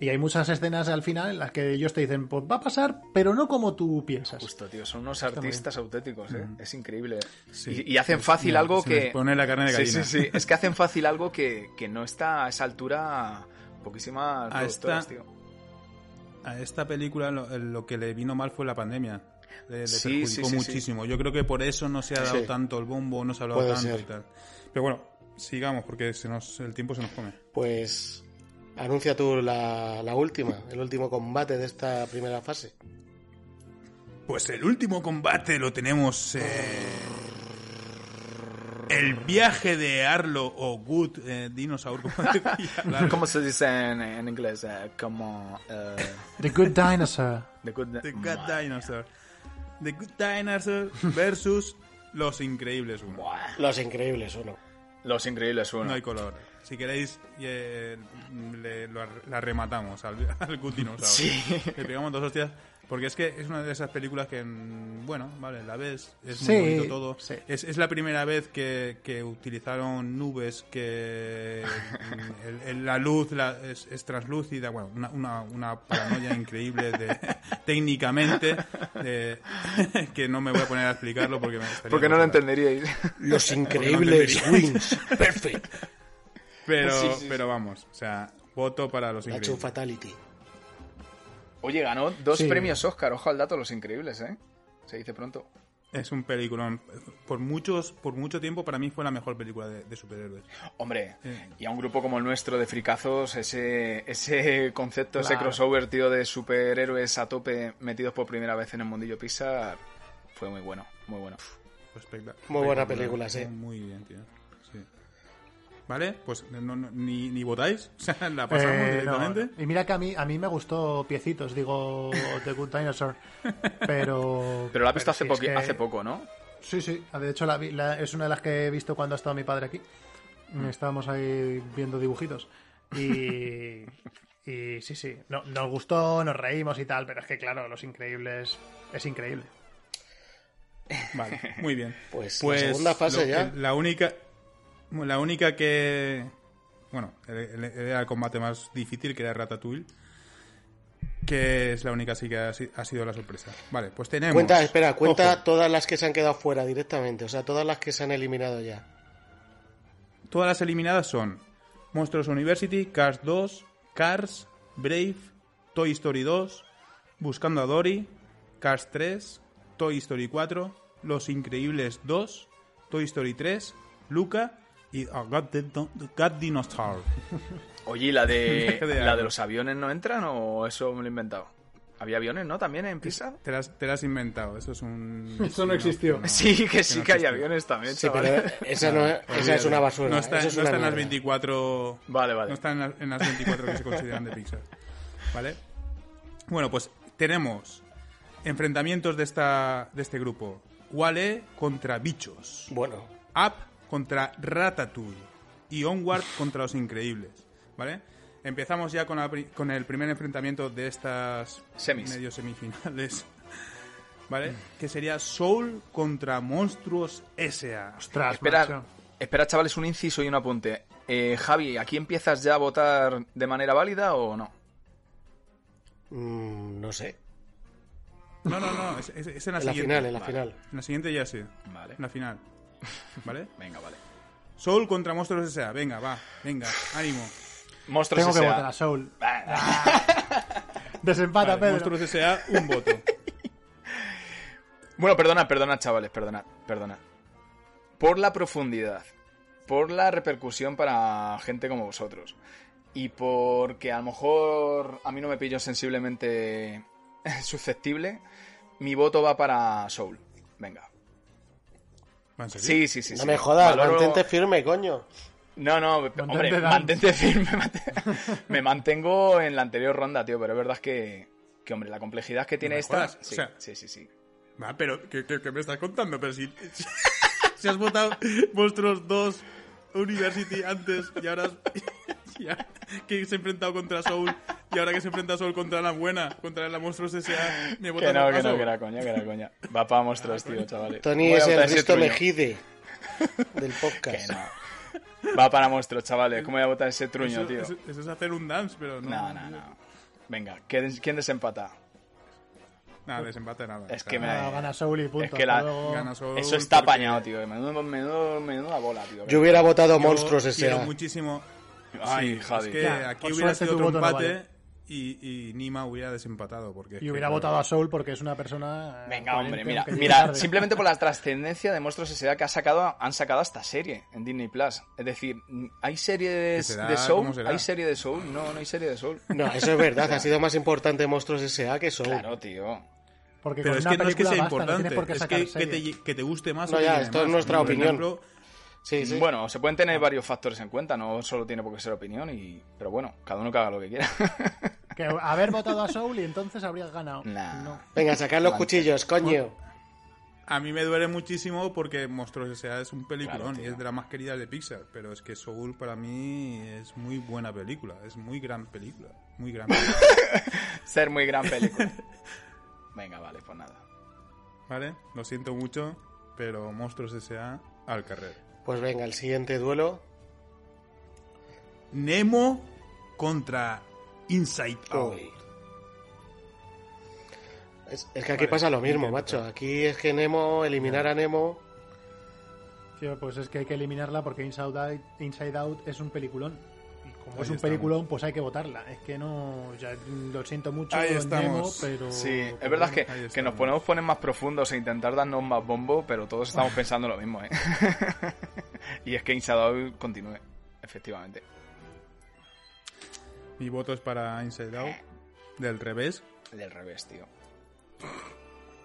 Speaker 5: Y hay muchas escenas al final en las que ellos te dicen, pues va a pasar, pero no como tú piensas.
Speaker 4: Justo, tío, son unos Está artistas bien. auténticos, ¿eh? Mm. Es increíble. Sí. Y, y, hacen fácil sí, algo que...
Speaker 6: Pone la carne de
Speaker 4: Sí,
Speaker 6: gallina.
Speaker 4: sí, sí. es que hacen fácil algo que, que no está a esa altura poquísimas
Speaker 6: a esta, tío. A esta película lo, lo que le vino mal fue la pandemia. Le, le sí, perjudicó sí, sí, muchísimo. Yo creo que por eso no se ha dado tanto el bombo, no se ha hablado Puede tanto ser. y tal. Pero bueno, sigamos porque se nos, el tiempo se nos come.
Speaker 3: Pues anuncia tú la, la última, el último combate de esta primera fase.
Speaker 6: Pues el último combate lo tenemos. Eh, el viaje de Arlo o Good eh, Dinosaur, como
Speaker 4: decía. ¿Cómo se dice en, en inglés? Eh, como. Uh...
Speaker 5: The Good Dinosaur.
Speaker 4: The Good, di
Speaker 6: The good Dinosaur. The Good Dinosaur versus Los Increíbles 1.
Speaker 3: Los Increíbles 1.
Speaker 4: Los Increíbles 1.
Speaker 6: No hay color. Si queréis, eh, le, lo, la rematamos al, al Good Dinosaur.
Speaker 4: Sí.
Speaker 6: Le pegamos dos hostias. Porque es que es una de esas películas que, mm, bueno, vale, la ves, es sí, muy bonito todo. Sí. Es, es, la primera vez que, que utilizaron nubes, que mm, el, el, la luz la, es, es, translúcida, bueno, una, una, una paranoia increíble de, técnicamente, de, que no me voy a poner a explicarlo porque me estaría
Speaker 4: Porque no lo entenderíais.
Speaker 3: Los increíbles no wins, perfecto.
Speaker 6: Pero, sí, pero vamos, o sea, voto para los increíbles.
Speaker 3: Ha hecho fatality.
Speaker 4: Oye, ganó dos sí. premios Oscar, ojo al dato, los increíbles, ¿eh? Se dice pronto.
Speaker 6: Es un peliculón. Por muchos, por mucho tiempo, para mí fue la mejor película de, de superhéroes.
Speaker 4: Hombre, y a un grupo como el nuestro de fricazos, ese, ese concepto, ese crossover, tío, de superhéroes a tope metidos por primera vez en el mundillo Pixar, fue muy bueno, muy bueno.
Speaker 6: Fue espectac-
Speaker 3: Muy buena
Speaker 6: espectacular.
Speaker 3: película, sí.
Speaker 6: Muy bien, tío. Sí. ¿Vale? Pues no, no- ni, ni votáis. O sea, la pasamos
Speaker 5: Eh, no,
Speaker 6: directamente.
Speaker 5: no. Y mira que a mí, a mí me gustó piecitos, digo, The Good Dinosaur. Pero.
Speaker 4: Pero la has visto hace,
Speaker 5: sí, es
Speaker 4: poqui-
Speaker 5: que-
Speaker 4: hace poco, ¿no?
Speaker 5: Sí, sí. De hecho, la vi- la- es una de las que he visto cuando ha estado mi padre aquí. Estábamos ahí viendo dibujitos. Y. y sí, sí. No- nos gustó, nos reímos y tal, pero es que, claro, Los Increíbles es increíble.
Speaker 6: Vale, muy bien.
Speaker 3: Pues la segunda fase
Speaker 6: lo que-
Speaker 3: ya.
Speaker 6: La única, la única que... Bueno, el- el- era el combate más difícil, que era Ratatouille. Que es la única sí que ha, si- ha sido la sorpresa. Vale, pues tenemos...
Speaker 3: Cuenta, espera, cuenta
Speaker 6: Ojo,
Speaker 3: todas las que se han quedado fuera directamente, o sea, todas las que se han eliminado ya.
Speaker 6: todas las eliminadas son Monsters University, Cars 2, Cars, Brave, Toy Story 2, Buscando a Dory, Cars 3, Toy Story 4, Los Increíbles 2, Toy Story 3, Luca y A God, Di- God Dinosaur.
Speaker 4: Oye, ¿y la de,
Speaker 6: Deja de
Speaker 4: la de
Speaker 6: algo.
Speaker 4: los aviones no entran o eso me lo he inventado? ¿Había aviones, no? También en Pisa.
Speaker 6: Te las, te las has inventado, eso es un...
Speaker 5: Eso no existió.
Speaker 4: Sí, que sí
Speaker 6: no
Speaker 4: que hay
Speaker 6: existe.
Speaker 4: aviones también,
Speaker 3: Sí,
Speaker 4: chaval.
Speaker 3: pero esa, no, es- esa es una basura.
Speaker 6: No está,
Speaker 3: eso es
Speaker 6: no
Speaker 3: una
Speaker 6: está en las
Speaker 3: mierda.
Speaker 6: 24...
Speaker 4: Vale, vale.
Speaker 6: No están en las, en las 24 que se consideran de Pixar. ¿Vale? Bueno, pues tenemos enfrentamientos de, esta, de este grupo. Wale contra bichos.
Speaker 3: Bueno,
Speaker 6: Up contra Ratatouille. Y Onward contra los increíbles. ¿Vale? Empezamos ya con, la pri- con el primer enfrentamiento de estas
Speaker 4: Semis.
Speaker 6: medio semifinales. ¿Vale? Que sería Soul contra Monstruos S.A.
Speaker 5: Ostras,
Speaker 4: Espera,
Speaker 5: macho.
Speaker 4: espera, chavales, un inciso y un apunte. Eh, Javi, ¿aquí empiezas ya a votar de manera válida o no?
Speaker 3: mm, no sé.
Speaker 6: No, no, no, es, es- es en la
Speaker 3: En la
Speaker 6: siguiente.
Speaker 3: final, en la
Speaker 4: vale.
Speaker 3: final.
Speaker 6: En la siguiente ya sí.
Speaker 4: Vale.
Speaker 6: En la final. ¿Vale?
Speaker 4: Venga, vale.
Speaker 6: Soul contra Monstruos S.A. Venga, va. Venga, ánimo.
Speaker 4: Monstruos
Speaker 5: Tengo que
Speaker 4: S.A..
Speaker 5: votar a Soul.
Speaker 4: Bah,
Speaker 5: Desempata,
Speaker 6: Vale,
Speaker 5: Pedro.
Speaker 6: Monstruos S.A. un voto.
Speaker 4: Bueno, perdonad, perdonad, chavales, perdonad, perdonad. Por la profundidad, por la repercusión para gente como vosotros, y porque a lo mejor a mí no me pillo sensiblemente susceptible, mi voto va para Soul. Venga.
Speaker 6: ¿Va en serio?
Speaker 4: Sí, sí, sí.
Speaker 3: No
Speaker 4: sí.
Speaker 3: me jodas,
Speaker 4: Valoro-
Speaker 3: mantente firme, coño.
Speaker 4: No, no, hombre,
Speaker 5: down.
Speaker 4: mantente firme. mant- me mantengo en la anterior ronda, tío, pero es verdad que, que hombre, la complejidad que tiene
Speaker 6: me
Speaker 4: esta...
Speaker 6: jodas, o
Speaker 4: Sí,
Speaker 6: sea-
Speaker 4: sí, sí, sí.
Speaker 6: Va, pero ¿qué, qué- qué me estás contando? Pero si, si has votado Monstruos 2 University antes y ahora has- y ahora que se ha enfrentado contra Soul y ahora que se enfrenta Soul contra la buena, contra la Monstruos S.A. me
Speaker 4: Que
Speaker 6: votas
Speaker 4: no,
Speaker 6: a
Speaker 4: que no,
Speaker 6: Soul.
Speaker 4: que era coña, que era coña. Va para monstruos, tío, chavales.
Speaker 3: Tony
Speaker 4: Voy a
Speaker 3: es el
Speaker 4: votar ese
Speaker 3: Risto
Speaker 4: truño.
Speaker 3: Mejide del
Speaker 4: Que
Speaker 3: podcast.
Speaker 4: no. Va para monstruos, chavales. ¿Cómo voy a votar ese truño,
Speaker 6: Eso,
Speaker 4: tío?
Speaker 6: eso- eso es hacer un dance, pero no.
Speaker 4: No, no, no. Venga, ¿quién quién desempata?
Speaker 6: Nada, desempate nada.
Speaker 4: Es
Speaker 6: O sea,
Speaker 4: que me
Speaker 5: Ah, gana Soul y punto.
Speaker 4: eh, Es que la-
Speaker 5: Hasta luego.
Speaker 6: gana Soul
Speaker 4: Eso está
Speaker 6: porque-
Speaker 4: apañado, tío. Menudo, menudo, menuda bola, tío.
Speaker 3: Yo hubiera votado
Speaker 6: Yo
Speaker 3: Monstruos
Speaker 6: Quiero
Speaker 3: S.A.
Speaker 6: muchísimo.
Speaker 4: Ay,
Speaker 6: Sí,
Speaker 4: Javi.
Speaker 6: Es que
Speaker 5: Ya,
Speaker 6: aquí
Speaker 5: por
Speaker 6: hubiera
Speaker 5: suerte
Speaker 6: sido
Speaker 5: tu
Speaker 6: otro
Speaker 5: voto no
Speaker 6: empate
Speaker 5: vale.
Speaker 6: y, y Nima hubiera desempatado. Porque es
Speaker 5: Y
Speaker 6: que,
Speaker 5: hubiera
Speaker 6: claro,
Speaker 5: votado a Soul porque es una persona. eh,
Speaker 4: Venga,
Speaker 5: coherente,
Speaker 4: hombre, mira,
Speaker 5: aunque llegue
Speaker 4: mira,
Speaker 5: tarde.
Speaker 4: simplemente por la trascendencia de Monstruos S.A. que ha sacado, han sacado esta serie en Disney Plus. Es decir, ¿hay serie de,
Speaker 6: ¿Qué será?
Speaker 4: de Soul?
Speaker 6: ¿Cómo será?
Speaker 4: ¿Hay serie de Soul? No, no hay serie de Soul.
Speaker 3: No, eso es verdad, ha sido más importante Monstruos S.A. que Soul.
Speaker 4: Claro, tío.
Speaker 5: Porque
Speaker 6: Pero
Speaker 5: con
Speaker 6: es
Speaker 5: una
Speaker 6: que no es que
Speaker 5: película
Speaker 6: sea
Speaker 5: basta, no
Speaker 6: importante,
Speaker 5: tienes por qué
Speaker 6: es
Speaker 5: sacar
Speaker 6: que, que,
Speaker 5: series.
Speaker 6: te, que te guste más.
Speaker 3: No,
Speaker 6: o
Speaker 3: ya,
Speaker 6: te guste
Speaker 3: esto es
Speaker 6: más.
Speaker 3: nuestra
Speaker 6: Por
Speaker 3: opinión.
Speaker 6: ejemplo,
Speaker 3: Sí, Ah. sí.
Speaker 4: Bueno, se pueden tener varios factores en cuenta, no solo tiene por qué ser opinión, y... pero bueno, cada uno que haga lo que quiera.
Speaker 5: Que haber votado a Soul y entonces habrías ganado.
Speaker 4: Nah.
Speaker 5: No.
Speaker 3: Venga, sacad los cuchillos, coño.
Speaker 6: a mí me duele muchísimo porque Monstruos S.A. es un
Speaker 4: Claro,
Speaker 6: peliculón
Speaker 4: tío.
Speaker 6: y es de las más queridas de Pixar. Pero es que Soul para mí es muy buena película. Es muy gran película. Muy gran película.
Speaker 4: Ser muy gran película. Venga, vale, pues nada.
Speaker 6: ¿Vale? Lo siento mucho, pero Monstruos S.A. al carrer.
Speaker 3: Pues venga, el siguiente duelo.
Speaker 6: Nemo contra Inside Out.
Speaker 3: Uy. Es, es que aquí pasa lo mismo, macho. Aquí es que Nemo, eliminar a Nemo.
Speaker 5: Tío, pues es que hay que eliminarla porque Inside Out, Inside Out es un peliculón. Y como
Speaker 6: Ahí
Speaker 5: es un
Speaker 6: estamos.
Speaker 5: peliculón, pues hay que votarla. Es que no, ya, lo siento mucho,
Speaker 6: Ahí
Speaker 5: lo
Speaker 6: estamos.
Speaker 5: endemo, pero...
Speaker 4: Sí, es
Speaker 5: pero
Speaker 4: verdad
Speaker 5: bueno.
Speaker 4: que,
Speaker 6: ahí
Speaker 4: que nos
Speaker 6: estamos.
Speaker 4: ponemos poner más profundos e intentar darnos más bombo, pero todos estamos
Speaker 6: Ah.
Speaker 4: pensando lo mismo, ¿eh? y es que Insadol continúe, efectivamente.
Speaker 6: Mi voto es para Inside Out, del revés.
Speaker 4: Del revés, tío. Eh,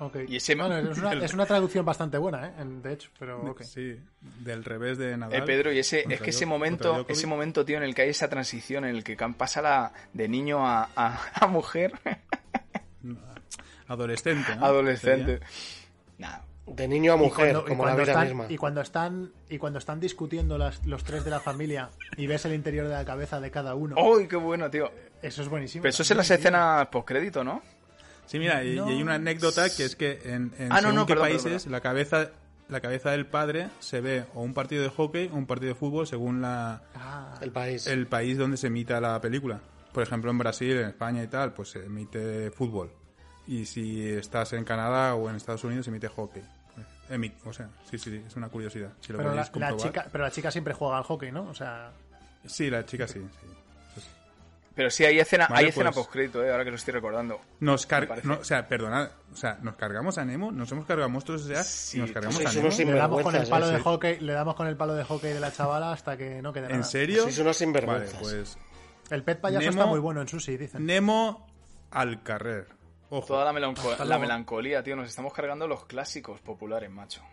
Speaker 5: Ok.
Speaker 4: Y ese-
Speaker 5: Bueno, es, una, es una traducción bastante buena, ¿eh? En- De hecho, pero ok.
Speaker 6: Sí, del revés de Nadal.
Speaker 4: Eh, Pedro, y ese, es
Speaker 6: contra
Speaker 4: que ese
Speaker 6: Djok-
Speaker 4: momento,
Speaker 6: contra Djokovic.
Speaker 4: ese momento, tío, en el que hay esa transición, en el que can- pasa la, de niño a, a- a mujer,
Speaker 6: Ah, Adolescente, ¿no?
Speaker 4: adolescente.
Speaker 6: Sería.
Speaker 4: Nada,
Speaker 3: De niño a mujer,
Speaker 5: y
Speaker 3: como la vida
Speaker 5: están,
Speaker 3: misma.
Speaker 5: y cuando están y cuando están discutiendo las- los tres de la familia y ves el interior de la cabeza de cada uno
Speaker 4: ¡Uy, qué bueno, tío!
Speaker 5: eso es buenísimo
Speaker 4: Oh. Pero eso es en
Speaker 5: también,
Speaker 4: las
Speaker 5: tío.
Speaker 4: escenas postcrédito, ¿no?
Speaker 6: Sí, mira, y,
Speaker 5: No.
Speaker 6: y hay una anécdota que es que en, en
Speaker 4: Ah, no,
Speaker 6: según
Speaker 4: no,
Speaker 6: qué
Speaker 4: perdón,
Speaker 6: países
Speaker 4: perdón, perdón.
Speaker 6: la cabeza la cabeza del padre se ve o un partido de hockey o un partido de fútbol según la,
Speaker 5: Ah,
Speaker 3: El país.
Speaker 6: el país donde se emita la película. Por ejemplo, en Brasil, en España y tal, pues se emite fútbol. Y si estás en Canadá o en Estados Unidos, se emite hockey. Emi- o sea, sí, sí, sí, es una curiosidad. Si lo
Speaker 5: pero la,
Speaker 6: podéis
Speaker 5: la
Speaker 6: comprobar.
Speaker 5: chica pero la chica siempre juega al hockey no o sea
Speaker 6: Sí, la chica sí. sí.
Speaker 4: Pero sí, hay escena,
Speaker 6: Vale,
Speaker 4: hay escena
Speaker 6: pues.
Speaker 4: postcrédito, eh, ahora que lo estoy recordando.
Speaker 6: Nos
Speaker 4: Me
Speaker 6: car
Speaker 4: parece.
Speaker 6: no, o sea, perdonad, o sea, nos cargamos a Nemo, nos hemos cargado a monstruos S.A.
Speaker 4: Sí,
Speaker 6: y nos cargamos
Speaker 3: sí,
Speaker 6: a
Speaker 3: sí,
Speaker 6: Nemo.
Speaker 3: no, sí.
Speaker 5: le damos con el
Speaker 3: Sinvergüenzas,
Speaker 5: palo
Speaker 3: ¿eh?
Speaker 5: de
Speaker 3: Sí.
Speaker 5: hockey le damos con el palo de hockey de la chavala hasta que no quede nada
Speaker 6: ¿En serio?
Speaker 3: Sois unos
Speaker 6: Vale,
Speaker 3: sinvergüenzas.
Speaker 6: pues
Speaker 5: el pet payaso
Speaker 6: Nemo-
Speaker 5: está muy bueno en sushi dicen
Speaker 6: Nemo al carrer. Ojo.
Speaker 4: Toda la, melanco-
Speaker 5: Hasta
Speaker 4: la
Speaker 5: luego.
Speaker 4: melancolía, tío. Nos estamos cargando los clásicos populares, macho.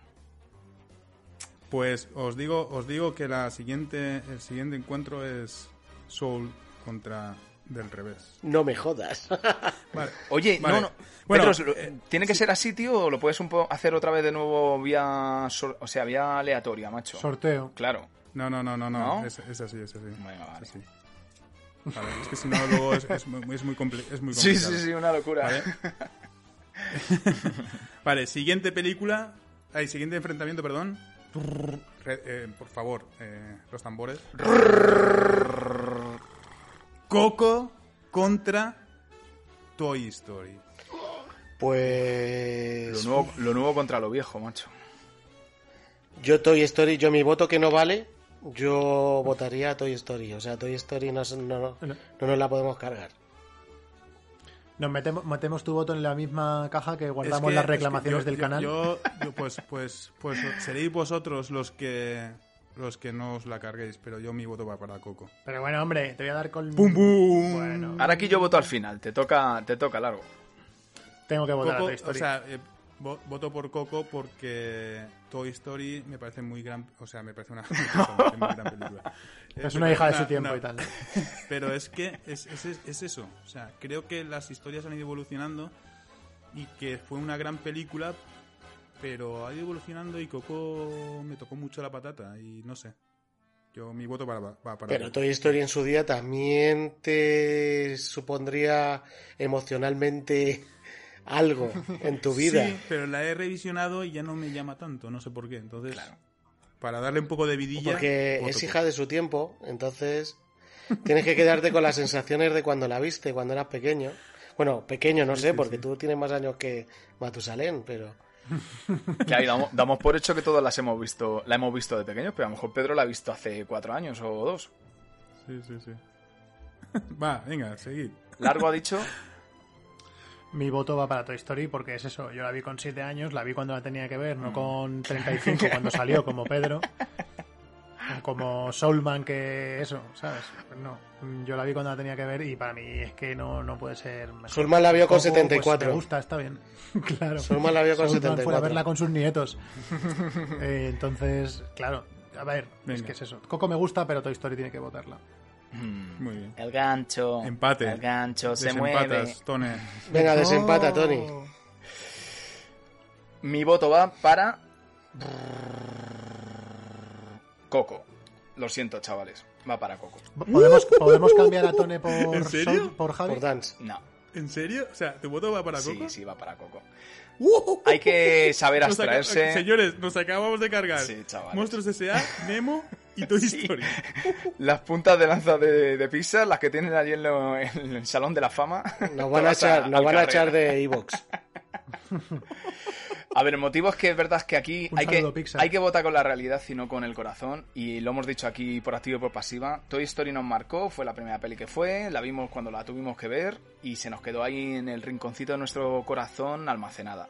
Speaker 6: Pues os digo, os digo que la siguiente, el siguiente encuentro es Soul contra del revés.
Speaker 3: No me jodas.
Speaker 6: Vale.
Speaker 4: Oye,
Speaker 6: Vale.
Speaker 4: no, no.
Speaker 6: Bueno,
Speaker 4: Petros, lo-
Speaker 6: eh,
Speaker 4: ¿tiene que ser así, tío? ¿O lo puedes un po- hacer otra vez de nuevo vía. sor- o sea, vía aleatoria, macho?
Speaker 5: sorteo
Speaker 4: claro.
Speaker 6: no, no, no, no, no,
Speaker 4: ¿No?
Speaker 6: Es, es así, es así.
Speaker 4: Venga, vale.
Speaker 6: Es, así. Vale, es que si no luego es, es muy, es muy comple- es muy complicado.
Speaker 4: Sí, sí, sí, una locura.
Speaker 6: Vale. Vale, siguiente película. Ay, siguiente enfrentamiento, perdón. Re- eh, por favor, eh, los tambores. Coco contra Toy Story.
Speaker 4: Lo,
Speaker 3: Pues.
Speaker 4: nuevo, lo nuevo contra lo viejo, macho.
Speaker 3: Yo Toy Story, yo mi voto que no vale, yo votaría a Toy Story. O sea, Toy Story no, se- no, no, no nos la podemos cargar.
Speaker 5: nos metemos metemos tu voto en la misma caja que guardamos
Speaker 6: Es que-
Speaker 5: las
Speaker 6: es que
Speaker 5: reclamaciones
Speaker 6: yo-
Speaker 5: del
Speaker 6: yo-
Speaker 5: canal
Speaker 6: Yo, yo, pues, pues, pues seréis vosotros los que los que no os la carguéis, pero yo mi voto va para Coco.
Speaker 5: pero bueno hombre te voy a dar con
Speaker 6: ¡Bum, bum!
Speaker 5: bueno
Speaker 4: Ahora aquí yo voto al final. Te toca, te toca largo.
Speaker 5: tengo que votar
Speaker 6: Coco,
Speaker 5: a Toy Story
Speaker 6: o sea, eh, vo- voto por Coco porque Toy Story me parece muy gran, o sea, me parece una, me parece muy gran película. Eh,
Speaker 5: es
Speaker 6: me
Speaker 5: una hija de
Speaker 6: parece
Speaker 5: su tiempo
Speaker 6: una-
Speaker 5: y tal
Speaker 6: Pero es que es, es, es- es eso, o sea, creo que las historias han ido evolucionando y que fue una gran película, pero ha ido evolucionando y Coco me tocó mucho la patata y no sé. Yo mi voto para va para
Speaker 3: Pero
Speaker 6: Coco.
Speaker 3: Toy Story en su día también te supondría emocionalmente algo en tu vida.
Speaker 6: Sí, pero la he revisionado y ya no me llama tanto, no sé por qué. Entonces, para darle un poco de vidilla.
Speaker 3: Porque
Speaker 6: voto
Speaker 3: es
Speaker 6: por-
Speaker 3: hija de su tiempo, entonces tienes que quedarte con las sensaciones de cuando la viste, cuando eras pequeño. Bueno, pequeño no sé, porque tú tienes más años que Matusalén, pero
Speaker 4: Claro, y damos, damos por hecho que todas las hemos visto, la hemos visto de pequeños, pero a lo mejor Pedro la ha visto hace cuatro años o dos.
Speaker 6: Sí, sí, sí. Va, venga, seguid.
Speaker 4: Largo ha dicho.
Speaker 5: Mi voto va para Toy Story porque es eso. Yo la vi con 7 años, la vi cuando la tenía que
Speaker 6: Mm.
Speaker 5: ver, no con 35 cuando salió, como Pedro. O Como Soulman, que eso, ¿sabes? Pues No. Yo la vi cuando la tenía que ver y para mí es que no, no puede ser mejor.
Speaker 3: Soulman la vio con
Speaker 5: Coco, pues,
Speaker 3: 74.
Speaker 5: me gusta, está bien. claro.
Speaker 3: Soulman la vio con
Speaker 5: Soulman fue
Speaker 3: 74.
Speaker 5: a verla con sus nietos. Eh, entonces, claro. A ver, es
Speaker 6: Venga.
Speaker 5: que es eso. Coco me gusta, pero Toy Story tiene que votarla.
Speaker 3: Mm.
Speaker 6: Muy bien.
Speaker 4: El gancho.
Speaker 6: Empate.
Speaker 4: El gancho se
Speaker 6: Desempatas,
Speaker 4: mueve.
Speaker 6: Tone.
Speaker 3: venga, desempata, Tony.
Speaker 4: Mi voto va para. Coco. Lo siento, chavales. Va para Coco.
Speaker 5: ¿Podemos, podemos cambiar a Tone por,
Speaker 6: ¿En serio?
Speaker 5: Soul- por Javi?
Speaker 3: Por Dance.
Speaker 4: No.
Speaker 6: ¿En serio? O sea, ¿tu voto va para
Speaker 4: sí,
Speaker 6: Coco?
Speaker 4: sí, va para Coco. Hay que saber
Speaker 6: Nos aca-
Speaker 4: abstraerse.
Speaker 6: Señores, nos acabamos de cargar.
Speaker 4: Sí, chavales.
Speaker 6: Monstruos S.A., Nemo y Toy
Speaker 4: Sí.
Speaker 6: Story.
Speaker 4: Las puntas de lanza de, de Pixar, las que tienen allí en, lo- en el Salón de la Fama.
Speaker 3: Nos van a
Speaker 4: Todas
Speaker 3: echar,
Speaker 4: al
Speaker 3: nos van a
Speaker 4: carrer.
Speaker 3: echar de Evox.
Speaker 4: A ver, el motivo es que es verdad que aquí
Speaker 5: Un
Speaker 4: hay que,
Speaker 5: saludo, Pixar.
Speaker 4: hay que votar con la realidad y no con el corazón. Y lo hemos dicho aquí por activa y por pasiva. Toy Story nos marcó, fue la primera peli que fue, la vimos cuando la tuvimos que ver y se nos quedó ahí en el rinconcito de nuestro corazón almacenada.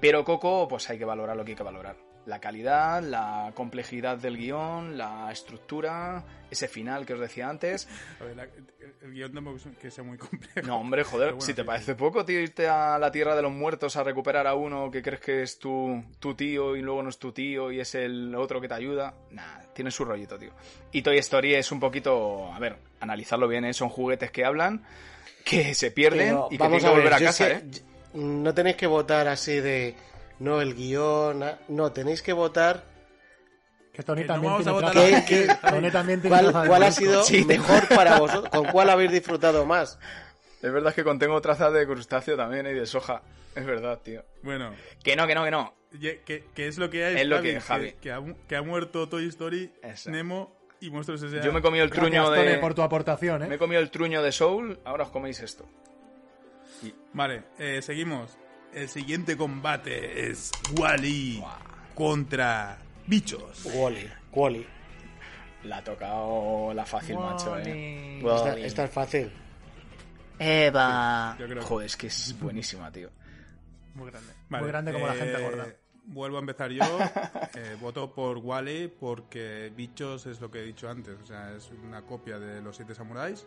Speaker 4: Pero Coco, pues hay que valorar lo que hay que valorar. La calidad, la complejidad del guión, la estructura, ese final que os decía antes.
Speaker 6: A ver, la- el guión tampoco es que sea muy complejo.
Speaker 4: No, hombre, joder,
Speaker 6: Pero bueno,
Speaker 4: si te
Speaker 6: sí,
Speaker 4: parece poco, tío, irte a la tierra de los muertos a recuperar a uno que crees que es tu, tu tío y luego no es tu tío y es el otro que te ayuda. Nah, tiene su rollito, tío. Y Toy Story es un poquito, a ver, analizarlo bien, ¿eh? son juguetes que hablan, que se pierden
Speaker 3: Pero
Speaker 4: y que tienen
Speaker 3: vamos
Speaker 4: que
Speaker 3: a ver,
Speaker 4: volver a
Speaker 3: yo
Speaker 4: casa,
Speaker 3: es
Speaker 4: ¿eh?
Speaker 3: que- No tenéis que votar así de no el guión, ah, no, tenéis que votar
Speaker 5: Que Tony
Speaker 6: Que no
Speaker 5: también
Speaker 6: Eh, vamos
Speaker 5: tiene
Speaker 6: a votar
Speaker 5: traza.
Speaker 3: la- ¿Qué- qué-
Speaker 5: Tony también tiene
Speaker 3: cuál,
Speaker 5: traza de
Speaker 3: cuál ha
Speaker 5: blanco.
Speaker 3: sido
Speaker 4: Sí.
Speaker 3: mejor para vosotros, con cuál habéis disfrutado más.
Speaker 4: Es verdad que contengo trazas de crustáceo también ¿eh? y de soja. Es verdad, tío.
Speaker 6: Bueno,
Speaker 4: Que no, que no, que no.
Speaker 6: ye- que, que es lo que hay.
Speaker 4: Es lo que es, Javi.
Speaker 6: Que, que ha, mu- que ha muerto Toy Story,
Speaker 4: Eso.
Speaker 6: Nemo y Monstruos S.A.
Speaker 4: Yo me he comido el truño
Speaker 5: Gracias, Tony,
Speaker 4: de...
Speaker 5: por tu aportación, ¿eh?
Speaker 4: Me he comido el truño de Soul, ahora os coméis esto.
Speaker 6: Vale, eh, seguimos. El siguiente combate es Wally contra bichos.
Speaker 3: Wally, Wally.
Speaker 4: La ha tocado la fácil, macho, eh.
Speaker 3: Esta,
Speaker 4: Wall-E.
Speaker 3: esta es fácil.
Speaker 4: Eva.
Speaker 6: Sí, Ah, yo creo.
Speaker 4: Joder, es que es buenísima, tío.
Speaker 6: Muy grande.
Speaker 5: grande como la gente gorda.
Speaker 6: eh, Vuelvo a empezar yo. Eh, voto por Wally porque bichos es lo que he dicho antes. O sea, es una copia de los siete samuráis.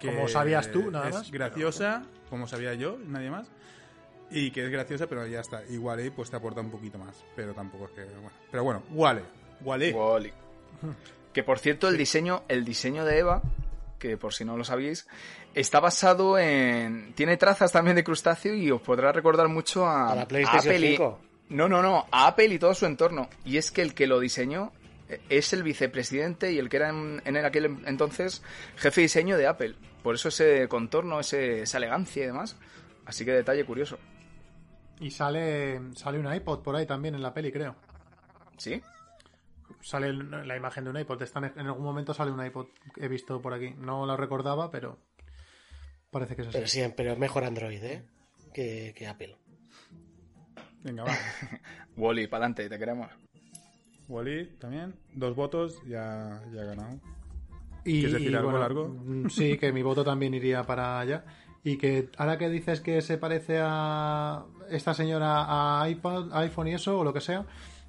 Speaker 5: Como sabías tú, nada
Speaker 6: es
Speaker 5: más.
Speaker 6: graciosa, como sabía yo, nadie más. Y que es graciosa, pero ya está. Y Wally pues te aporta un poquito más. Pero tampoco es que. Bueno. Pero bueno, Wally. Wally.
Speaker 4: Wall-E. Que por cierto, el diseño, el diseño de Eva, que por si no lo sabéis, está basado en. Tiene trazas también de crustáceo y os podrá recordar mucho a,
Speaker 3: A la PlayStation
Speaker 4: Apple y-
Speaker 3: 5.
Speaker 4: No, no, no, a Apple y todo su entorno. Y es que el que lo diseñó eh, es el vicepresidente y el que era en, en aquel en- entonces jefe de diseño de Apple. Por eso ese contorno, ese- esa elegancia y demás. Así que detalle curioso.
Speaker 5: Y sale, sale un iPod por ahí también en la peli, creo.
Speaker 4: ¿Sí?
Speaker 5: Sale el- la imagen de un iPod. Están, en algún momento sale un iPod. He visto por aquí. No lo recordaba, pero parece que es así.
Speaker 3: Pero sí, pero es mejor Android, ¿eh? Que, que Apple.
Speaker 6: Venga, va.
Speaker 4: Wally, para adelante, te queremos.
Speaker 6: Wally también. Dos votos, ya, ya he ganado.
Speaker 5: Y,
Speaker 6: ¿Quieres decir
Speaker 5: y,
Speaker 6: algo
Speaker 5: bueno,
Speaker 6: largo?
Speaker 5: mm, Sí, que mi voto también iría para allá. Y que ahora que dices que se parece a esta señora a iPod- iPhone y eso, o lo que sea,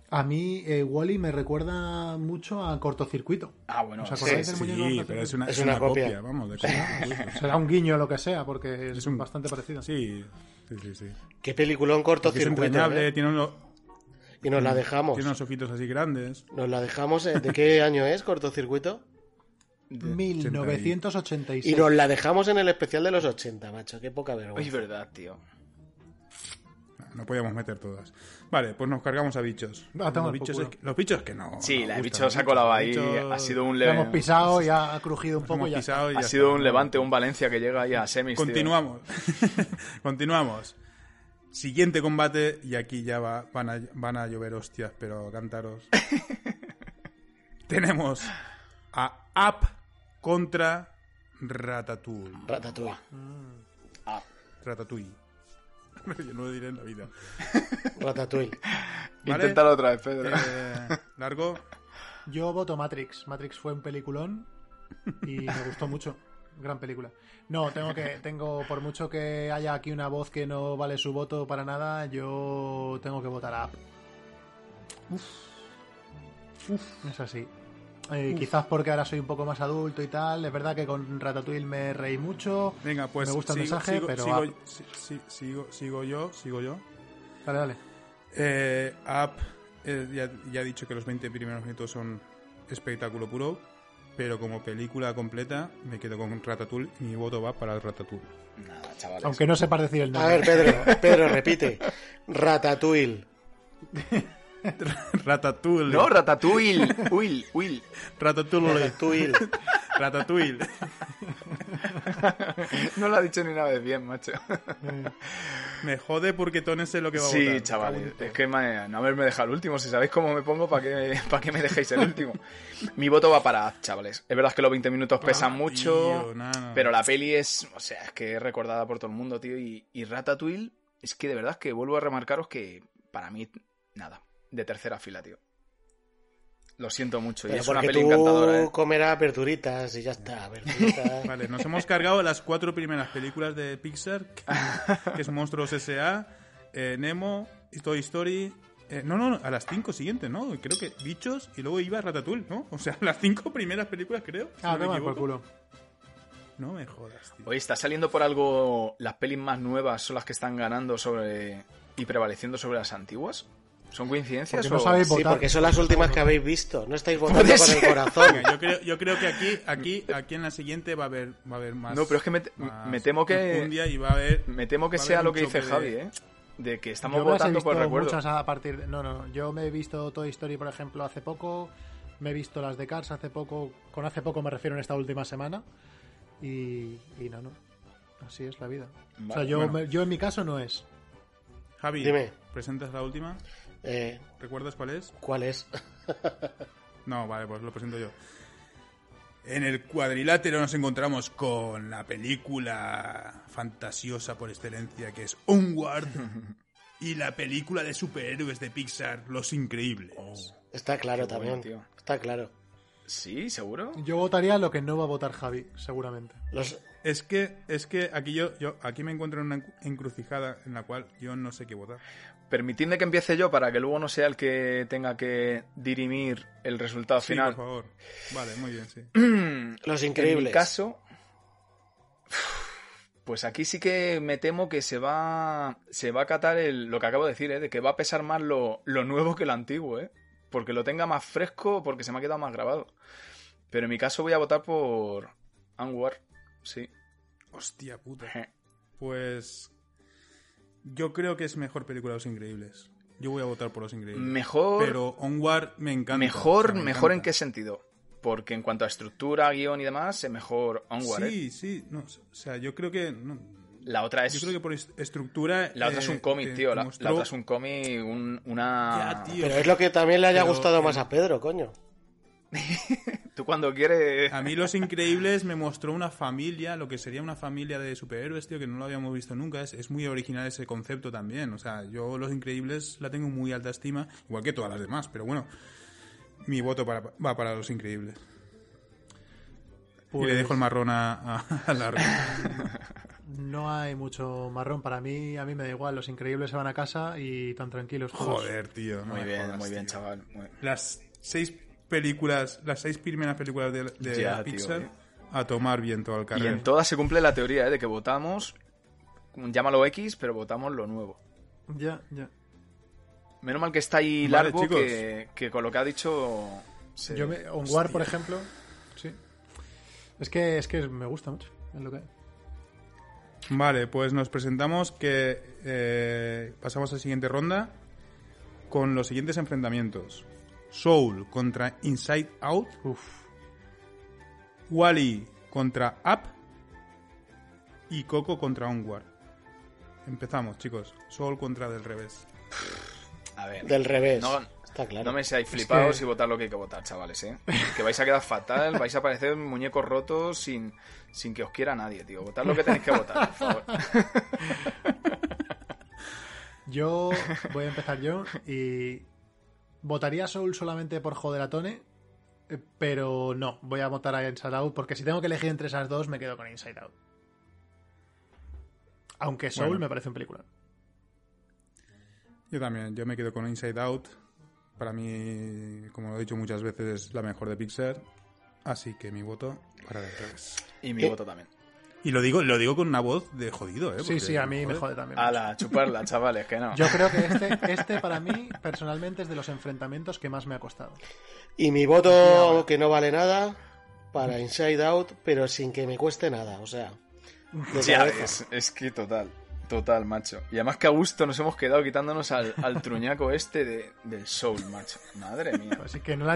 Speaker 5: a mí Wally me recuerda mucho a cortocircuito.
Speaker 4: Ah, bueno,
Speaker 5: ¿Os acordáis
Speaker 4: sí,
Speaker 5: del
Speaker 6: Sí,
Speaker 5: muñeco de
Speaker 6: pero es
Speaker 5: cortocircuito?
Speaker 6: una,
Speaker 3: Es
Speaker 6: es
Speaker 3: una
Speaker 6: una copia.
Speaker 3: copia,
Speaker 6: vamos. De copia.
Speaker 5: Será un guiño o lo que sea, porque es,
Speaker 6: Es un-
Speaker 5: bastante parecido.
Speaker 6: Sí, sí, sí. sí.
Speaker 3: Qué peliculón
Speaker 4: Pues
Speaker 6: Es
Speaker 3: cortocircuito.
Speaker 6: entrañable,
Speaker 3: ¿eh?
Speaker 6: tiene, uno-
Speaker 3: Y
Speaker 4: Mm.
Speaker 3: nos la dejamos.
Speaker 6: tiene unos ojitos así grandes.
Speaker 3: Nos la dejamos. eh, ¿De qué año es cortocircuito?
Speaker 6: De
Speaker 5: 1986.
Speaker 3: Y nos la dejamos en el especial de los 80, macho. Qué poca
Speaker 4: Uy, es
Speaker 3: vergüenza.
Speaker 4: verdad, tío.
Speaker 6: No podíamos meter todas. Vale, pues nos cargamos a bichos.
Speaker 5: Ah, toma
Speaker 6: los,
Speaker 5: el
Speaker 6: bichos
Speaker 5: culo.
Speaker 6: es que, los bichos que no.
Speaker 4: Sí,
Speaker 6: no
Speaker 4: la
Speaker 6: gustan,
Speaker 4: bicho se ha
Speaker 6: los
Speaker 4: colado ahí.
Speaker 6: bichos-
Speaker 4: Ha sido un,
Speaker 5: Lo
Speaker 4: le-
Speaker 5: hemos pisado, ya ha crujido un
Speaker 6: los
Speaker 5: poco
Speaker 6: hemos
Speaker 5: y ya.
Speaker 6: pisado y
Speaker 4: ha
Speaker 6: ya
Speaker 4: sido
Speaker 6: está.
Speaker 4: un Levante, un Valencia que llega ahí a semis. tío.
Speaker 6: Continuamos. Continuamos. Siguiente combate, y aquí ya va- van, a, van a llover hostias, pero cántaros. Tenemos a Up contra Ratatouille.
Speaker 3: Ratatouille.
Speaker 4: Ah,
Speaker 6: Ratatouille. Yo no lo diré en la vida.
Speaker 3: Ratatouille.
Speaker 6: ¿Vale?
Speaker 4: Inténtalo otra vez, Pedro.
Speaker 6: Eh, largo.
Speaker 5: Yo voto Matrix. Matrix fue un peliculón y me gustó mucho. Gran película. No, tengo que, tengo, por mucho que haya aquí una voz que no vale su voto para nada, yo tengo que votar a Up. Es así. Eh, quizás porque ahora soy un poco más adulto y tal. Es verdad que con Ratatouille me reí mucho.
Speaker 6: Venga, pues
Speaker 5: Me gusta el mensaje, pero
Speaker 6: sigo,
Speaker 5: Up.
Speaker 6: si- si- sigo, sigo yo, sigo yo.
Speaker 5: Dale, dale.
Speaker 6: Eh, Up, eh, ya, ya he dicho que los 20 primeros minutos son espectáculo puro, pero como película completa me quedo con Ratatouille y mi voto va para Ratatouille.
Speaker 4: Nada, chavales.
Speaker 5: Aunque no sepa decir el
Speaker 3: A
Speaker 5: nombre.
Speaker 3: ver, Pedro, Pedro, repite. Ratatouille.
Speaker 6: Ratatouille.
Speaker 4: No, Ratatouille. Will, Will.
Speaker 6: Ratatouille.
Speaker 3: Ratatouille.
Speaker 6: Ratatouille.
Speaker 4: No lo ha dicho ni una vez bien, macho.
Speaker 6: Me jode porque Tone sé lo que va a votar.
Speaker 4: Sí, chavales. Es que me- no haberme dejado el último. Si sabéis cómo me pongo, ¿para qué, para qué me dejéis el último? Mi voto va para Up, chavales. Es verdad que los 20 minutos pesan
Speaker 6: Ah,
Speaker 4: mucho.
Speaker 6: tío, no, no.
Speaker 4: Pero la peli es, o sea, es que es recordada por todo el mundo, tío. Y, y Ratatouille es que de verdad que vuelvo a remarcaros que para mí, nada, de tercera fila, tío. Lo siento mucho. y
Speaker 3: Pero
Speaker 4: es una
Speaker 3: porque
Speaker 4: peli
Speaker 3: tú
Speaker 4: encantadora. ¿eh?
Speaker 3: comerás verduritas y ya está, verduritas.
Speaker 6: Vale, nos hemos cargado las cuatro primeras películas de Pixar, que, que es Monstruos S.A., eh, Nemo, Toy Story... eh, no, no, a las cinco siguientes, ¿no? Creo que Bichos y luego iba Ratatouille, ¿no? O sea, las cinco primeras películas, creo. si
Speaker 5: Ah,
Speaker 6: no, me
Speaker 5: toma por
Speaker 6: equivoco.
Speaker 5: culo.
Speaker 6: no me jodas, tío.
Speaker 4: Oye, está saliendo por algo las pelis más nuevas son las que están ganando sobre y prevaleciendo sobre las antiguas. ¿Son coincidencias o-
Speaker 5: Porque no sabéis
Speaker 3: Sí,
Speaker 5: votar.
Speaker 3: porque son las últimas que habéis visto. No estáis votando
Speaker 4: Puede
Speaker 3: con el
Speaker 4: ser.
Speaker 3: corazón.
Speaker 6: Venga, yo creo, yo creo que aquí, aquí, aquí en la siguiente va a haber, va a haber más.
Speaker 4: No, pero es que me,
Speaker 6: más
Speaker 4: me temo que
Speaker 6: enjundia y va a haber.
Speaker 4: me temo que
Speaker 6: va a
Speaker 4: sea
Speaker 6: haber
Speaker 4: lo
Speaker 6: un
Speaker 4: que dice
Speaker 6: choque de-
Speaker 4: Javi, ¿eh? De que estamos
Speaker 5: Yo me las he
Speaker 4: votando por
Speaker 5: visto
Speaker 4: recuerdo.
Speaker 5: muchas a partir de- No, no, yo me he visto Toy Story, por ejemplo, hace poco. Me he visto las de Cars hace poco. Con hace poco me refiero en esta última semana. Y, y no, no. Así es la vida. o sea,
Speaker 4: Vale,
Speaker 5: yo,
Speaker 6: bueno.
Speaker 5: me- yo en mi caso no es.
Speaker 6: Javi,
Speaker 3: Dime.
Speaker 6: ¿presentas la última?
Speaker 3: Eh,
Speaker 6: ¿Recuerdas cuál es?
Speaker 3: ¿Cuál es?
Speaker 6: No, vale, pues lo presento yo. En el cuadrilátero nos encontramos con la película fantasiosa por excelencia que es Onward y la película de superhéroes de Pixar, Los Increíbles.
Speaker 4: Oh.
Speaker 3: Está claro
Speaker 4: Qué bueno,
Speaker 3: también.
Speaker 4: tío.
Speaker 3: Está claro.
Speaker 4: Sí, seguro.
Speaker 5: Yo votaría lo que no va a votar Javi, seguramente.
Speaker 3: Los,
Speaker 6: Es que, es que aquí yo, yo aquí me encuentro en una encu- encrucijada en la cual yo no sé qué votar.
Speaker 4: Permitidme que empiece yo para que luego no sea el que tenga que dirimir el resultado
Speaker 6: Sí,
Speaker 4: final.
Speaker 6: por favor. Vale, muy bien, sí.
Speaker 3: los
Speaker 4: En mi
Speaker 3: increíbles.
Speaker 4: caso, pues aquí sí que me temo que se va, se va a catar el- lo que acabo de decir, ¿eh? de que va a pesar más lo, lo nuevo que lo antiguo, ¿eh? porque lo tenga más fresco, porque se me ha quedado más grabado. Pero en mi caso voy a votar por Anwar, sí.
Speaker 6: Hostia puta. Pues yo creo que es mejor película Los Increíbles. Yo voy a votar por Los Increíbles.
Speaker 4: Mejor,
Speaker 6: Pero Onward me encanta.
Speaker 4: mejor,
Speaker 6: o sea, me
Speaker 4: mejor en
Speaker 6: encanta.
Speaker 4: qué sentido. Porque en cuanto a estructura, guión y demás, es mejor Onward. ¿eh?
Speaker 6: Sí, sí. No, o sea, yo creo que... no,
Speaker 4: La otra es
Speaker 6: yo creo que por est- estructura...
Speaker 4: la otra es
Speaker 6: eh,
Speaker 4: un cómic,
Speaker 6: te
Speaker 4: tío. La, la
Speaker 6: mostró-
Speaker 4: otra es un Ah. cómic, un- una.
Speaker 6: Ya, tío.
Speaker 3: Pero es lo que también le haya
Speaker 6: Pero-
Speaker 3: gustado más a Pedro, coño.
Speaker 4: Tú cuando quieres.
Speaker 6: A mí Los Increíbles me mostró una familia, lo que sería una familia de superhéroes, tío, que no lo habíamos visto nunca. Es, es muy original ese concepto también. O sea, yo Los Increíbles la tengo en muy alta estima, igual que todas las demás, pero bueno. Mi voto para- va para Los Increíbles. Y
Speaker 5: Pues
Speaker 6: le dejo el marrón a, a, a Larry.
Speaker 5: no hay mucho marrón para mí. A mí me da igual. Los increíbles se van a casa y tan tranquilos. todos.
Speaker 6: Joder, tío. no
Speaker 4: Muy
Speaker 6: me
Speaker 4: bien,
Speaker 6: jodas,
Speaker 4: muy bien,
Speaker 6: tío.
Speaker 4: chaval. muy bien.
Speaker 6: Las seis películas, las seis primeras películas de, de
Speaker 4: Ya, tío,
Speaker 6: Pixar
Speaker 4: eh.
Speaker 6: a tomar viento al
Speaker 4: Y
Speaker 6: carril.
Speaker 4: en todas se cumple la teoría ¿eh? de que votamos, llámalo X, pero votamos lo nuevo.
Speaker 5: Ya, ya.
Speaker 4: Menos mal que está ahí
Speaker 6: Vale,
Speaker 4: largo
Speaker 6: chicos.
Speaker 4: que, que con lo que ha dicho... se-
Speaker 5: Yo me, Onward, por ejemplo. Sí. Es que, es que me gusta mucho. Es lo que hay.
Speaker 6: Vale, pues nos presentamos que eh, pasamos a la siguiente ronda con los siguientes enfrentamientos. Soul contra Inside Out. Wally contra Up. Y Coco contra Onward. Empezamos, chicos. Soul contra del revés.
Speaker 4: A ver,
Speaker 3: Del revés.
Speaker 4: No,
Speaker 3: Está claro.
Speaker 4: no me seáis flipados y votar lo que hay que votar, chavales, ¿eh? Que vais a quedar fatal, vais a parecer muñecos rotos sin, sin que os quiera nadie, tío. Votad lo que tenéis que votar, por favor.
Speaker 5: Yo voy a empezar yo y votaría a Soul solamente por joder a Tone, eh, pero no, voy a votar a Inside Out porque si tengo que elegir entre esas dos me quedo con Inside Out. Aunque Soul
Speaker 6: Bueno.
Speaker 5: me parece un película.
Speaker 6: Yo también, yo me quedo con Inside Out. Para mí, como lo he dicho muchas veces, es la mejor de Pixar. Así que mi voto para del revés.
Speaker 4: Y mi
Speaker 3: ¿Qué?
Speaker 4: voto también.
Speaker 6: Y lo digo, lo digo con una voz de jodido, ¿eh?
Speaker 5: Sí,
Speaker 6: Porque
Speaker 5: sí, a mí me
Speaker 6: joder.
Speaker 5: jode también.
Speaker 4: A la chuparla, chavales, que no.
Speaker 5: Yo creo que este, este para mí personalmente es de los enfrentamientos que más me ha costado.
Speaker 3: Y mi voto, que no vale nada, para Inside Out, pero sin que me cueste nada. O sea, de
Speaker 4: Ya
Speaker 3: cabeza.
Speaker 4: ves, es que total, total, macho. Y además que a gusto nos hemos quedado quitándonos al, al truñaco este de, del soul, macho. Madre mía.
Speaker 5: Así que no la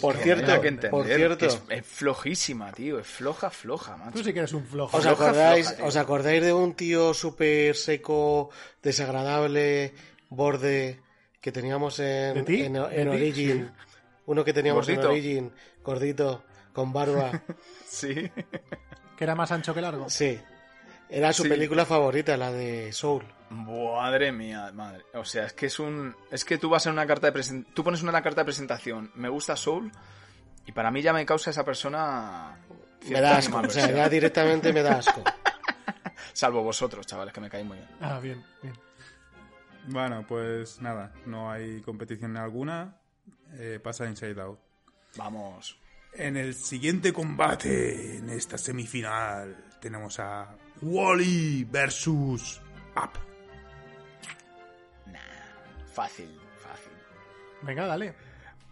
Speaker 3: Pues Por
Speaker 5: No,
Speaker 3: cierto,
Speaker 5: no la
Speaker 4: Hay que
Speaker 5: entendéis.
Speaker 4: entender
Speaker 3: por cierto.
Speaker 4: que Es, es flojísima, tío. Es floja, floja,
Speaker 5: Tú
Speaker 4: macho.
Speaker 5: sí que eres un flojo.
Speaker 3: ¿Os
Speaker 4: sea, Floja,
Speaker 3: acordáis,
Speaker 4: floja, tío.
Speaker 3: ¿Os acordáis de un tío súper seco, desagradable, borde, que teníamos
Speaker 5: ¿De
Speaker 3: en,
Speaker 5: ti?
Speaker 3: en,
Speaker 5: ¿De
Speaker 3: en
Speaker 5: ti?
Speaker 3: Origin? Uno que teníamos
Speaker 4: Gordito.
Speaker 3: en Origin, gordito, con barba.
Speaker 4: Sí.
Speaker 5: que era más ancho que largo.
Speaker 3: Sí. Era su
Speaker 4: Sí.
Speaker 3: película favorita, la de Soul.
Speaker 4: Madre mía, madre. O sea, es que es un. Es que tú vas a una carta de presentación. Tú pones una carta de presentación, me gusta Soul, y para mí ya me causa esa persona.
Speaker 3: Me
Speaker 4: cierta
Speaker 3: da asco, o
Speaker 4: animadversión.
Speaker 3: sea, ya directamente me da asco.
Speaker 4: Salvo vosotros, chavales, que me caéis muy bien.
Speaker 5: Ah, bien, bien.
Speaker 6: Bueno, pues nada, no hay competición alguna. eh, pasa Inside Out.
Speaker 4: Vamos.
Speaker 6: En el siguiente combate, en esta semifinal, tenemos a Wally versus Up.
Speaker 4: Fácil, fácil.
Speaker 5: Venga, dale.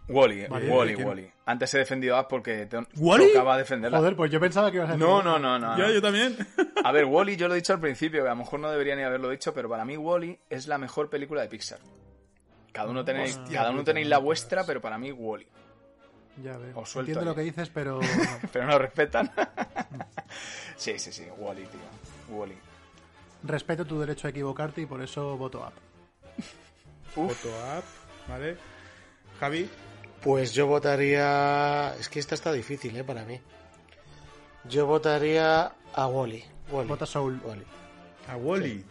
Speaker 4: Wally,
Speaker 5: Vale,
Speaker 4: Wally,
Speaker 6: ¿quién?
Speaker 4: Wally. Antes he defendido a porque te-
Speaker 6: ¿Wally?
Speaker 4: tocaba defenderla.
Speaker 5: Joder, pues yo pensaba que ibas a decir.
Speaker 4: No, no, no, no. no.
Speaker 6: Ya, yo también.
Speaker 4: A ver, Wally, yo lo he dicho al principio, que a lo mejor no debería ni haberlo dicho, pero para mí Wally es la mejor película de Pixar. Cada uno tenéis,
Speaker 6: Hostia
Speaker 4: cada uno
Speaker 6: puta,
Speaker 4: tenéis
Speaker 6: no
Speaker 4: la
Speaker 6: me
Speaker 4: vuestra,
Speaker 6: jodas.
Speaker 4: pero para mí Wally.
Speaker 5: Ya veo.
Speaker 4: Os suelto
Speaker 5: Entiendo
Speaker 4: ahí.
Speaker 5: lo que dices, pero. no.
Speaker 4: Pero no lo respetan. sí, sí, sí, Wally, tío. Wally.
Speaker 5: Respeto tu derecho a equivocarte y por eso voto up.
Speaker 4: Uf,
Speaker 6: Foto Up, ¿vale? Javi,
Speaker 3: Pues yo votaría. Es que esta está difícil, ¿eh? Para mí. Yo votaría a Wally. Wally.
Speaker 5: Vota Soul.
Speaker 3: Wall-E.
Speaker 6: a Wally.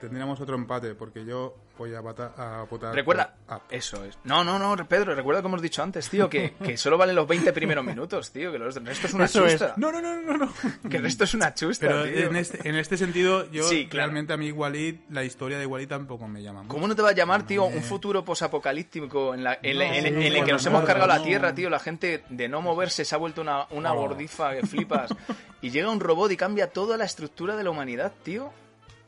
Speaker 6: Tendríamos otro empate porque yo voy a, vota- a votar.
Speaker 4: recuerda.
Speaker 6: por Up.
Speaker 4: Eso es. No, no, no, Pedro, recuerda como hemos dicho antes, tío, que, que solo valen los 20 primeros minutos, tío, que los- el resto es una
Speaker 5: Eso es.
Speaker 4: chusta.
Speaker 6: No, no, no, no, no.
Speaker 4: Que el resto es una chusta,
Speaker 6: Pero
Speaker 4: tío.
Speaker 6: en este, en este sentido, yo
Speaker 4: Sí, claro.
Speaker 6: realmente a mí Wally, la historia de Wally tampoco me llama. mucho.
Speaker 4: ¿Cómo no te va a llamar, tío, un futuro posapocalíptico en, la- en la-
Speaker 6: No,
Speaker 4: en-
Speaker 6: sí,
Speaker 4: en el
Speaker 6: por
Speaker 4: que nos
Speaker 6: la
Speaker 4: hemos
Speaker 6: mierda,
Speaker 4: cargado la
Speaker 6: no.
Speaker 4: Tierra, tío? La gente de no moverse se ha vuelto una, una
Speaker 6: Oh.
Speaker 4: gordifa que flipas. y llega un robot y cambia toda la estructura de la humanidad, tío,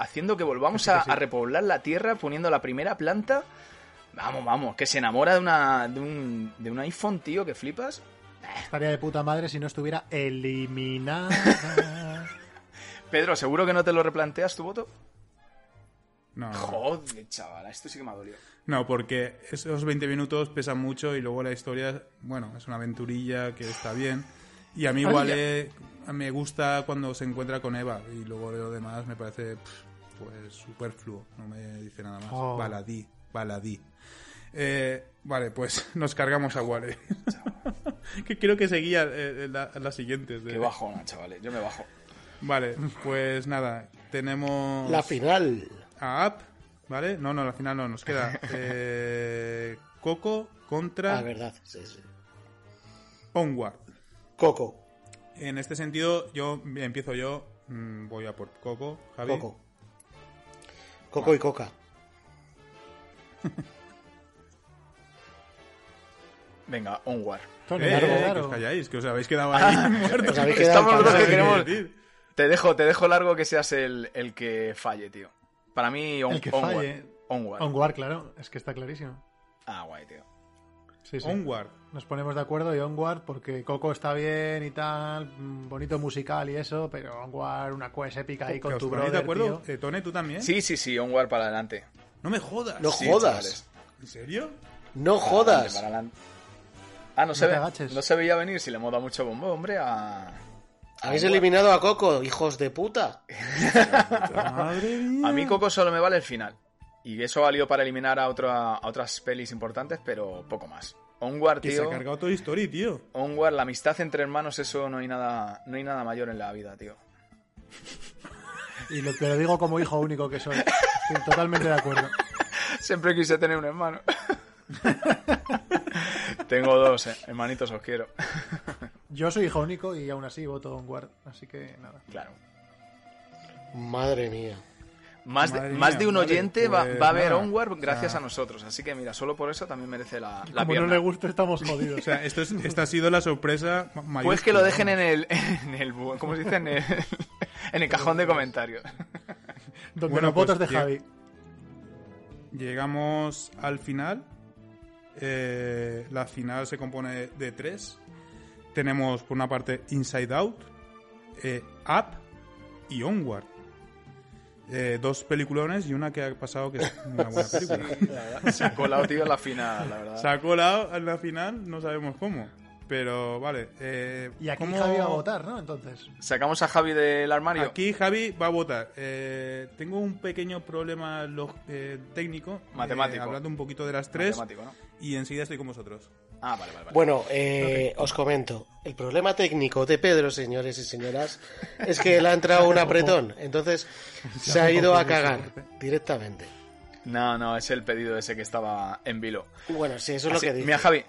Speaker 4: haciendo que volvamos a, a repoblar la Tierra poniendo la primera planta. Vamos, vamos, que se enamora de, una, de, un, de un iPhone, tío, que flipas.
Speaker 5: Estaría de puta madre si no estuviera eliminada.
Speaker 4: Pedro, ¿seguro que no te lo replanteas tu voto?
Speaker 6: No, no.
Speaker 4: Joder, chaval, esto sí que me ha dolido.
Speaker 6: No, porque esos 20 minutos pesan mucho y luego la historia, bueno, es una aventurilla que está bien. Y a mí igual eh, me gusta cuando se encuentra con Eva y luego lo demás me parece pf, pues superfluo, no me dice nada más.
Speaker 5: Oh.
Speaker 6: Baladí, baladí. Eh, vale, pues nos cargamos a Wale. que creo que seguía eh, la- las siguientes. de-
Speaker 4: Qué bajona, chavales, yo me bajo.
Speaker 6: Vale, pues nada, tenemos
Speaker 3: La final.
Speaker 6: a App, ¿vale? No, no, al final no, nos queda eh, Coco contra
Speaker 3: Ah, verdad. sí, sí.
Speaker 6: Onward.
Speaker 3: Coco.
Speaker 6: En este sentido, yo empiezo yo, mm, voy a por Coco, Javi.
Speaker 3: Coco. Coco y Coca.
Speaker 4: Venga, onward.
Speaker 5: Claro,
Speaker 6: Eh, eh,
Speaker 5: claro,
Speaker 6: que
Speaker 5: claro.
Speaker 6: os calláis, que os habéis quedado ahí muertos.
Speaker 3: Os habéis quedado
Speaker 4: Estamos los dos
Speaker 3: callados.
Speaker 4: que
Speaker 6: ¿Qué
Speaker 4: queremos...
Speaker 6: decir?
Speaker 4: Te dejo, te dejo largo que seas el, el que falle, tío. Para mí, on-
Speaker 5: El que
Speaker 4: onward.
Speaker 5: falle.
Speaker 4: Onward.
Speaker 5: Onward, claro. Es que está clarísimo.
Speaker 4: Ah, guay, tío.
Speaker 5: Sí, sí.
Speaker 6: Onward.
Speaker 5: Nos ponemos de acuerdo y Onward, porque Coco está bien y tal, mm, bonito musical y eso, pero Onward, una quest épica ahí
Speaker 6: ¿Que
Speaker 5: con
Speaker 6: os
Speaker 5: tu
Speaker 6: ponéis
Speaker 5: brother,
Speaker 6: de acuerdo?
Speaker 5: tío.
Speaker 6: Eh, Tone, ¿tú también?
Speaker 4: Sí, sí, sí, onward para adelante.
Speaker 6: No me jodas.
Speaker 3: No
Speaker 4: Sí,
Speaker 3: jodas.
Speaker 4: chavales.
Speaker 6: ¿En serio?
Speaker 3: No
Speaker 4: Para adelante,
Speaker 3: jodas.
Speaker 4: para adelante. Ah, no se,
Speaker 5: te
Speaker 4: ve,
Speaker 5: agaches.
Speaker 4: no se veía venir si le hemos dado mucho bombo, hombre. A,
Speaker 3: Habéis
Speaker 4: Onward.
Speaker 3: eliminado a Coco, hijos de puta.
Speaker 6: Madre mía.
Speaker 4: a mí, Coco solo me vale el final. Y eso ha valido para eliminar a, otra, a otras pelis importantes, pero poco más. Onward,
Speaker 6: Que se ha
Speaker 4: tío.
Speaker 6: cargado Toy Story, tío.
Speaker 4: Onward, la amistad entre hermanos, eso no hay nada, no hay nada mayor en la vida, tío.
Speaker 5: Y lo, te lo digo como hijo único que soy. Estoy totalmente de acuerdo.
Speaker 4: Siempre quise tener un hermano. Tengo dos, eh. hermanitos, os quiero.
Speaker 5: Yo soy hijo único y aún así voto Onward, así que nada.
Speaker 4: Claro.
Speaker 3: Madre mía.
Speaker 4: Más de,
Speaker 6: Madre
Speaker 4: más
Speaker 6: mía,
Speaker 4: de un
Speaker 6: vale,
Speaker 4: oyente va-
Speaker 6: pues
Speaker 4: va, a ver
Speaker 6: nada.
Speaker 4: Onward gracias
Speaker 6: O sea-
Speaker 4: a nosotros. Así que mira, solo por eso también merece la, la
Speaker 5: Como
Speaker 4: pierna.
Speaker 5: no le gusta, estamos jodidos.
Speaker 6: O sea, esto, es- esta ha sido la sorpresa ma- mayor.
Speaker 4: pues que lo dejen en el, en el bu- ¿cómo se dice? En el, en el cajón de comentarios.
Speaker 5: Donde
Speaker 6: bueno,
Speaker 5: los votos
Speaker 6: pues,
Speaker 5: de
Speaker 6: ya-
Speaker 5: Javi.
Speaker 6: Llegamos al final. Eh, la final se compone de tres. Tenemos por una parte Inside Out, eh, Up y Onward. Eh, dos peliculones y una que ha pasado que es una buena película.
Speaker 4: Se ha colado, tío, en la final, la verdad.
Speaker 6: Se ha colado en la final, no sabemos cómo. Pero vale. eh,
Speaker 5: Y aquí
Speaker 6: ¿cómo-
Speaker 5: Javi va a votar, ¿no? Entonces.
Speaker 4: Sacamos a Javi del armario.
Speaker 6: Aquí Javi va a votar. Eh, tengo un pequeño problema lo- eh, técnico. eh,
Speaker 4: Matemático.
Speaker 6: hablando un poquito de las tres.
Speaker 4: Matemático, ¿no?
Speaker 6: Y enseguida estoy con vosotros.
Speaker 4: Ah, vale, vale. vale.
Speaker 3: Bueno, eh, os comento. El problema técnico de Pedro, señores y señoras, es que le ha entrado un apretón. Entonces se ha ido a cagar directamente.
Speaker 4: No, no, es el pedido ese que estaba en vilo.
Speaker 3: Bueno, sí, eso es
Speaker 4: Así-
Speaker 3: lo que dice.
Speaker 4: mira, Javi.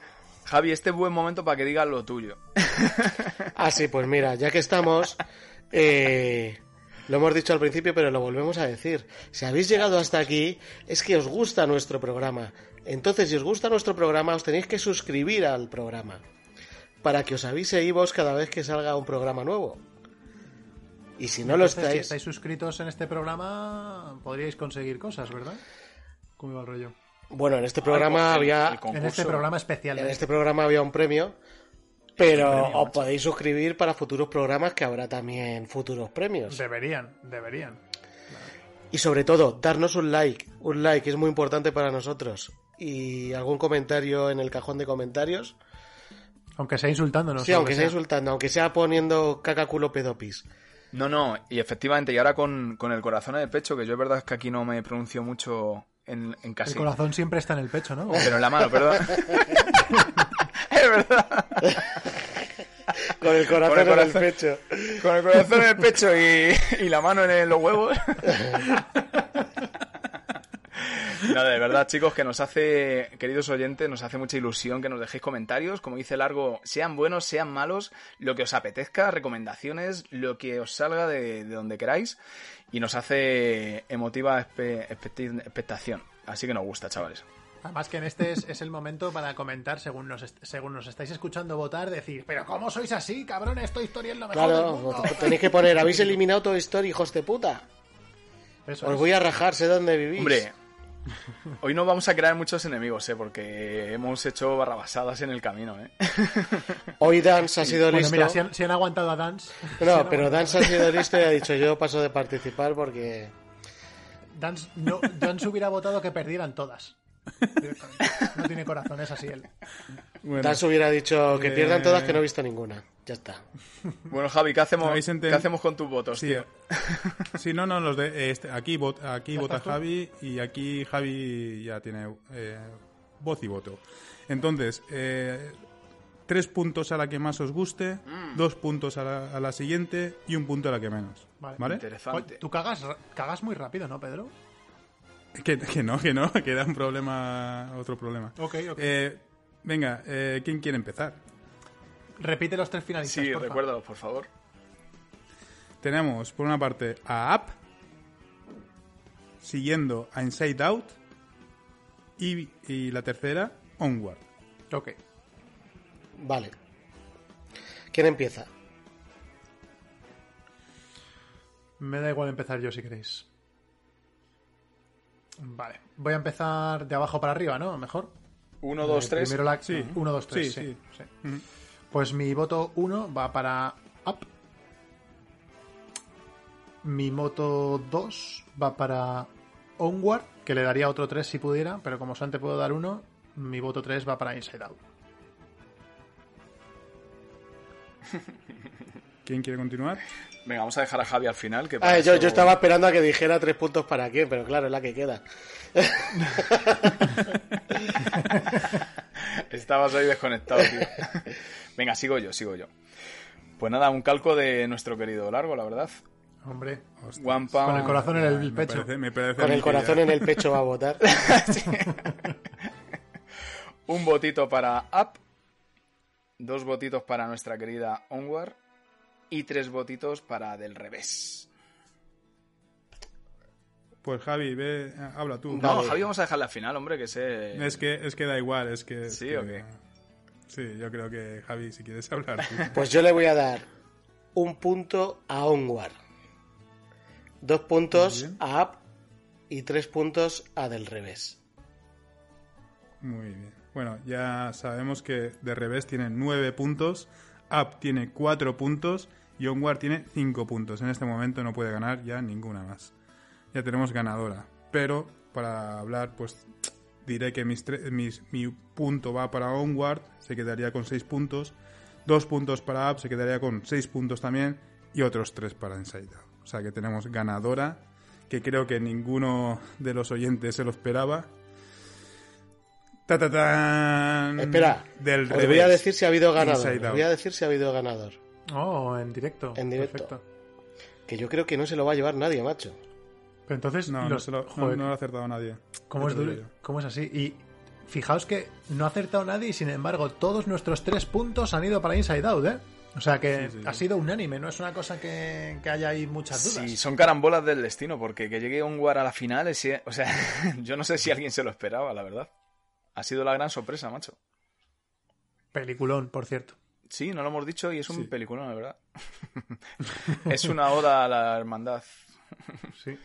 Speaker 4: Javi, este es buen momento para que digas lo tuyo.
Speaker 3: Ah, sí, pues mira, ya que estamos, eh, lo hemos dicho al principio, pero lo volvemos a decir. Si habéis llegado hasta aquí, es que os gusta nuestro programa. Entonces, si os gusta nuestro programa, os tenéis que suscribir al programa. Para que os avise Ivos cada vez que salga un programa nuevo. Y si no lo
Speaker 5: entonces, Si
Speaker 3: estáis,
Speaker 5: estáis suscritos en este programa, podríais conseguir cosas, ¿verdad? ¿Cómo iba el rollo?
Speaker 3: bueno, en este programa
Speaker 4: El- el
Speaker 3: había,
Speaker 4: concurso.
Speaker 5: En este programa especial.
Speaker 3: en
Speaker 5: ¿eh?
Speaker 3: este programa había un premio, pero os podéis suscribir para futuros programas que habrá también futuros premios.
Speaker 5: Deberían, deberían.
Speaker 3: Y sobre todo, darnos un like. Un like es muy importante para nosotros. Y algún comentario en el cajón de comentarios.
Speaker 5: Aunque sea insultándonos.
Speaker 3: sí,
Speaker 5: o lo
Speaker 3: aunque
Speaker 5: que
Speaker 3: sea insultando, aunque sea poniendo caca culo pedopis.
Speaker 4: No, no, y efectivamente, y ahora con, con el corazón en el pecho, que yo es verdad que aquí no me pronuncio mucho en, en
Speaker 5: El
Speaker 4: casi.
Speaker 5: corazón siempre está en el pecho, ¿no?
Speaker 4: Pero en la mano, perdón. es verdad.
Speaker 3: Con el corazón,
Speaker 4: Con el
Speaker 3: en
Speaker 4: corazón.
Speaker 3: el pecho.
Speaker 4: Con el corazón en el pecho y, y la mano en el- los huevos. No, de verdad, chicos, que nos hace, queridos oyentes, nos hace mucha ilusión que nos dejéis comentarios. Como dice Largo, sean buenos, sean malos, lo que os apetezca, recomendaciones, lo que os salga de, de donde queráis. Y nos hace emotiva espe- expecti- expectación. Así que nos gusta, chavales.
Speaker 5: Además que en este es, es el momento para comentar, según nos, est- según nos estáis escuchando votar, decir, pero ¿cómo sois así, cabrón? Esta historia es lo mejor del
Speaker 3: Claro,
Speaker 5: mundo.
Speaker 3: tenéis que poner, habéis eliminado Toy Story, hijos de puta.
Speaker 5: Eso
Speaker 3: Os
Speaker 5: es.
Speaker 3: voy a rajar, sé dónde vivís.
Speaker 4: Hombre, hoy no vamos a crear muchos enemigos, ¿eh? Porque hemos hecho barrabasadas en el camino, ¿eh?
Speaker 3: Hoy Dance ha sido
Speaker 5: Bueno,
Speaker 3: listo.
Speaker 5: mira, si han, si han aguantado a Dance. si han
Speaker 3: No, pero
Speaker 5: aguantado-
Speaker 3: Dance ha sido listo y ha dicho yo paso de participar porque...
Speaker 5: Dance, no, Dance hubiera votado que perdieran todas. Directamente. No tiene corazón, es así él.
Speaker 6: Bueno,
Speaker 3: Dance hubiera dicho que pierdan
Speaker 6: Eh.
Speaker 3: todas que no he visto ninguna. Ya está.
Speaker 4: Bueno, Javi, ¿qué hacemos,
Speaker 6: ¿Habéis enten-
Speaker 4: ¿qué hacemos con tus votos,
Speaker 6: sí,
Speaker 4: tío?
Speaker 6: sí, no, no, los de, eh, este, aquí, vot- aquí vota Javi y aquí Javi ya tiene eh, voz y voto. Entonces, eh, tres puntos a la que más os guste, dos puntos a la, a la siguiente y un punto a la que menos.
Speaker 5: Vale.
Speaker 6: ¿Vale?
Speaker 4: Interesante.
Speaker 5: Tú cagas, cagas muy rápido, ¿no, Pedro?
Speaker 6: Que, que no, que no, que da un problema, otro problema.
Speaker 5: Ok, ok.
Speaker 6: Eh, venga, eh, ¿quién quiere empezar?
Speaker 5: Repite los tres finalistas.
Speaker 4: Sí,
Speaker 5: porfa.
Speaker 4: recuérdalos, por favor.
Speaker 6: Tenemos por una parte a Up, siguiendo a Inside Out y, y la tercera, Onward.
Speaker 5: Ok.
Speaker 3: Vale. ¿Quién empieza?
Speaker 5: Me da igual empezar yo si queréis. Vale. Voy a empezar de abajo para arriba, ¿no? Mejor.
Speaker 4: Uno, dos,
Speaker 5: Eh,
Speaker 4: tres.
Speaker 5: Primero la...
Speaker 6: Sí.
Speaker 5: 1, 2, 3.
Speaker 6: Sí, Mm.
Speaker 5: Sí, sí. Pues mi voto 1 va para Up. Mi voto 2 va para Onward, que le daría otro 3 si pudiera, pero como solamente puedo dar uno, mi voto 3 va para Inside Out.
Speaker 6: ¿Quién quiere continuar?
Speaker 4: Venga, vamos a dejar a Javi al final. Que
Speaker 3: Ah,
Speaker 4: para
Speaker 3: yo,
Speaker 4: eso-
Speaker 3: yo estaba esperando a que dijera tres puntos para quién, pero claro, es la que queda.
Speaker 4: Estabas ahí desconectado, tío. Venga, sigo yo, sigo yo. Pues nada, un calco de nuestro querido Largo, la verdad.
Speaker 5: Hombre,
Speaker 6: Ostras.
Speaker 4: One pound.
Speaker 5: con el corazón en el
Speaker 6: Ah, Me
Speaker 5: pecho.
Speaker 6: parece- me parece
Speaker 3: Con
Speaker 6: a
Speaker 3: el
Speaker 6: mí que
Speaker 3: corazón
Speaker 6: ya-
Speaker 3: en el pecho va a votar.
Speaker 4: Un botito para Up. Dos botitos para nuestra querida Onward. Y tres botitos para Del Revés.
Speaker 6: Pues Javi, ve, habla tú.
Speaker 4: No,
Speaker 3: Vale.
Speaker 4: Javi, vamos a dejarla al final, hombre, que se...
Speaker 6: Es que, es que da igual, es que... es
Speaker 4: ¿Sí
Speaker 6: que-
Speaker 4: o qué?
Speaker 6: Sí, yo creo que Javi, si quieres hablar tú.
Speaker 3: Pues yo le voy a dar un punto a Onward, dos puntos a Up y tres puntos a Del Revés.
Speaker 6: Muy bien. Bueno, ya sabemos que de revés tiene 9 puntos, Up tiene 4 puntos y Onward tiene 5 puntos. En este momento no puede ganar ya ninguna más. Ya tenemos ganadora. Pero para hablar, pues diré que mis tre- mis- mi punto va para Onward, se quedaría con 6 puntos. Dos puntos para Up, se quedaría con 6 puntos también. Y otros 3 para Inside Out. O sea que tenemos ganadora, que creo que ninguno de los oyentes se lo esperaba. Ta, ta, tan.
Speaker 3: Espera,
Speaker 6: Mm, del
Speaker 3: os voy a
Speaker 6: revés.
Speaker 3: decir si ha habido ganador.
Speaker 6: Inside
Speaker 3: os
Speaker 6: Out.
Speaker 3: voy a decir si ha habido ganador.
Speaker 5: Oh, en directo.
Speaker 3: En directo.
Speaker 5: Perfecto.
Speaker 3: Que yo creo que no se lo va a llevar nadie, macho.
Speaker 5: Pero entonces,
Speaker 6: No, no,
Speaker 5: los-
Speaker 6: se lo, no-
Speaker 5: joder,
Speaker 6: no lo ha acertado nadie.
Speaker 5: ¿cómo,
Speaker 6: Ya
Speaker 5: es
Speaker 6: te lo
Speaker 5: duro-
Speaker 6: digo yo.
Speaker 5: cómo es así? Y fijaos que no ha acertado nadie y sin embargo todos nuestros tres puntos han ido para Inside Out, ¿eh? O sea que
Speaker 6: Sí, sí, sí.
Speaker 5: ha sido unánime, no es una cosa que, que haya ahí muchas dudas.
Speaker 4: Sí, son carambolas del destino, porque que llegue Onward a la final, ese- o sea, yo no sé si alguien se lo esperaba, la verdad. Ha sido la gran sorpresa, macho.
Speaker 5: Peliculón, por cierto.
Speaker 4: Sí, no lo hemos dicho y es un
Speaker 6: Sí.
Speaker 4: peliculón, la verdad. es una oda a la hermandad,
Speaker 5: Sí.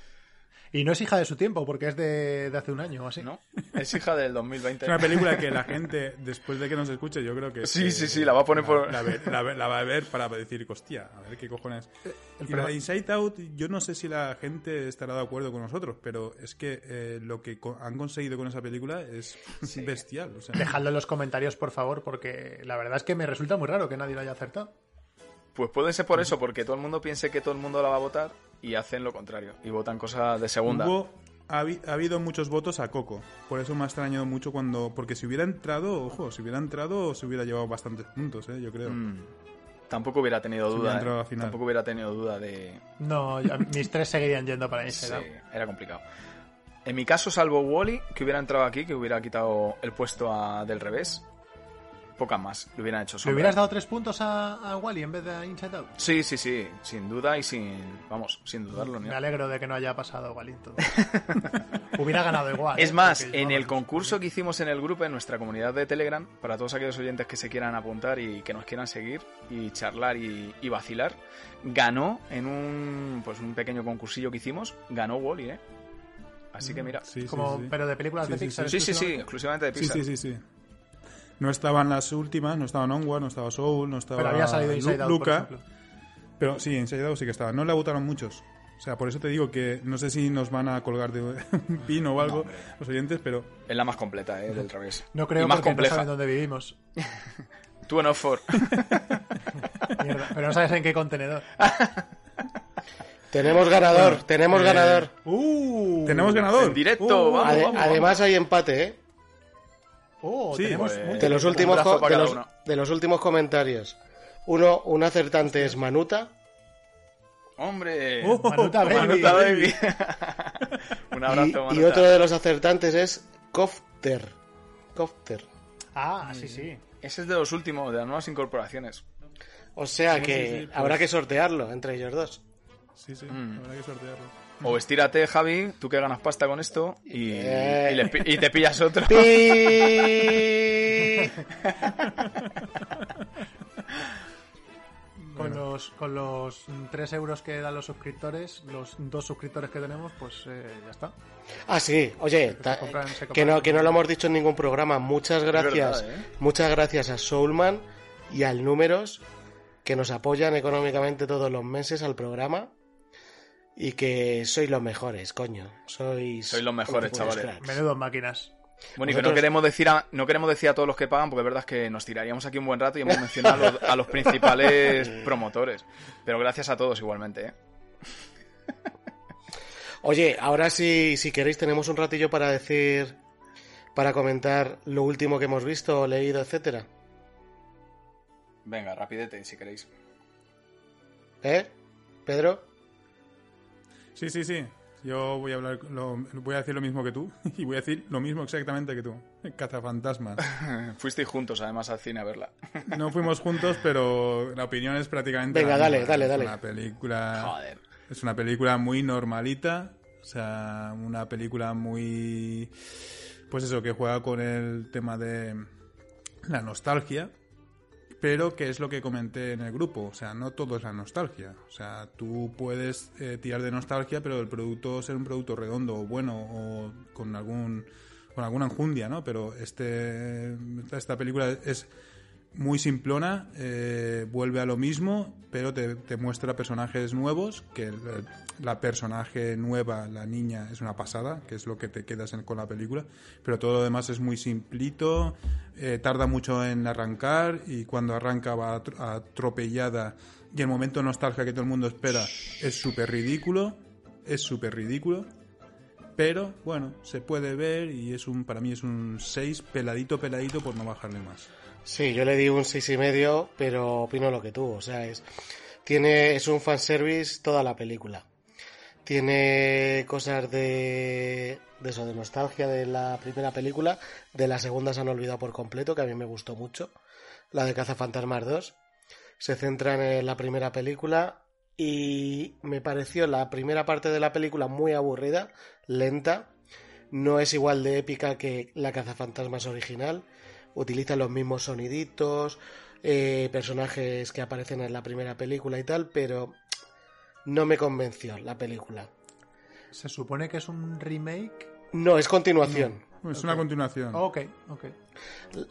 Speaker 5: Y no es hija de su tiempo, porque es de, de hace un año o así.
Speaker 4: ¿no? Es hija del
Speaker 6: Es
Speaker 4: 2020.
Speaker 6: una película que la gente, después de que nos escuche, yo creo que...
Speaker 4: Sí,
Speaker 6: que
Speaker 4: sí, sí, la va a poner
Speaker 6: la-
Speaker 4: por-
Speaker 6: La, ve- la ve- la va a ver para decir, hostia, a ver qué cojones...
Speaker 5: el
Speaker 6: Y la
Speaker 5: problema-
Speaker 6: de Inside Out, yo no sé si la gente estará de acuerdo con nosotros, pero es que eh, lo que co- han conseguido con esa película es bestial. O sea,
Speaker 5: Dejadlo en los comentarios, por favor, porque la verdad es que me resulta muy raro que nadie lo haya acertado.
Speaker 4: Pues puede ser por eso, porque todo el mundo piense que todo el mundo la va a votar y hacen lo contrario. Y votan cosas de segunda.
Speaker 6: Hubo, ha, habi- ha habido muchos votos a Coco. Por eso me ha extrañado mucho cuando. Porque si hubiera entrado, ojo, si hubiera entrado, se hubiera llevado bastantes puntos, eh, yo creo.
Speaker 4: Mm. Tampoco hubiera tenido
Speaker 6: Se hubiera
Speaker 4: duda.
Speaker 6: entrado
Speaker 4: ¿eh?
Speaker 6: a final.
Speaker 4: Tampoco hubiera tenido duda de.
Speaker 5: No, ya- mis tres seguirían yendo para
Speaker 4: Sí,
Speaker 5: Inside Out.
Speaker 4: era complicado. En mi caso, salvo Wally, que hubiera entrado aquí, que hubiera quitado el puesto a- del revés, pocas más le hubieran hecho
Speaker 5: ¿Le
Speaker 4: sombra.
Speaker 5: hubieras dado tres puntos a, a Wally en vez de a Inside Out?
Speaker 4: Sí, sí, sí, sin duda y sin. Vamos, sin dudarlo. ni
Speaker 5: Me
Speaker 4: nada.
Speaker 5: alegro de que no haya pasado Wally. en todo. Hubiera ganado igual.
Speaker 4: Es
Speaker 5: ¿eh?
Speaker 4: más,
Speaker 5: Porque,
Speaker 4: en
Speaker 5: vamos,
Speaker 4: el concurso que hicimos en el grupo, en nuestra comunidad de Telegram, para todos aquellos oyentes que se quieran apuntar y que nos quieran seguir y charlar y, y vacilar, ganó en un, pues un pequeño concursillo que hicimos, ganó Wally, ¿eh? Así que mira.
Speaker 6: Sí, sí,
Speaker 5: como-
Speaker 6: sí.
Speaker 5: Pero de películas
Speaker 6: Sí,
Speaker 5: de
Speaker 6: sí,
Speaker 5: Pixar.
Speaker 4: Sí, sí, sí, exclusivamente
Speaker 5: exclusivamente.
Speaker 4: de
Speaker 6: Sí,
Speaker 4: Pixar.
Speaker 6: sí, sí, sí. No estaban las últimas, no estaban Onward, no estaba Soul, no estaba.
Speaker 5: Pero había salido
Speaker 6: Ah, Lu-
Speaker 5: Inside Out,
Speaker 6: Luca,
Speaker 5: por ejemplo.
Speaker 6: pero sí, Inside Out sí que estaba. No la votaron muchos. O sea, por eso te digo que no sé si nos van a colgar de un pino o algo los oyentes, pero
Speaker 4: Es la más completa, ¿eh? Del revés.
Speaker 5: No creo
Speaker 4: y más
Speaker 5: porque no
Speaker 4: compleja. oh
Speaker 5: saben dónde vivimos.
Speaker 4: Tú en Oxford.
Speaker 5: Mierda, pero no sabes en qué contenedor.
Speaker 3: Tenemos ganador,
Speaker 6: Bueno,
Speaker 3: tenemos
Speaker 6: eh,
Speaker 3: ganador.
Speaker 5: ¡Uh!
Speaker 6: tenemos ganador.
Speaker 4: en directo,
Speaker 6: Uh,
Speaker 4: vamos.
Speaker 3: Ade- además hay empate, ¿eh?
Speaker 5: ¡Oh!
Speaker 6: Sí,
Speaker 5: tenemos
Speaker 4: pues,
Speaker 5: mucho-
Speaker 6: Eh,
Speaker 3: De los
Speaker 4: Un
Speaker 3: últimos,
Speaker 4: brazo
Speaker 3: co-
Speaker 4: para
Speaker 3: de
Speaker 4: cada
Speaker 3: los,
Speaker 4: uno.
Speaker 3: de los últimos comentarios. Uno, un acertante es Manuta.
Speaker 4: Hombre.
Speaker 6: Oh,
Speaker 5: Manuta Baby.
Speaker 4: Manuta baby. un abrazo,
Speaker 3: Y, y
Speaker 4: Manuta.
Speaker 3: otro de los acertantes es Cofter. Cofter.
Speaker 5: Ah, sí, sí.
Speaker 4: Ese es de los últimos, de las nuevas incorporaciones.
Speaker 3: O sea que
Speaker 6: sí, sí, pues.
Speaker 3: habrá que sortearlo entre ellos dos.
Speaker 6: Sí, sí,
Speaker 4: Mm.
Speaker 6: habrá que sortearlo.
Speaker 4: O estírate, Javi, tú que ganas pasta con esto y,
Speaker 3: Eh.
Speaker 4: y le pi- y te pillas otro.
Speaker 3: Pi-
Speaker 5: Con los, con los 3 euros que dan los suscriptores, los dos suscriptores que tenemos, pues eh, ya está.
Speaker 3: Ah, sí, oye, ta-
Speaker 5: Se compran- se
Speaker 3: que,
Speaker 5: compran.
Speaker 3: no, que no lo hemos dicho en ningún programa. Muchas gracias.
Speaker 4: verdad, ¿eh?
Speaker 3: Muchas gracias a Soulman y al Números, que nos apoyan económicamente todos los meses al programa. Y que sois los mejores, coño. Sois,
Speaker 4: Sois los mejores,
Speaker 3: auténticos
Speaker 4: chavales.
Speaker 3: cracks.
Speaker 5: Menudos máquinas.
Speaker 4: Bueno, y que
Speaker 3: Nosotros-
Speaker 4: no queremos, decir a, no queremos decir a todos los que pagan, porque la verdad es que nos tiraríamos aquí un buen rato y hemos mencionado a los, a los principales promotores. Pero gracias a todos igualmente, ¿eh?
Speaker 3: Oye, ahora sí, si queréis, tenemos un ratillo para decir, para comentar lo último que hemos visto, leído, etcétera.
Speaker 4: Venga, rapidete, si queréis.
Speaker 3: ¿Eh? ¿Pedro?
Speaker 6: Sí, sí, sí. Yo voy a hablar, lo- voy a decir lo mismo que tú y voy a decir lo mismo exactamente que tú. Cazafantasmas.
Speaker 4: Fuisteis juntos, además, al cine a verla.
Speaker 6: No fuimos juntos, pero la opinión es prácticamente.
Speaker 3: Venga,
Speaker 6: la
Speaker 3: dale,
Speaker 6: misma.
Speaker 3: dale,
Speaker 6: Es
Speaker 3: dale.
Speaker 6: Una película.
Speaker 4: Joder.
Speaker 6: Es una película muy normalita. O sea, una película muy. Pues eso, que juega con el tema de la nostalgia. Pero que es lo que comenté en el grupo. O sea, no todo es la nostalgia. O sea, tú puedes eh, tirar de nostalgia, pero el producto ser un producto redondo o bueno o con algún con alguna enjundia, ¿no? Pero este esta película es muy simplona, eh, vuelve a lo mismo, pero te, te muestra personajes nuevos, que el- la personaje nueva, la niña, es una pasada, que es lo que te quedas en- con la película, pero todo lo demás es muy simplito, eh, tarda mucho en arrancar y cuando arranca va atro- atropellada y el momento de nostalgia que todo el mundo espera es súper ridículo, es súper ridículo. Pero bueno, se puede ver y es un para mí es un 6 peladito peladito por no bajarle más.
Speaker 3: Sí, yo le di un seis y medio, pero opino lo que tú. O sea, es, tiene, es un fanservice toda la película. Tiene cosas de, de eso, de nostalgia de la primera película. De la segunda se han olvidado por completo, que a mí me gustó mucho. La de Cazafantasmas 2. Se centran en eh, la primera película y me pareció la primera parte de la película muy aburrida, lenta. No es igual de épica que la Cazafantasmas original utilizan los mismos soniditos, eh, personajes que aparecen en la primera película y tal, pero no me convenció la película.
Speaker 5: Se supone que es un remake.
Speaker 3: No, es continuación.
Speaker 6: Es una continuación.
Speaker 4: Oh.
Speaker 5: Ok, ok.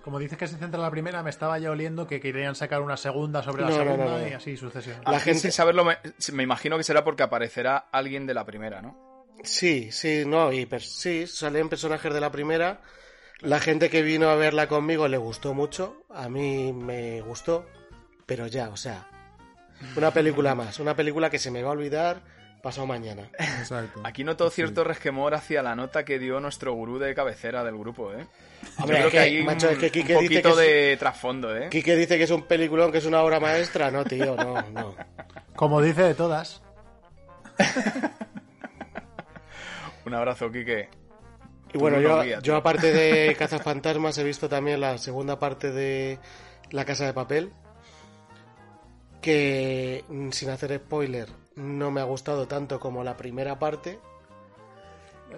Speaker 5: Como dices que se centra en la primera, me estaba ya oliendo que querían sacar una segunda sobre la
Speaker 3: No, no,
Speaker 5: segunda
Speaker 3: no, no, no.
Speaker 5: y así sucesivamente.
Speaker 3: La
Speaker 4: La gente
Speaker 3: gente-
Speaker 4: sin Ah, saberlo, me, me imagino que será porque aparecerá alguien de la primera, ¿no?
Speaker 3: Sí, sí, no, y per- sí, salen personajes de la primera. La gente que vino a verla conmigo le gustó mucho, a mí me gustó, pero ya, o sea, una
Speaker 4: Mm.
Speaker 3: película más, una película que se me va a olvidar pasado mañana.
Speaker 6: Exacto.
Speaker 4: Aquí noto cierto resquemor hacia la nota que dio nuestro gurú de cabecera del grupo, ¿eh?
Speaker 3: Hombre, es
Speaker 4: Yo creo que,
Speaker 3: que,
Speaker 4: hay un,
Speaker 3: macho, es que
Speaker 4: un
Speaker 3: Quique dice
Speaker 4: poquito
Speaker 3: que es-
Speaker 4: de trasfondo, ¿eh?
Speaker 3: Quique dice que es un peliculón, que es una obra maestra. No, tío, no, no.
Speaker 5: Como dice de todas.
Speaker 4: Un abrazo, Quique.
Speaker 3: Y bueno,
Speaker 4: Tú no
Speaker 3: yo,
Speaker 4: rías,
Speaker 3: yo
Speaker 4: tío.
Speaker 3: aparte de Cazafantasmas he visto también la segunda parte de La Casa de Papel, que mm, sin hacer spoiler no me ha gustado tanto como la primera parte,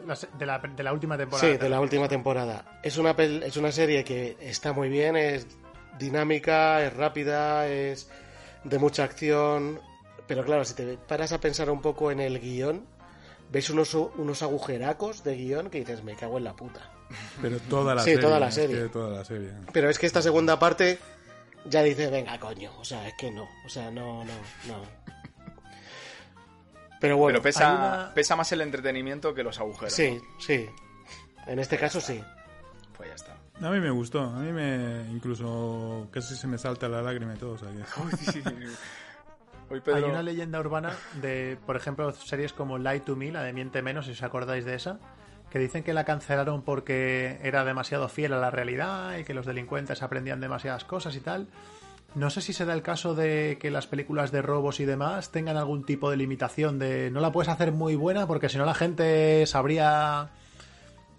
Speaker 5: La se- De la, de la última temporada.
Speaker 3: sí, de la última temporada. Es una, pel- es una serie que está muy bien, es dinámica, es rápida, es de mucha acción, pero claro, si te paras a pensar un poco en el guión, ves unos, unos agujeracos de guión que dices, me cago en la puta.
Speaker 6: Pero toda la
Speaker 3: Sí,
Speaker 6: serie.
Speaker 3: toda la
Speaker 6: es
Speaker 3: serie.
Speaker 6: que toda la serie.
Speaker 3: Pero es que esta segunda parte ya dice, venga, coño, o sea, es que no, o sea, no, no, no. Pero bueno,
Speaker 4: Pero pesa,
Speaker 5: hay una-
Speaker 4: pesa más el entretenimiento que los agujeros.
Speaker 3: sí, sí. En este caso sí.
Speaker 4: ¿no? Pues ya está.
Speaker 6: A mí me gustó, a mí me incluso casi se me salta la lágrima y todo, o sea que-
Speaker 4: Hoy Pedro...
Speaker 5: Hay una leyenda urbana de, por ejemplo, series como Lie to Me, la de Miente Menos, si os acordáis de esa, que dicen que la cancelaron porque era demasiado fiel a la realidad y que los delincuentes aprendían demasiadas cosas y tal. No sé si será el caso de que las películas de robos y demás tengan algún tipo de limitación de no la puedes hacer muy buena porque si no la gente sabría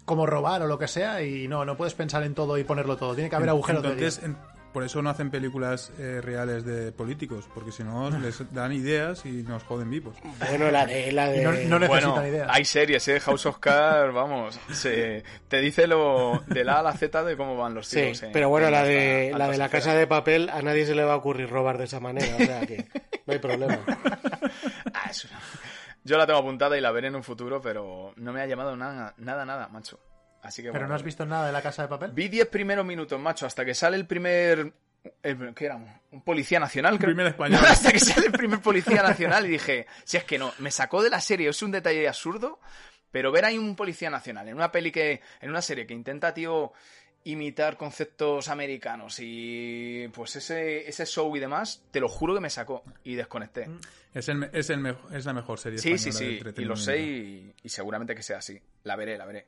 Speaker 5: cómo robar o lo que sea y no, no puedes pensar en todo y ponerlo todo. Tiene que haber agujeros de
Speaker 6: Entonces,
Speaker 5: guión.
Speaker 6: en- por eso no hacen películas eh, reales de políticos, porque si no les dan ideas y nos joden vivos.
Speaker 3: Bueno, la de... La de...
Speaker 5: Y no- no le-
Speaker 4: eh, Bueno,
Speaker 5: necesitan ideas.
Speaker 4: hay series, ¿eh? House of Cards, vamos, se, te dice lo de la A a la Z de cómo van los
Speaker 3: Sí,
Speaker 4: tiros. en-
Speaker 3: pero bueno,
Speaker 4: en
Speaker 3: la de
Speaker 4: alta-
Speaker 3: la, de
Speaker 4: alta
Speaker 3: la
Speaker 4: esfera.
Speaker 3: casa de papel a nadie se le va a ocurrir robar de esa manera, o sea que no hay problema.
Speaker 4: Ah, es una- Yo la tengo apuntada y la veré en un futuro, pero no me ha llamado nada, nada, nada, macho. Así que
Speaker 5: Pero
Speaker 4: bueno,
Speaker 5: no has visto nada de la casa de papel.
Speaker 4: Vi 10 primeros minutos, macho, hasta que sale el primer. el- ¿Qué éramos? Un policía nacional, creo.
Speaker 6: primer español.
Speaker 4: hasta que sale el primer policía nacional y dije, si es que no, me sacó de la serie, es un detalle absurdo, pero ver ahí un policía nacional en una peli que. en una serie que intenta, tío, imitar conceptos americanos y. pues ese, ese show y demás, te lo juro que me sacó y desconecté.
Speaker 6: Es, el, me- es, el mejo- es la mejor serie
Speaker 4: Sí, sí,
Speaker 6: española de
Speaker 4: sí, y lo
Speaker 6: entretenimiento.
Speaker 4: sé y, y seguramente que sea así. La veré, la veré.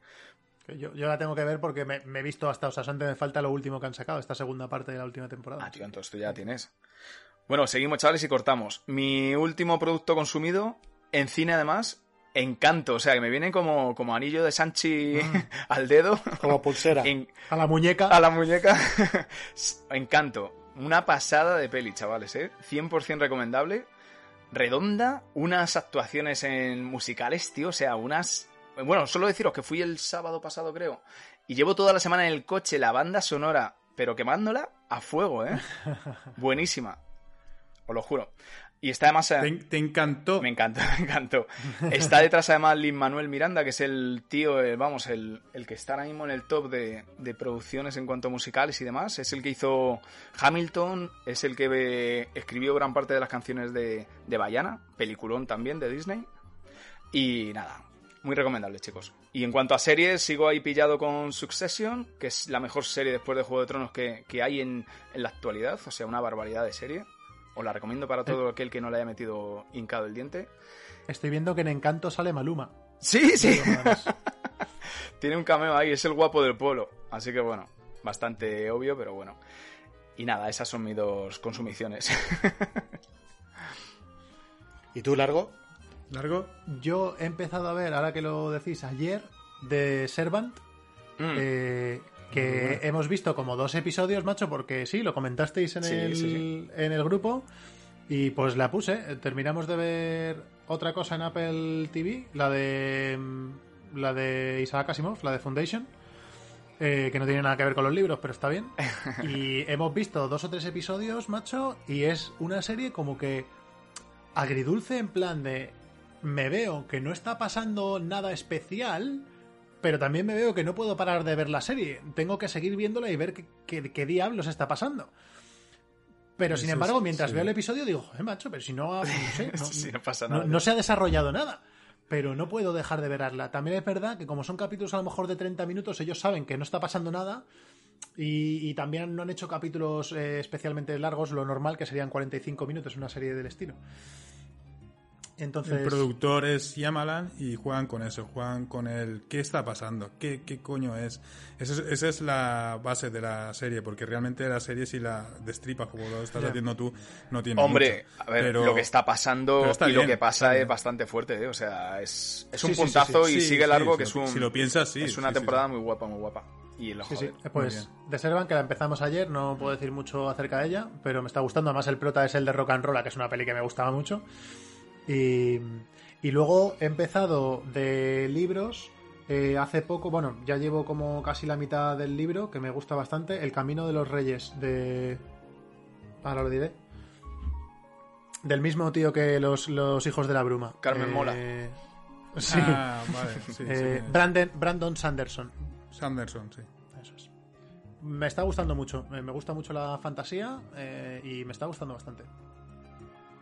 Speaker 5: Que Yo, yo la tengo que ver porque me, me he visto hasta, o sea, antes me falta lo último que han sacado, esta segunda parte de la última temporada.
Speaker 4: Ah, tío, entonces tú ya tienes. Bueno, seguimos, chavales, y cortamos. Mi último producto consumido, en cine además, encanto. O sea, que me viene como, como anillo de Sanchi al dedo.
Speaker 3: Como pulsera.
Speaker 4: En-
Speaker 5: A la muñeca.
Speaker 4: a la muñeca. encanto. Una pasada de peli, chavales, ¿eh? 100% recomendable. Redonda, unas actuaciones en musicales, tío, o sea, unas... Bueno, solo deciros que fui el sábado pasado, creo, y llevo toda la semana en el coche la banda sonora, pero quemándola a fuego, ¿eh? Buenísima. Os lo juro. Y está además.
Speaker 6: Te, te encantó.
Speaker 4: Me encantó, me encantó. Está detrás además Lin Manuel Miranda, que es el tío, el- vamos, el, el que está ahora mismo en el top de, de producciones en cuanto a musicales y demás. Es el que hizo Hamilton, es el que ve- escribió gran parte de las canciones de, de Bayana, peliculón también de Disney. Y nada, muy recomendable, chicos. Y en cuanto a series, sigo ahí pillado con Succession, que es la mejor serie después de Juego de Tronos que, que hay en, en la actualidad. O sea, una barbaridad de serie. Os la recomiendo para todo aquel que no le haya metido hincado el diente.
Speaker 5: Estoy viendo que en Encanto sale Maluma.
Speaker 4: Sí, sí.
Speaker 5: Nada más.
Speaker 4: Tiene un cameo ahí, es el guapo del pueblo. Así que bueno, bastante obvio, pero bueno. Y nada, esas son mis dos consumiciones.
Speaker 3: ¿Y tú, Largo?
Speaker 6: ¿Largo?
Speaker 5: Yo he empezado a ver, ahora que lo decís, ayer, de Servant,
Speaker 4: Mm.
Speaker 5: eh, que hemos visto como dos episodios, macho, porque sí, lo comentasteis en,
Speaker 4: Sí,
Speaker 5: el,
Speaker 4: sí,
Speaker 5: en el grupo. Y pues la puse. Terminamos de ver otra cosa en Apple TV, la de. mm, La de Isaac Asimov, la de Foundation. eh, que no tiene nada que ver con los libros, pero está bien. Y hemos visto dos o tres episodios, macho, y es una serie como que agridulce en plan de me veo que no está pasando nada especial, pero también me veo que no puedo parar de ver la serie. Tengo que seguir viéndola y ver qué, qué- qué diablos está pasando. Pero sin
Speaker 6: Eso
Speaker 5: embargo,
Speaker 6: es-
Speaker 5: mientras
Speaker 6: sí.
Speaker 5: veo el episodio digo, joder, macho, pero si no, ha- no sé, no-
Speaker 4: Mm. Sí, no pasa
Speaker 5: no-
Speaker 4: nada.
Speaker 5: no se ha desarrollado nada. Pero no puedo dejar de verla. También es verdad que como son capítulos a lo mejor de 30 minutos, ellos saben que no está pasando nada. Y, y también no han hecho capítulos eh, especialmente largos, lo normal que serían 45 minutos, una serie del estilo. Entonces,
Speaker 6: El productor es Yamalan y juegan con eso, juegan con el qué está pasando, qué, qué coño es. Esa es, esa es la base de la serie, porque realmente la serie si la destripas como lo estás
Speaker 5: Ya.
Speaker 6: haciendo tú, no tiene
Speaker 4: Hombre,
Speaker 6: mucho.
Speaker 4: a ver,
Speaker 6: Pero-
Speaker 4: lo que está pasando
Speaker 6: pero está
Speaker 4: y lo
Speaker 6: bien,
Speaker 4: que pasa
Speaker 6: está
Speaker 4: es
Speaker 6: bien.
Speaker 4: bastante fuerte, ¿eh? O sea, es, es un
Speaker 5: Sí, sí, sí,
Speaker 4: puntazo
Speaker 6: sí.
Speaker 4: y
Speaker 6: Sí,
Speaker 4: sigue
Speaker 6: sí,
Speaker 4: largo,
Speaker 6: si
Speaker 4: que
Speaker 6: lo-
Speaker 4: es un...
Speaker 6: si lo piensas, sí,
Speaker 4: Es
Speaker 6: sí,
Speaker 4: una
Speaker 6: sí,
Speaker 4: temporada
Speaker 6: sí.
Speaker 4: muy guapa, muy guapa. Y lo
Speaker 5: sí, sí,
Speaker 4: joder.
Speaker 5: eh, pues de Servan, que la empezamos ayer, no puedo decir mucho acerca de ella, pero me está gustando. Además, el prota es el de Rock and Roll, que es una peli que me gustaba mucho. Y, y luego he empezado de libros. eh, hace poco, bueno, ya llevo como casi la mitad del libro, que me gusta bastante. El Camino de los Reyes, de. Ahora lo diré. Del mismo tío que los, los Hijos de la Bruma.
Speaker 4: Carmen Mola.
Speaker 5: Sí.
Speaker 6: Ah, vale, sí, sí,
Speaker 5: Eh,
Speaker 6: sí.
Speaker 5: Brandon, Brandon Sanderson.
Speaker 6: Sanderson, sí.
Speaker 5: Eso es. Me está gustando mucho. eh, Me gusta mucho la fantasía eh, y me está gustando bastante.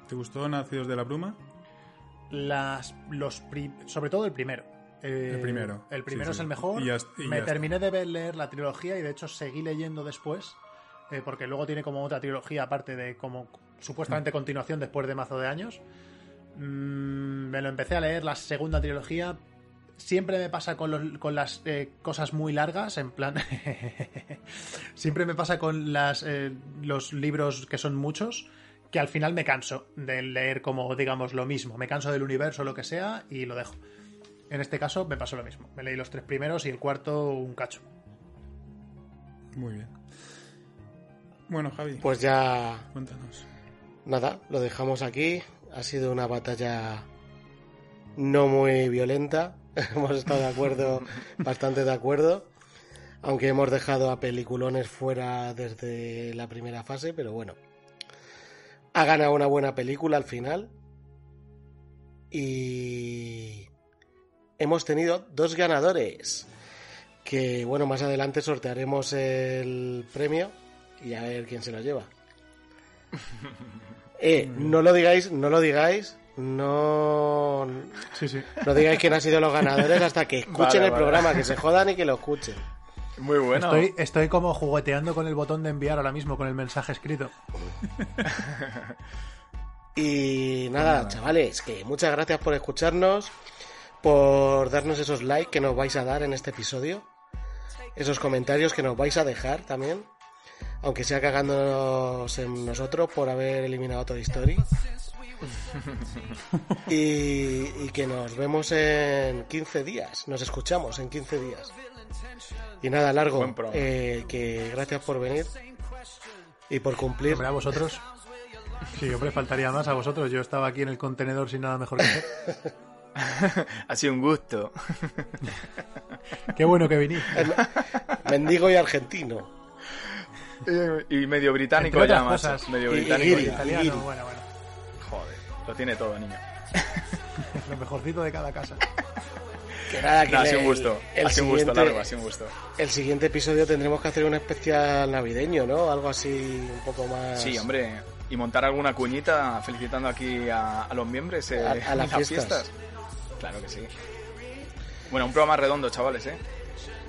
Speaker 6: ¿Te gustó Nacidos de la Bruma?
Speaker 5: Las, los pri- sobre todo el primero. Eh,
Speaker 6: El primero,
Speaker 5: El
Speaker 6: sí,
Speaker 5: primero
Speaker 6: sí.
Speaker 5: es el mejor.
Speaker 6: Y ya est- y
Speaker 5: me
Speaker 6: ya
Speaker 5: terminé de ver- leer la trilogía y de hecho seguí leyendo después. eh, porque luego tiene como otra trilogía aparte de como
Speaker 6: Mm.
Speaker 5: supuestamente continuación después de mazo de años. Mm, me lo empecé a leer la segunda trilogía. Siempre me pasa con, los- con las eh, cosas muy largas, en plan... Siempre me pasa con las, eh, los libros que son muchos, que al final me canso de leer como, digamos, lo mismo. Me canso del universo, lo que sea, y lo dejo. En este caso me pasó lo mismo. Me leí los tres primeros y el cuarto un cacho.
Speaker 6: Muy bien. Bueno, Javi,
Speaker 3: Pues ya
Speaker 6: cuéntanos.
Speaker 3: nada, lo dejamos aquí. Ha sido una batalla no muy violenta. hemos estado de acuerdo, bastante de acuerdo. Aunque hemos dejado a peliculones fuera desde la primera fase, pero bueno. Ha ganado una buena película al final. Y hemos tenido dos ganadores. Que bueno, más adelante sortearemos el premio y a ver quién se lo lleva. Eh,
Speaker 4: Mm.
Speaker 3: no lo digáis, no lo digáis, no, no
Speaker 5: Sí, sí.
Speaker 3: digáis quién han sido los ganadores hasta que escuchen
Speaker 4: Vale,
Speaker 3: el
Speaker 4: vale.
Speaker 3: programa, que se jodan y que lo escuchen.
Speaker 4: Muy bueno.
Speaker 5: Estoy, estoy como jugueteando con el botón de enviar ahora mismo, con el mensaje escrito.
Speaker 3: Y nada, chavales, que muchas gracias por escucharnos, por darnos esos likes que nos vais a dar en este episodio, esos comentarios que nos vais a dejar también, aunque sea cagándonos en nosotros por haber eliminado Toy Story. y, y que nos vemos en 15 días, nos escuchamos en 15 días. Y nada, largo,
Speaker 4: Buen programa.
Speaker 3: eh, que gracias por venir y por cumplir.
Speaker 5: Hombre, a vosotros. Sí, hombre, faltaría más a vosotros. Yo estaba aquí en el contenedor sin nada mejor que hacer.
Speaker 4: Ha sido un gusto.
Speaker 5: Qué bueno que viniste.
Speaker 3: Mendigo y argentino.
Speaker 4: y medio británico
Speaker 5: Entre otras
Speaker 4: ya, macho.
Speaker 5: cosas.
Speaker 4: Medio
Speaker 3: Y- y
Speaker 4: británico
Speaker 3: guiri.
Speaker 4: ya.
Speaker 5: Italiano, bueno, bueno.
Speaker 4: Joder. Lo tiene todo, niño.
Speaker 7: Lo mejorcito de cada casa.
Speaker 3: Que nada, que
Speaker 4: No, ha
Speaker 3: el-
Speaker 4: sido un gusto.
Speaker 3: el
Speaker 4: ha sido un gusto
Speaker 3: siguiente-
Speaker 4: largo, ha sido un gusto.
Speaker 3: El siguiente episodio tendremos que hacer un especial navideño, ¿no? Algo así un poco más...
Speaker 4: Sí, hombre. Y montar alguna cuñita felicitando aquí a, a los miembros eh,
Speaker 3: A- a
Speaker 4: en
Speaker 3: las fiestas.
Speaker 4: Claro que sí. Bueno, un programa redondo, chavales, ¿eh?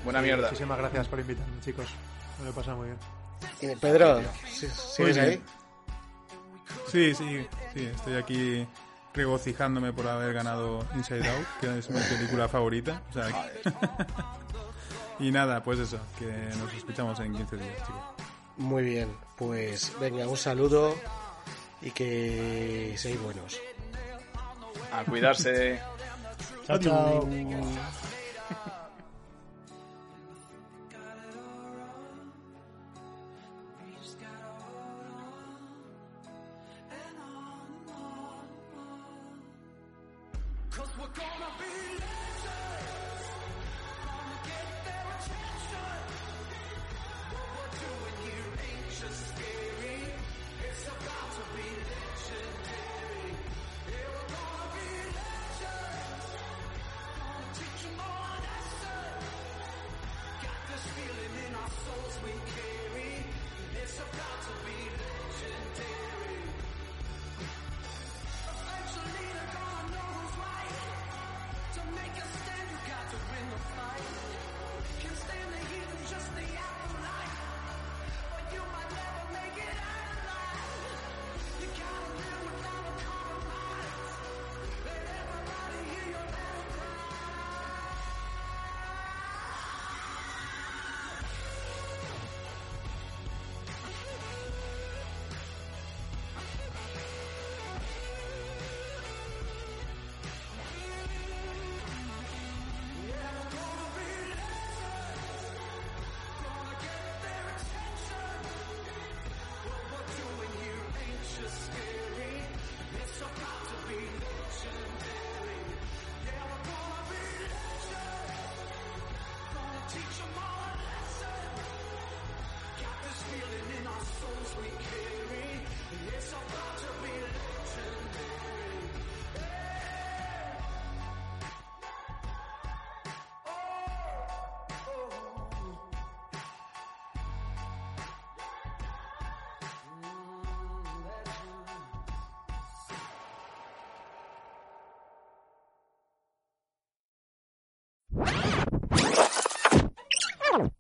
Speaker 4: Buena
Speaker 7: Sí,
Speaker 4: mierda.
Speaker 7: Muchísimas gracias por invitarme, chicos. Me lo he pasado muy bien.
Speaker 3: Eh, Pedro, ¿sí- ¿sigues
Speaker 6: Muy
Speaker 3: ahí?
Speaker 6: bien. Sí, sí, sí, estoy aquí regocijándome por haber ganado Inside Out, que es mi película favorita. o sea que- y nada, pues eso, que nos escuchamos en 15 días, chicos.
Speaker 3: Muy bien, pues venga, un saludo y que seáis buenos.
Speaker 4: A cuidarse.
Speaker 7: Chao, chao.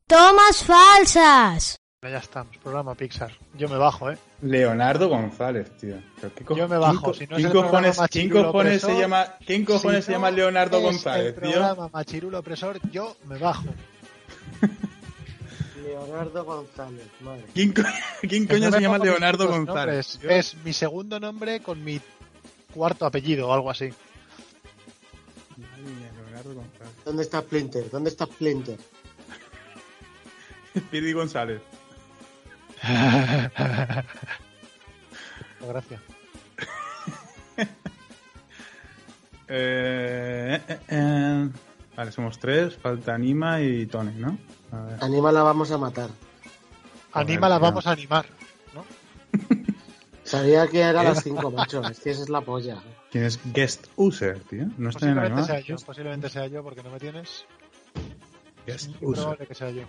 Speaker 2: Tomas falsas.
Speaker 5: Bueno, ya estamos, programa Pixar. Yo me bajo, ¿eh?
Speaker 8: Leonardo González, tío. Pero ¿qué co-
Speaker 5: Yo me
Speaker 8: ¿quién
Speaker 5: bajo,
Speaker 8: co-
Speaker 5: si no es
Speaker 8: ¿quién
Speaker 5: el programa
Speaker 8: cojones,
Speaker 5: más
Speaker 8: ¿quién
Speaker 5: chulo
Speaker 8: cojones se
Speaker 5: opresor,
Speaker 8: llama, ¿quién cojones
Speaker 5: Si
Speaker 8: se
Speaker 5: no
Speaker 8: llama Leonardo
Speaker 5: es
Speaker 8: González,
Speaker 5: el
Speaker 8: tío?
Speaker 5: programa Machirulo Opresor, yo me bajo.
Speaker 9: Leonardo González, madre.
Speaker 8: ¿Quién, co- quién
Speaker 5: Que
Speaker 8: coño
Speaker 5: no
Speaker 8: se
Speaker 5: me
Speaker 8: llama
Speaker 5: pongo mis
Speaker 8: Leonardo
Speaker 5: putos
Speaker 8: González?
Speaker 5: nombres.
Speaker 8: tío?
Speaker 5: Es mi segundo nombre con mi cuarto apellido o algo así.
Speaker 6: Madre mía, Leonardo González.
Speaker 9: ¿Dónde está Splinter? ¿Dónde está Splinter?
Speaker 6: Pidi González.
Speaker 5: Gracias.
Speaker 6: Eh, eh, eh. Vale, somos tres, falta Anima y Tony, ¿no? A ver.
Speaker 9: Anima la vamos a matar.
Speaker 5: Anima, la
Speaker 6: tío.
Speaker 5: vamos a animar.
Speaker 9: Sabía que era a
Speaker 3: ¿Eh?
Speaker 9: las 5, macho. Es que esa es la polla.
Speaker 6: ¿Quién es guest user, tío? No
Speaker 5: Pues
Speaker 6: está en
Speaker 5: Posiblemente
Speaker 6: Anima.
Speaker 5: sea yo, posiblemente sea yo porque no me tienes. Es
Speaker 6: Guest
Speaker 5: muy
Speaker 6: user.
Speaker 5: probable que sea yo.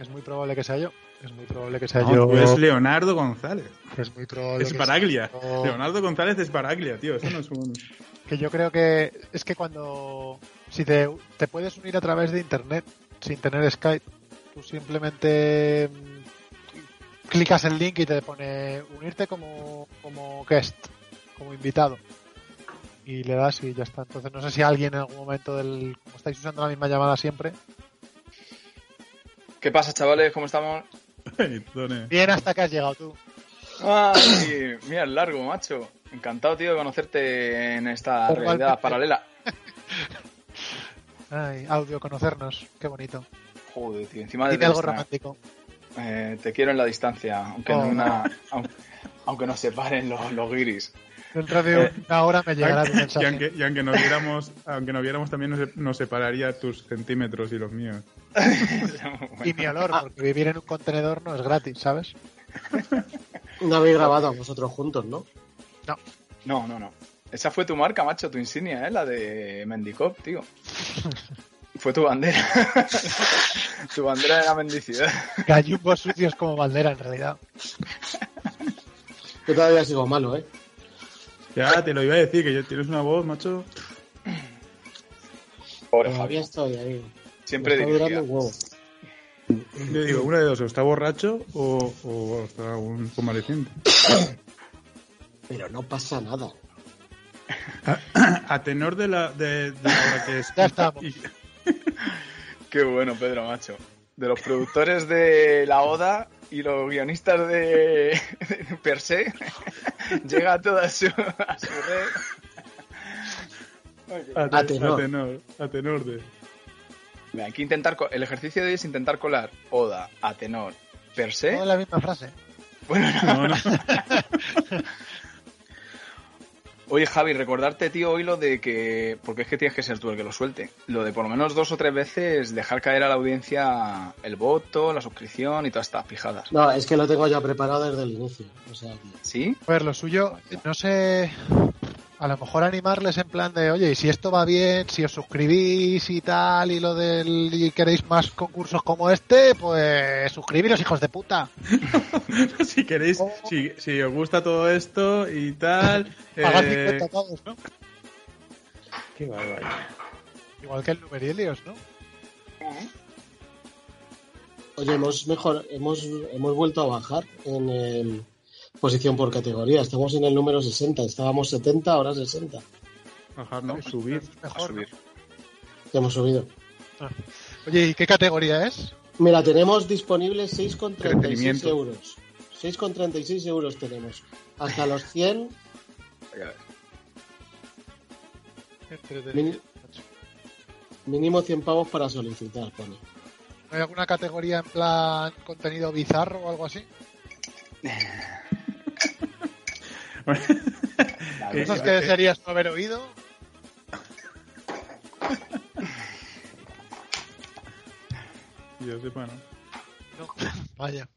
Speaker 5: Es muy probable que sea yo. Es muy probable que sea
Speaker 6: No,
Speaker 5: yo.
Speaker 6: tío,
Speaker 8: pues,
Speaker 6: es Leonardo González.
Speaker 5: Es muy probable
Speaker 6: Es
Speaker 5: que
Speaker 6: Baraglia.
Speaker 5: sea yo.
Speaker 6: Leonardo González es Baraglia, tío. Eso no es un.
Speaker 5: Que yo creo que es que cuando si te, te puedes unir a través de internet sin tener Skype, tú simplemente mm, clicas el link y te pone unirte como, como guest, como invitado. Y le das y ya está. Entonces no sé si alguien en algún momento del... Como estáis usando la misma llamada siempre.
Speaker 4: ¿Qué pasa, chavales? ¿Cómo estamos?
Speaker 6: Hey, Tony.
Speaker 5: Bien hasta que has llegado tú.
Speaker 4: ¡Ay! Ah, Mira el largo, macho. Encantado, tío, de conocerte en esta
Speaker 5: Igualmente.
Speaker 4: realidad paralela.
Speaker 5: Ay, audio, conocernos. Qué bonito.
Speaker 4: Joder, tío, encima de
Speaker 5: Dime algo romántico.
Speaker 4: Eh, te quiero en la distancia, aunque
Speaker 5: Oh.
Speaker 4: en una, aunque, aunque nos separen los, los guiris.
Speaker 5: Dentro de una hora me llegará tu
Speaker 6: Y
Speaker 5: mensaje.
Speaker 6: aunque, y aunque nos viéramos, aunque nos viéramos también nos, se- nos separaría tus centímetros y los míos.
Speaker 5: Y mi olor, porque vivir en un contenedor no es gratis, ¿sabes?
Speaker 9: No habéis grabado a vosotros juntos, ¿no?
Speaker 4: No, no, no. Esa fue tu marca, macho, tu insignia, ¿eh? La de Mendicop, tío. Fue tu bandera. tu bandera de la mendicidad.
Speaker 5: Gallumbos sucios como bandera, en realidad.
Speaker 3: Yo todavía sigo malo, ¿eh?
Speaker 6: Ya, te lo iba a decir, que yo- tienes una voz, macho.
Speaker 4: Pobre
Speaker 3: Todavía
Speaker 4: Javier.
Speaker 3: estoy ahí.
Speaker 4: Siempre
Speaker 3: Me Ah, está durando
Speaker 4: dirigida.
Speaker 3: un huevo.
Speaker 6: Yo digo, una de dos, o está borracho o, o está un convaleciente.
Speaker 3: Pero no pasa nada.
Speaker 6: A tenor de la, de, de la hora que es.
Speaker 5: Ya estamos.
Speaker 6: y-
Speaker 4: Qué bueno, Pedro, macho. De los productores de La Oda y los guionistas de, de Per se, llega a toda su, a su red.
Speaker 6: a,
Speaker 3: A tenor.
Speaker 6: A tenor, a tenor de.
Speaker 4: Mira, hay que intentar. co- El ejercicio de hoy es intentar colar Oda, Atenor, Per se.
Speaker 5: Todo en la misma frase.
Speaker 4: Bueno, no.
Speaker 6: No, no.
Speaker 4: Oye, Javi, recordarte, tío, hoy lo de que. Porque es que tienes que ser tú el que lo suelte. Lo de por lo menos dos o tres veces dejar caer a la audiencia el voto, la suscripción y todas estas pijadas.
Speaker 3: No, es que lo tengo ya preparado desde el inicio. O sea, que-
Speaker 4: ¿Sí?
Speaker 5: A ver, lo suyo, no sé. A lo mejor animarles en plan de, oye, y si esto va bien, si os suscribís y tal, y lo del. y queréis más concursos como este, pues suscribiros, hijos de puta.
Speaker 6: si queréis, si, si os gusta todo esto y tal.
Speaker 5: Pagad
Speaker 6: eh,
Speaker 5: 50 pavos, ¿no?
Speaker 10: Qué bárbaro.
Speaker 5: Igual que el Numerilios, ¿no?
Speaker 3: Oye, hemos mejor, hemos, hemos vuelto a bajar en el- posición por categoría. Estamos en el número 60. Estábamos 70, ahora 60.
Speaker 6: bajar, ¿no? Subir.
Speaker 5: Eso es
Speaker 4: A
Speaker 5: mejor, ¿no?
Speaker 4: subir.
Speaker 3: Ya hemos subido.
Speaker 5: Oye, ¿y qué categoría es?
Speaker 3: Mira, tenemos disponibles 6,36
Speaker 6: Entretenimiento.
Speaker 3: euros. 6,36 euros tenemos. Hasta los 100,
Speaker 4: Oye, a ver.
Speaker 3: Min- mínimo 100 pavos para solicitar. pone.
Speaker 5: ¿No hay alguna categoría en plan contenido bizarro o algo así?
Speaker 4: La
Speaker 6: Eh,
Speaker 5: Cosas
Speaker 4: verdad.
Speaker 5: que desearías no haber oído.
Speaker 6: Yo sepa, ¿no?
Speaker 5: No. Vaya.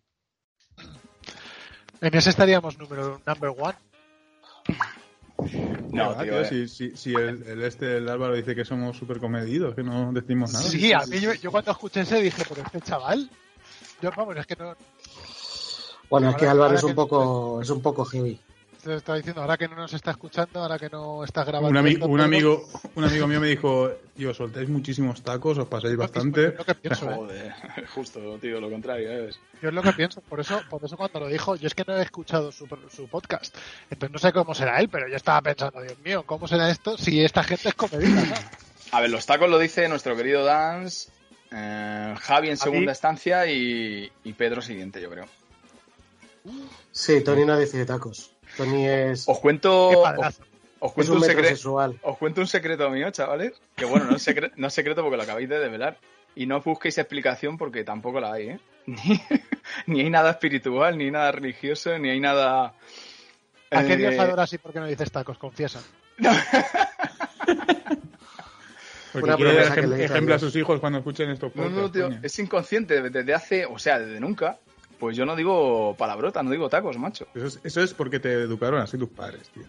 Speaker 5: En ese estaríamos número number one.
Speaker 4: No,
Speaker 6: Ah,
Speaker 4: tío, eh.
Speaker 6: si, si, si el, el este, el Álvaro dice que somos súper comedidos, que no decimos nada.
Speaker 5: Sí, a mí yo, yo cuando escuché ese dije, pero este chaval. Yo, vamos, es que no.
Speaker 3: Bueno, es que
Speaker 5: Ahora-
Speaker 3: Álvaro
Speaker 5: ahora
Speaker 3: es
Speaker 5: que-
Speaker 3: un poco, es un poco heavy.
Speaker 5: Te lo estaba diciendo, ahora que no nos está escuchando, ahora que no estás grabando.
Speaker 6: Un, ami-
Speaker 5: esto,
Speaker 6: un
Speaker 5: pero-
Speaker 6: amigo, un amigo mío me dijo, tío, soltáis muchísimos tacos, os pasáis
Speaker 5: Yo es
Speaker 6: bastante.
Speaker 5: lo que pienso, ¿eh?
Speaker 4: Joder, justo, tío, lo contrario, ¿sabes?
Speaker 5: Yo es lo que pienso. Por eso, por eso cuando lo dijo, yo es que no he escuchado su, su podcast. Entonces no sé cómo será él, pero yo estaba pensando, Dios mío, ¿cómo será esto si esta gente es comedida?
Speaker 4: A ver, los tacos lo dice nuestro querido Dance, eh, Javi en segunda estancia y, y Pedro siguiente, yo creo.
Speaker 3: Sí, Tony no dice tacos. Tony es,
Speaker 4: Os cuento,
Speaker 5: Qué
Speaker 4: os,
Speaker 5: padrazo.
Speaker 4: os
Speaker 3: es
Speaker 4: cuento
Speaker 3: un
Speaker 4: un secreto.
Speaker 3: metrosexual.
Speaker 4: Os cuento un secreto mío, chavales. Que bueno, no es, secre- no es secreto porque lo acabáis de develar. Y no os busquéis explicación porque tampoco la hay, ¿eh? Ni, ni hay nada espiritual, ni nada religioso, ni hay nada.
Speaker 5: ¿A qué
Speaker 4: eh,
Speaker 5: Dios adoras y por qué no dices tacos? Confiesa.
Speaker 6: Porque
Speaker 3: Una
Speaker 6: quiere dar
Speaker 3: promesa que
Speaker 6: ejem-
Speaker 3: le hizo a
Speaker 6: ejemplo a
Speaker 3: Dios.
Speaker 6: sus hijos cuando escuchen estos
Speaker 4: No,
Speaker 6: podcasts.
Speaker 4: no, tío.
Speaker 6: coño.
Speaker 4: Es inconsciente desde hace, o sea, desde nunca. Pues yo no digo palabrota, no digo tacos, macho.
Speaker 6: Eso, es, eso es porque te educaron así tus padres, tío.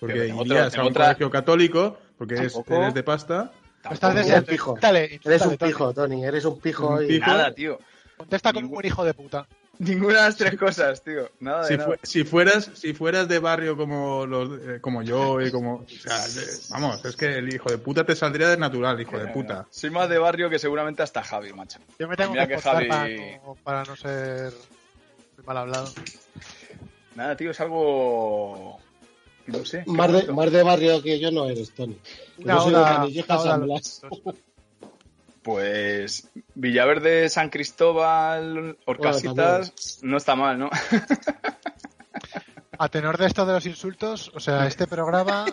Speaker 6: Porque
Speaker 4: Pero tengo
Speaker 6: irías
Speaker 4: otra-
Speaker 6: a un
Speaker 4: otra-
Speaker 6: colegio católico, porque eres,
Speaker 4: Tampoco.
Speaker 6: eres de pasta.
Speaker 5: Estás
Speaker 4: Tampoco-
Speaker 3: deseando- eres
Speaker 5: deseando.
Speaker 3: pijo.
Speaker 5: Inténtale,
Speaker 3: Eres un
Speaker 5: inténtale, Tony.
Speaker 3: pijo, Tony. Eres un pijo.
Speaker 6: Un
Speaker 3: y-
Speaker 6: pijo.
Speaker 4: Nada, tío.
Speaker 5: Contesta con un buen hijo de puta.
Speaker 4: Ninguna de las tres cosas, tío. Nada Ah, de
Speaker 6: Si,
Speaker 4: nada.
Speaker 6: fue- si fueras si fueras de barrio como los eh, como yo y como o sea, de- vamos es que el hijo de puta te saldría de natural hijo de puta
Speaker 4: Soy más de barrio que seguramente hasta Javi, macho.
Speaker 5: Yo me tengo
Speaker 4: Mira
Speaker 5: que
Speaker 4: que
Speaker 5: esforzar
Speaker 4: Javi-
Speaker 5: para, no, para no ser mal hablado.
Speaker 4: Nada, tío, es algo. No sé.
Speaker 3: Más de, más de barrio que yo no eres, Tony.
Speaker 5: Una
Speaker 3: yo soy de
Speaker 5: hora-
Speaker 3: Canillejas,
Speaker 5: una hora
Speaker 3: San
Speaker 5: lo-
Speaker 3: Blas.
Speaker 4: Pues Villaverde, San Cristóbal, Orcasitas, no está mal, ¿no?
Speaker 5: A tenor de esto de los insultos, o sea, este programa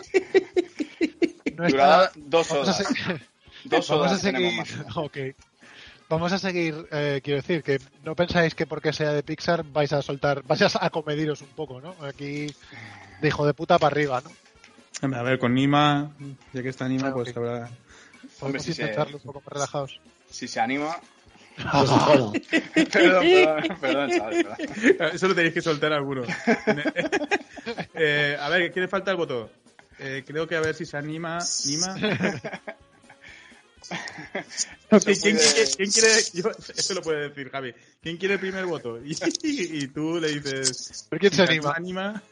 Speaker 5: no
Speaker 4: Durará
Speaker 5: está.
Speaker 4: dos
Speaker 5: Vamos a,
Speaker 4: horas.
Speaker 5: se-
Speaker 4: Dos
Speaker 5: vamos a
Speaker 4: horas tenemos
Speaker 5: seguir.
Speaker 4: más.
Speaker 5: ok. Vamos a seguir. eh, quiero decir que no pensáis que porque sea de Pixar vais a soltar, vais a acomediros un poco, ¿no? Aquí de hijo de puta para arriba, ¿no?
Speaker 6: Hombre, a ver con Nima ya que está Nima
Speaker 4: Ah,
Speaker 5: Claro, ok.
Speaker 6: pues habrá
Speaker 4: Hombre,
Speaker 5: Podemos
Speaker 4: si se,
Speaker 5: intentarlo un poco más relajados.
Speaker 4: si se anima.
Speaker 3: Que se joda.
Speaker 4: Perdón, perdón, perdón, chaval, perdón.
Speaker 6: eso lo tenéis que soltar alguno Eh, a ver quién le falta el voto Eh, creo que a ver si se anima. Nima.
Speaker 4: Eso
Speaker 6: Sí,
Speaker 4: es muy
Speaker 6: ¿Quién, quiere-
Speaker 4: de-
Speaker 6: quién quiere? yo- eso lo puede decir Javi. ¿Quién quiere el primer voto? Y, y tú le dices.
Speaker 11: ¿Pero quién se
Speaker 6: "Si
Speaker 11: anima?
Speaker 6: anima?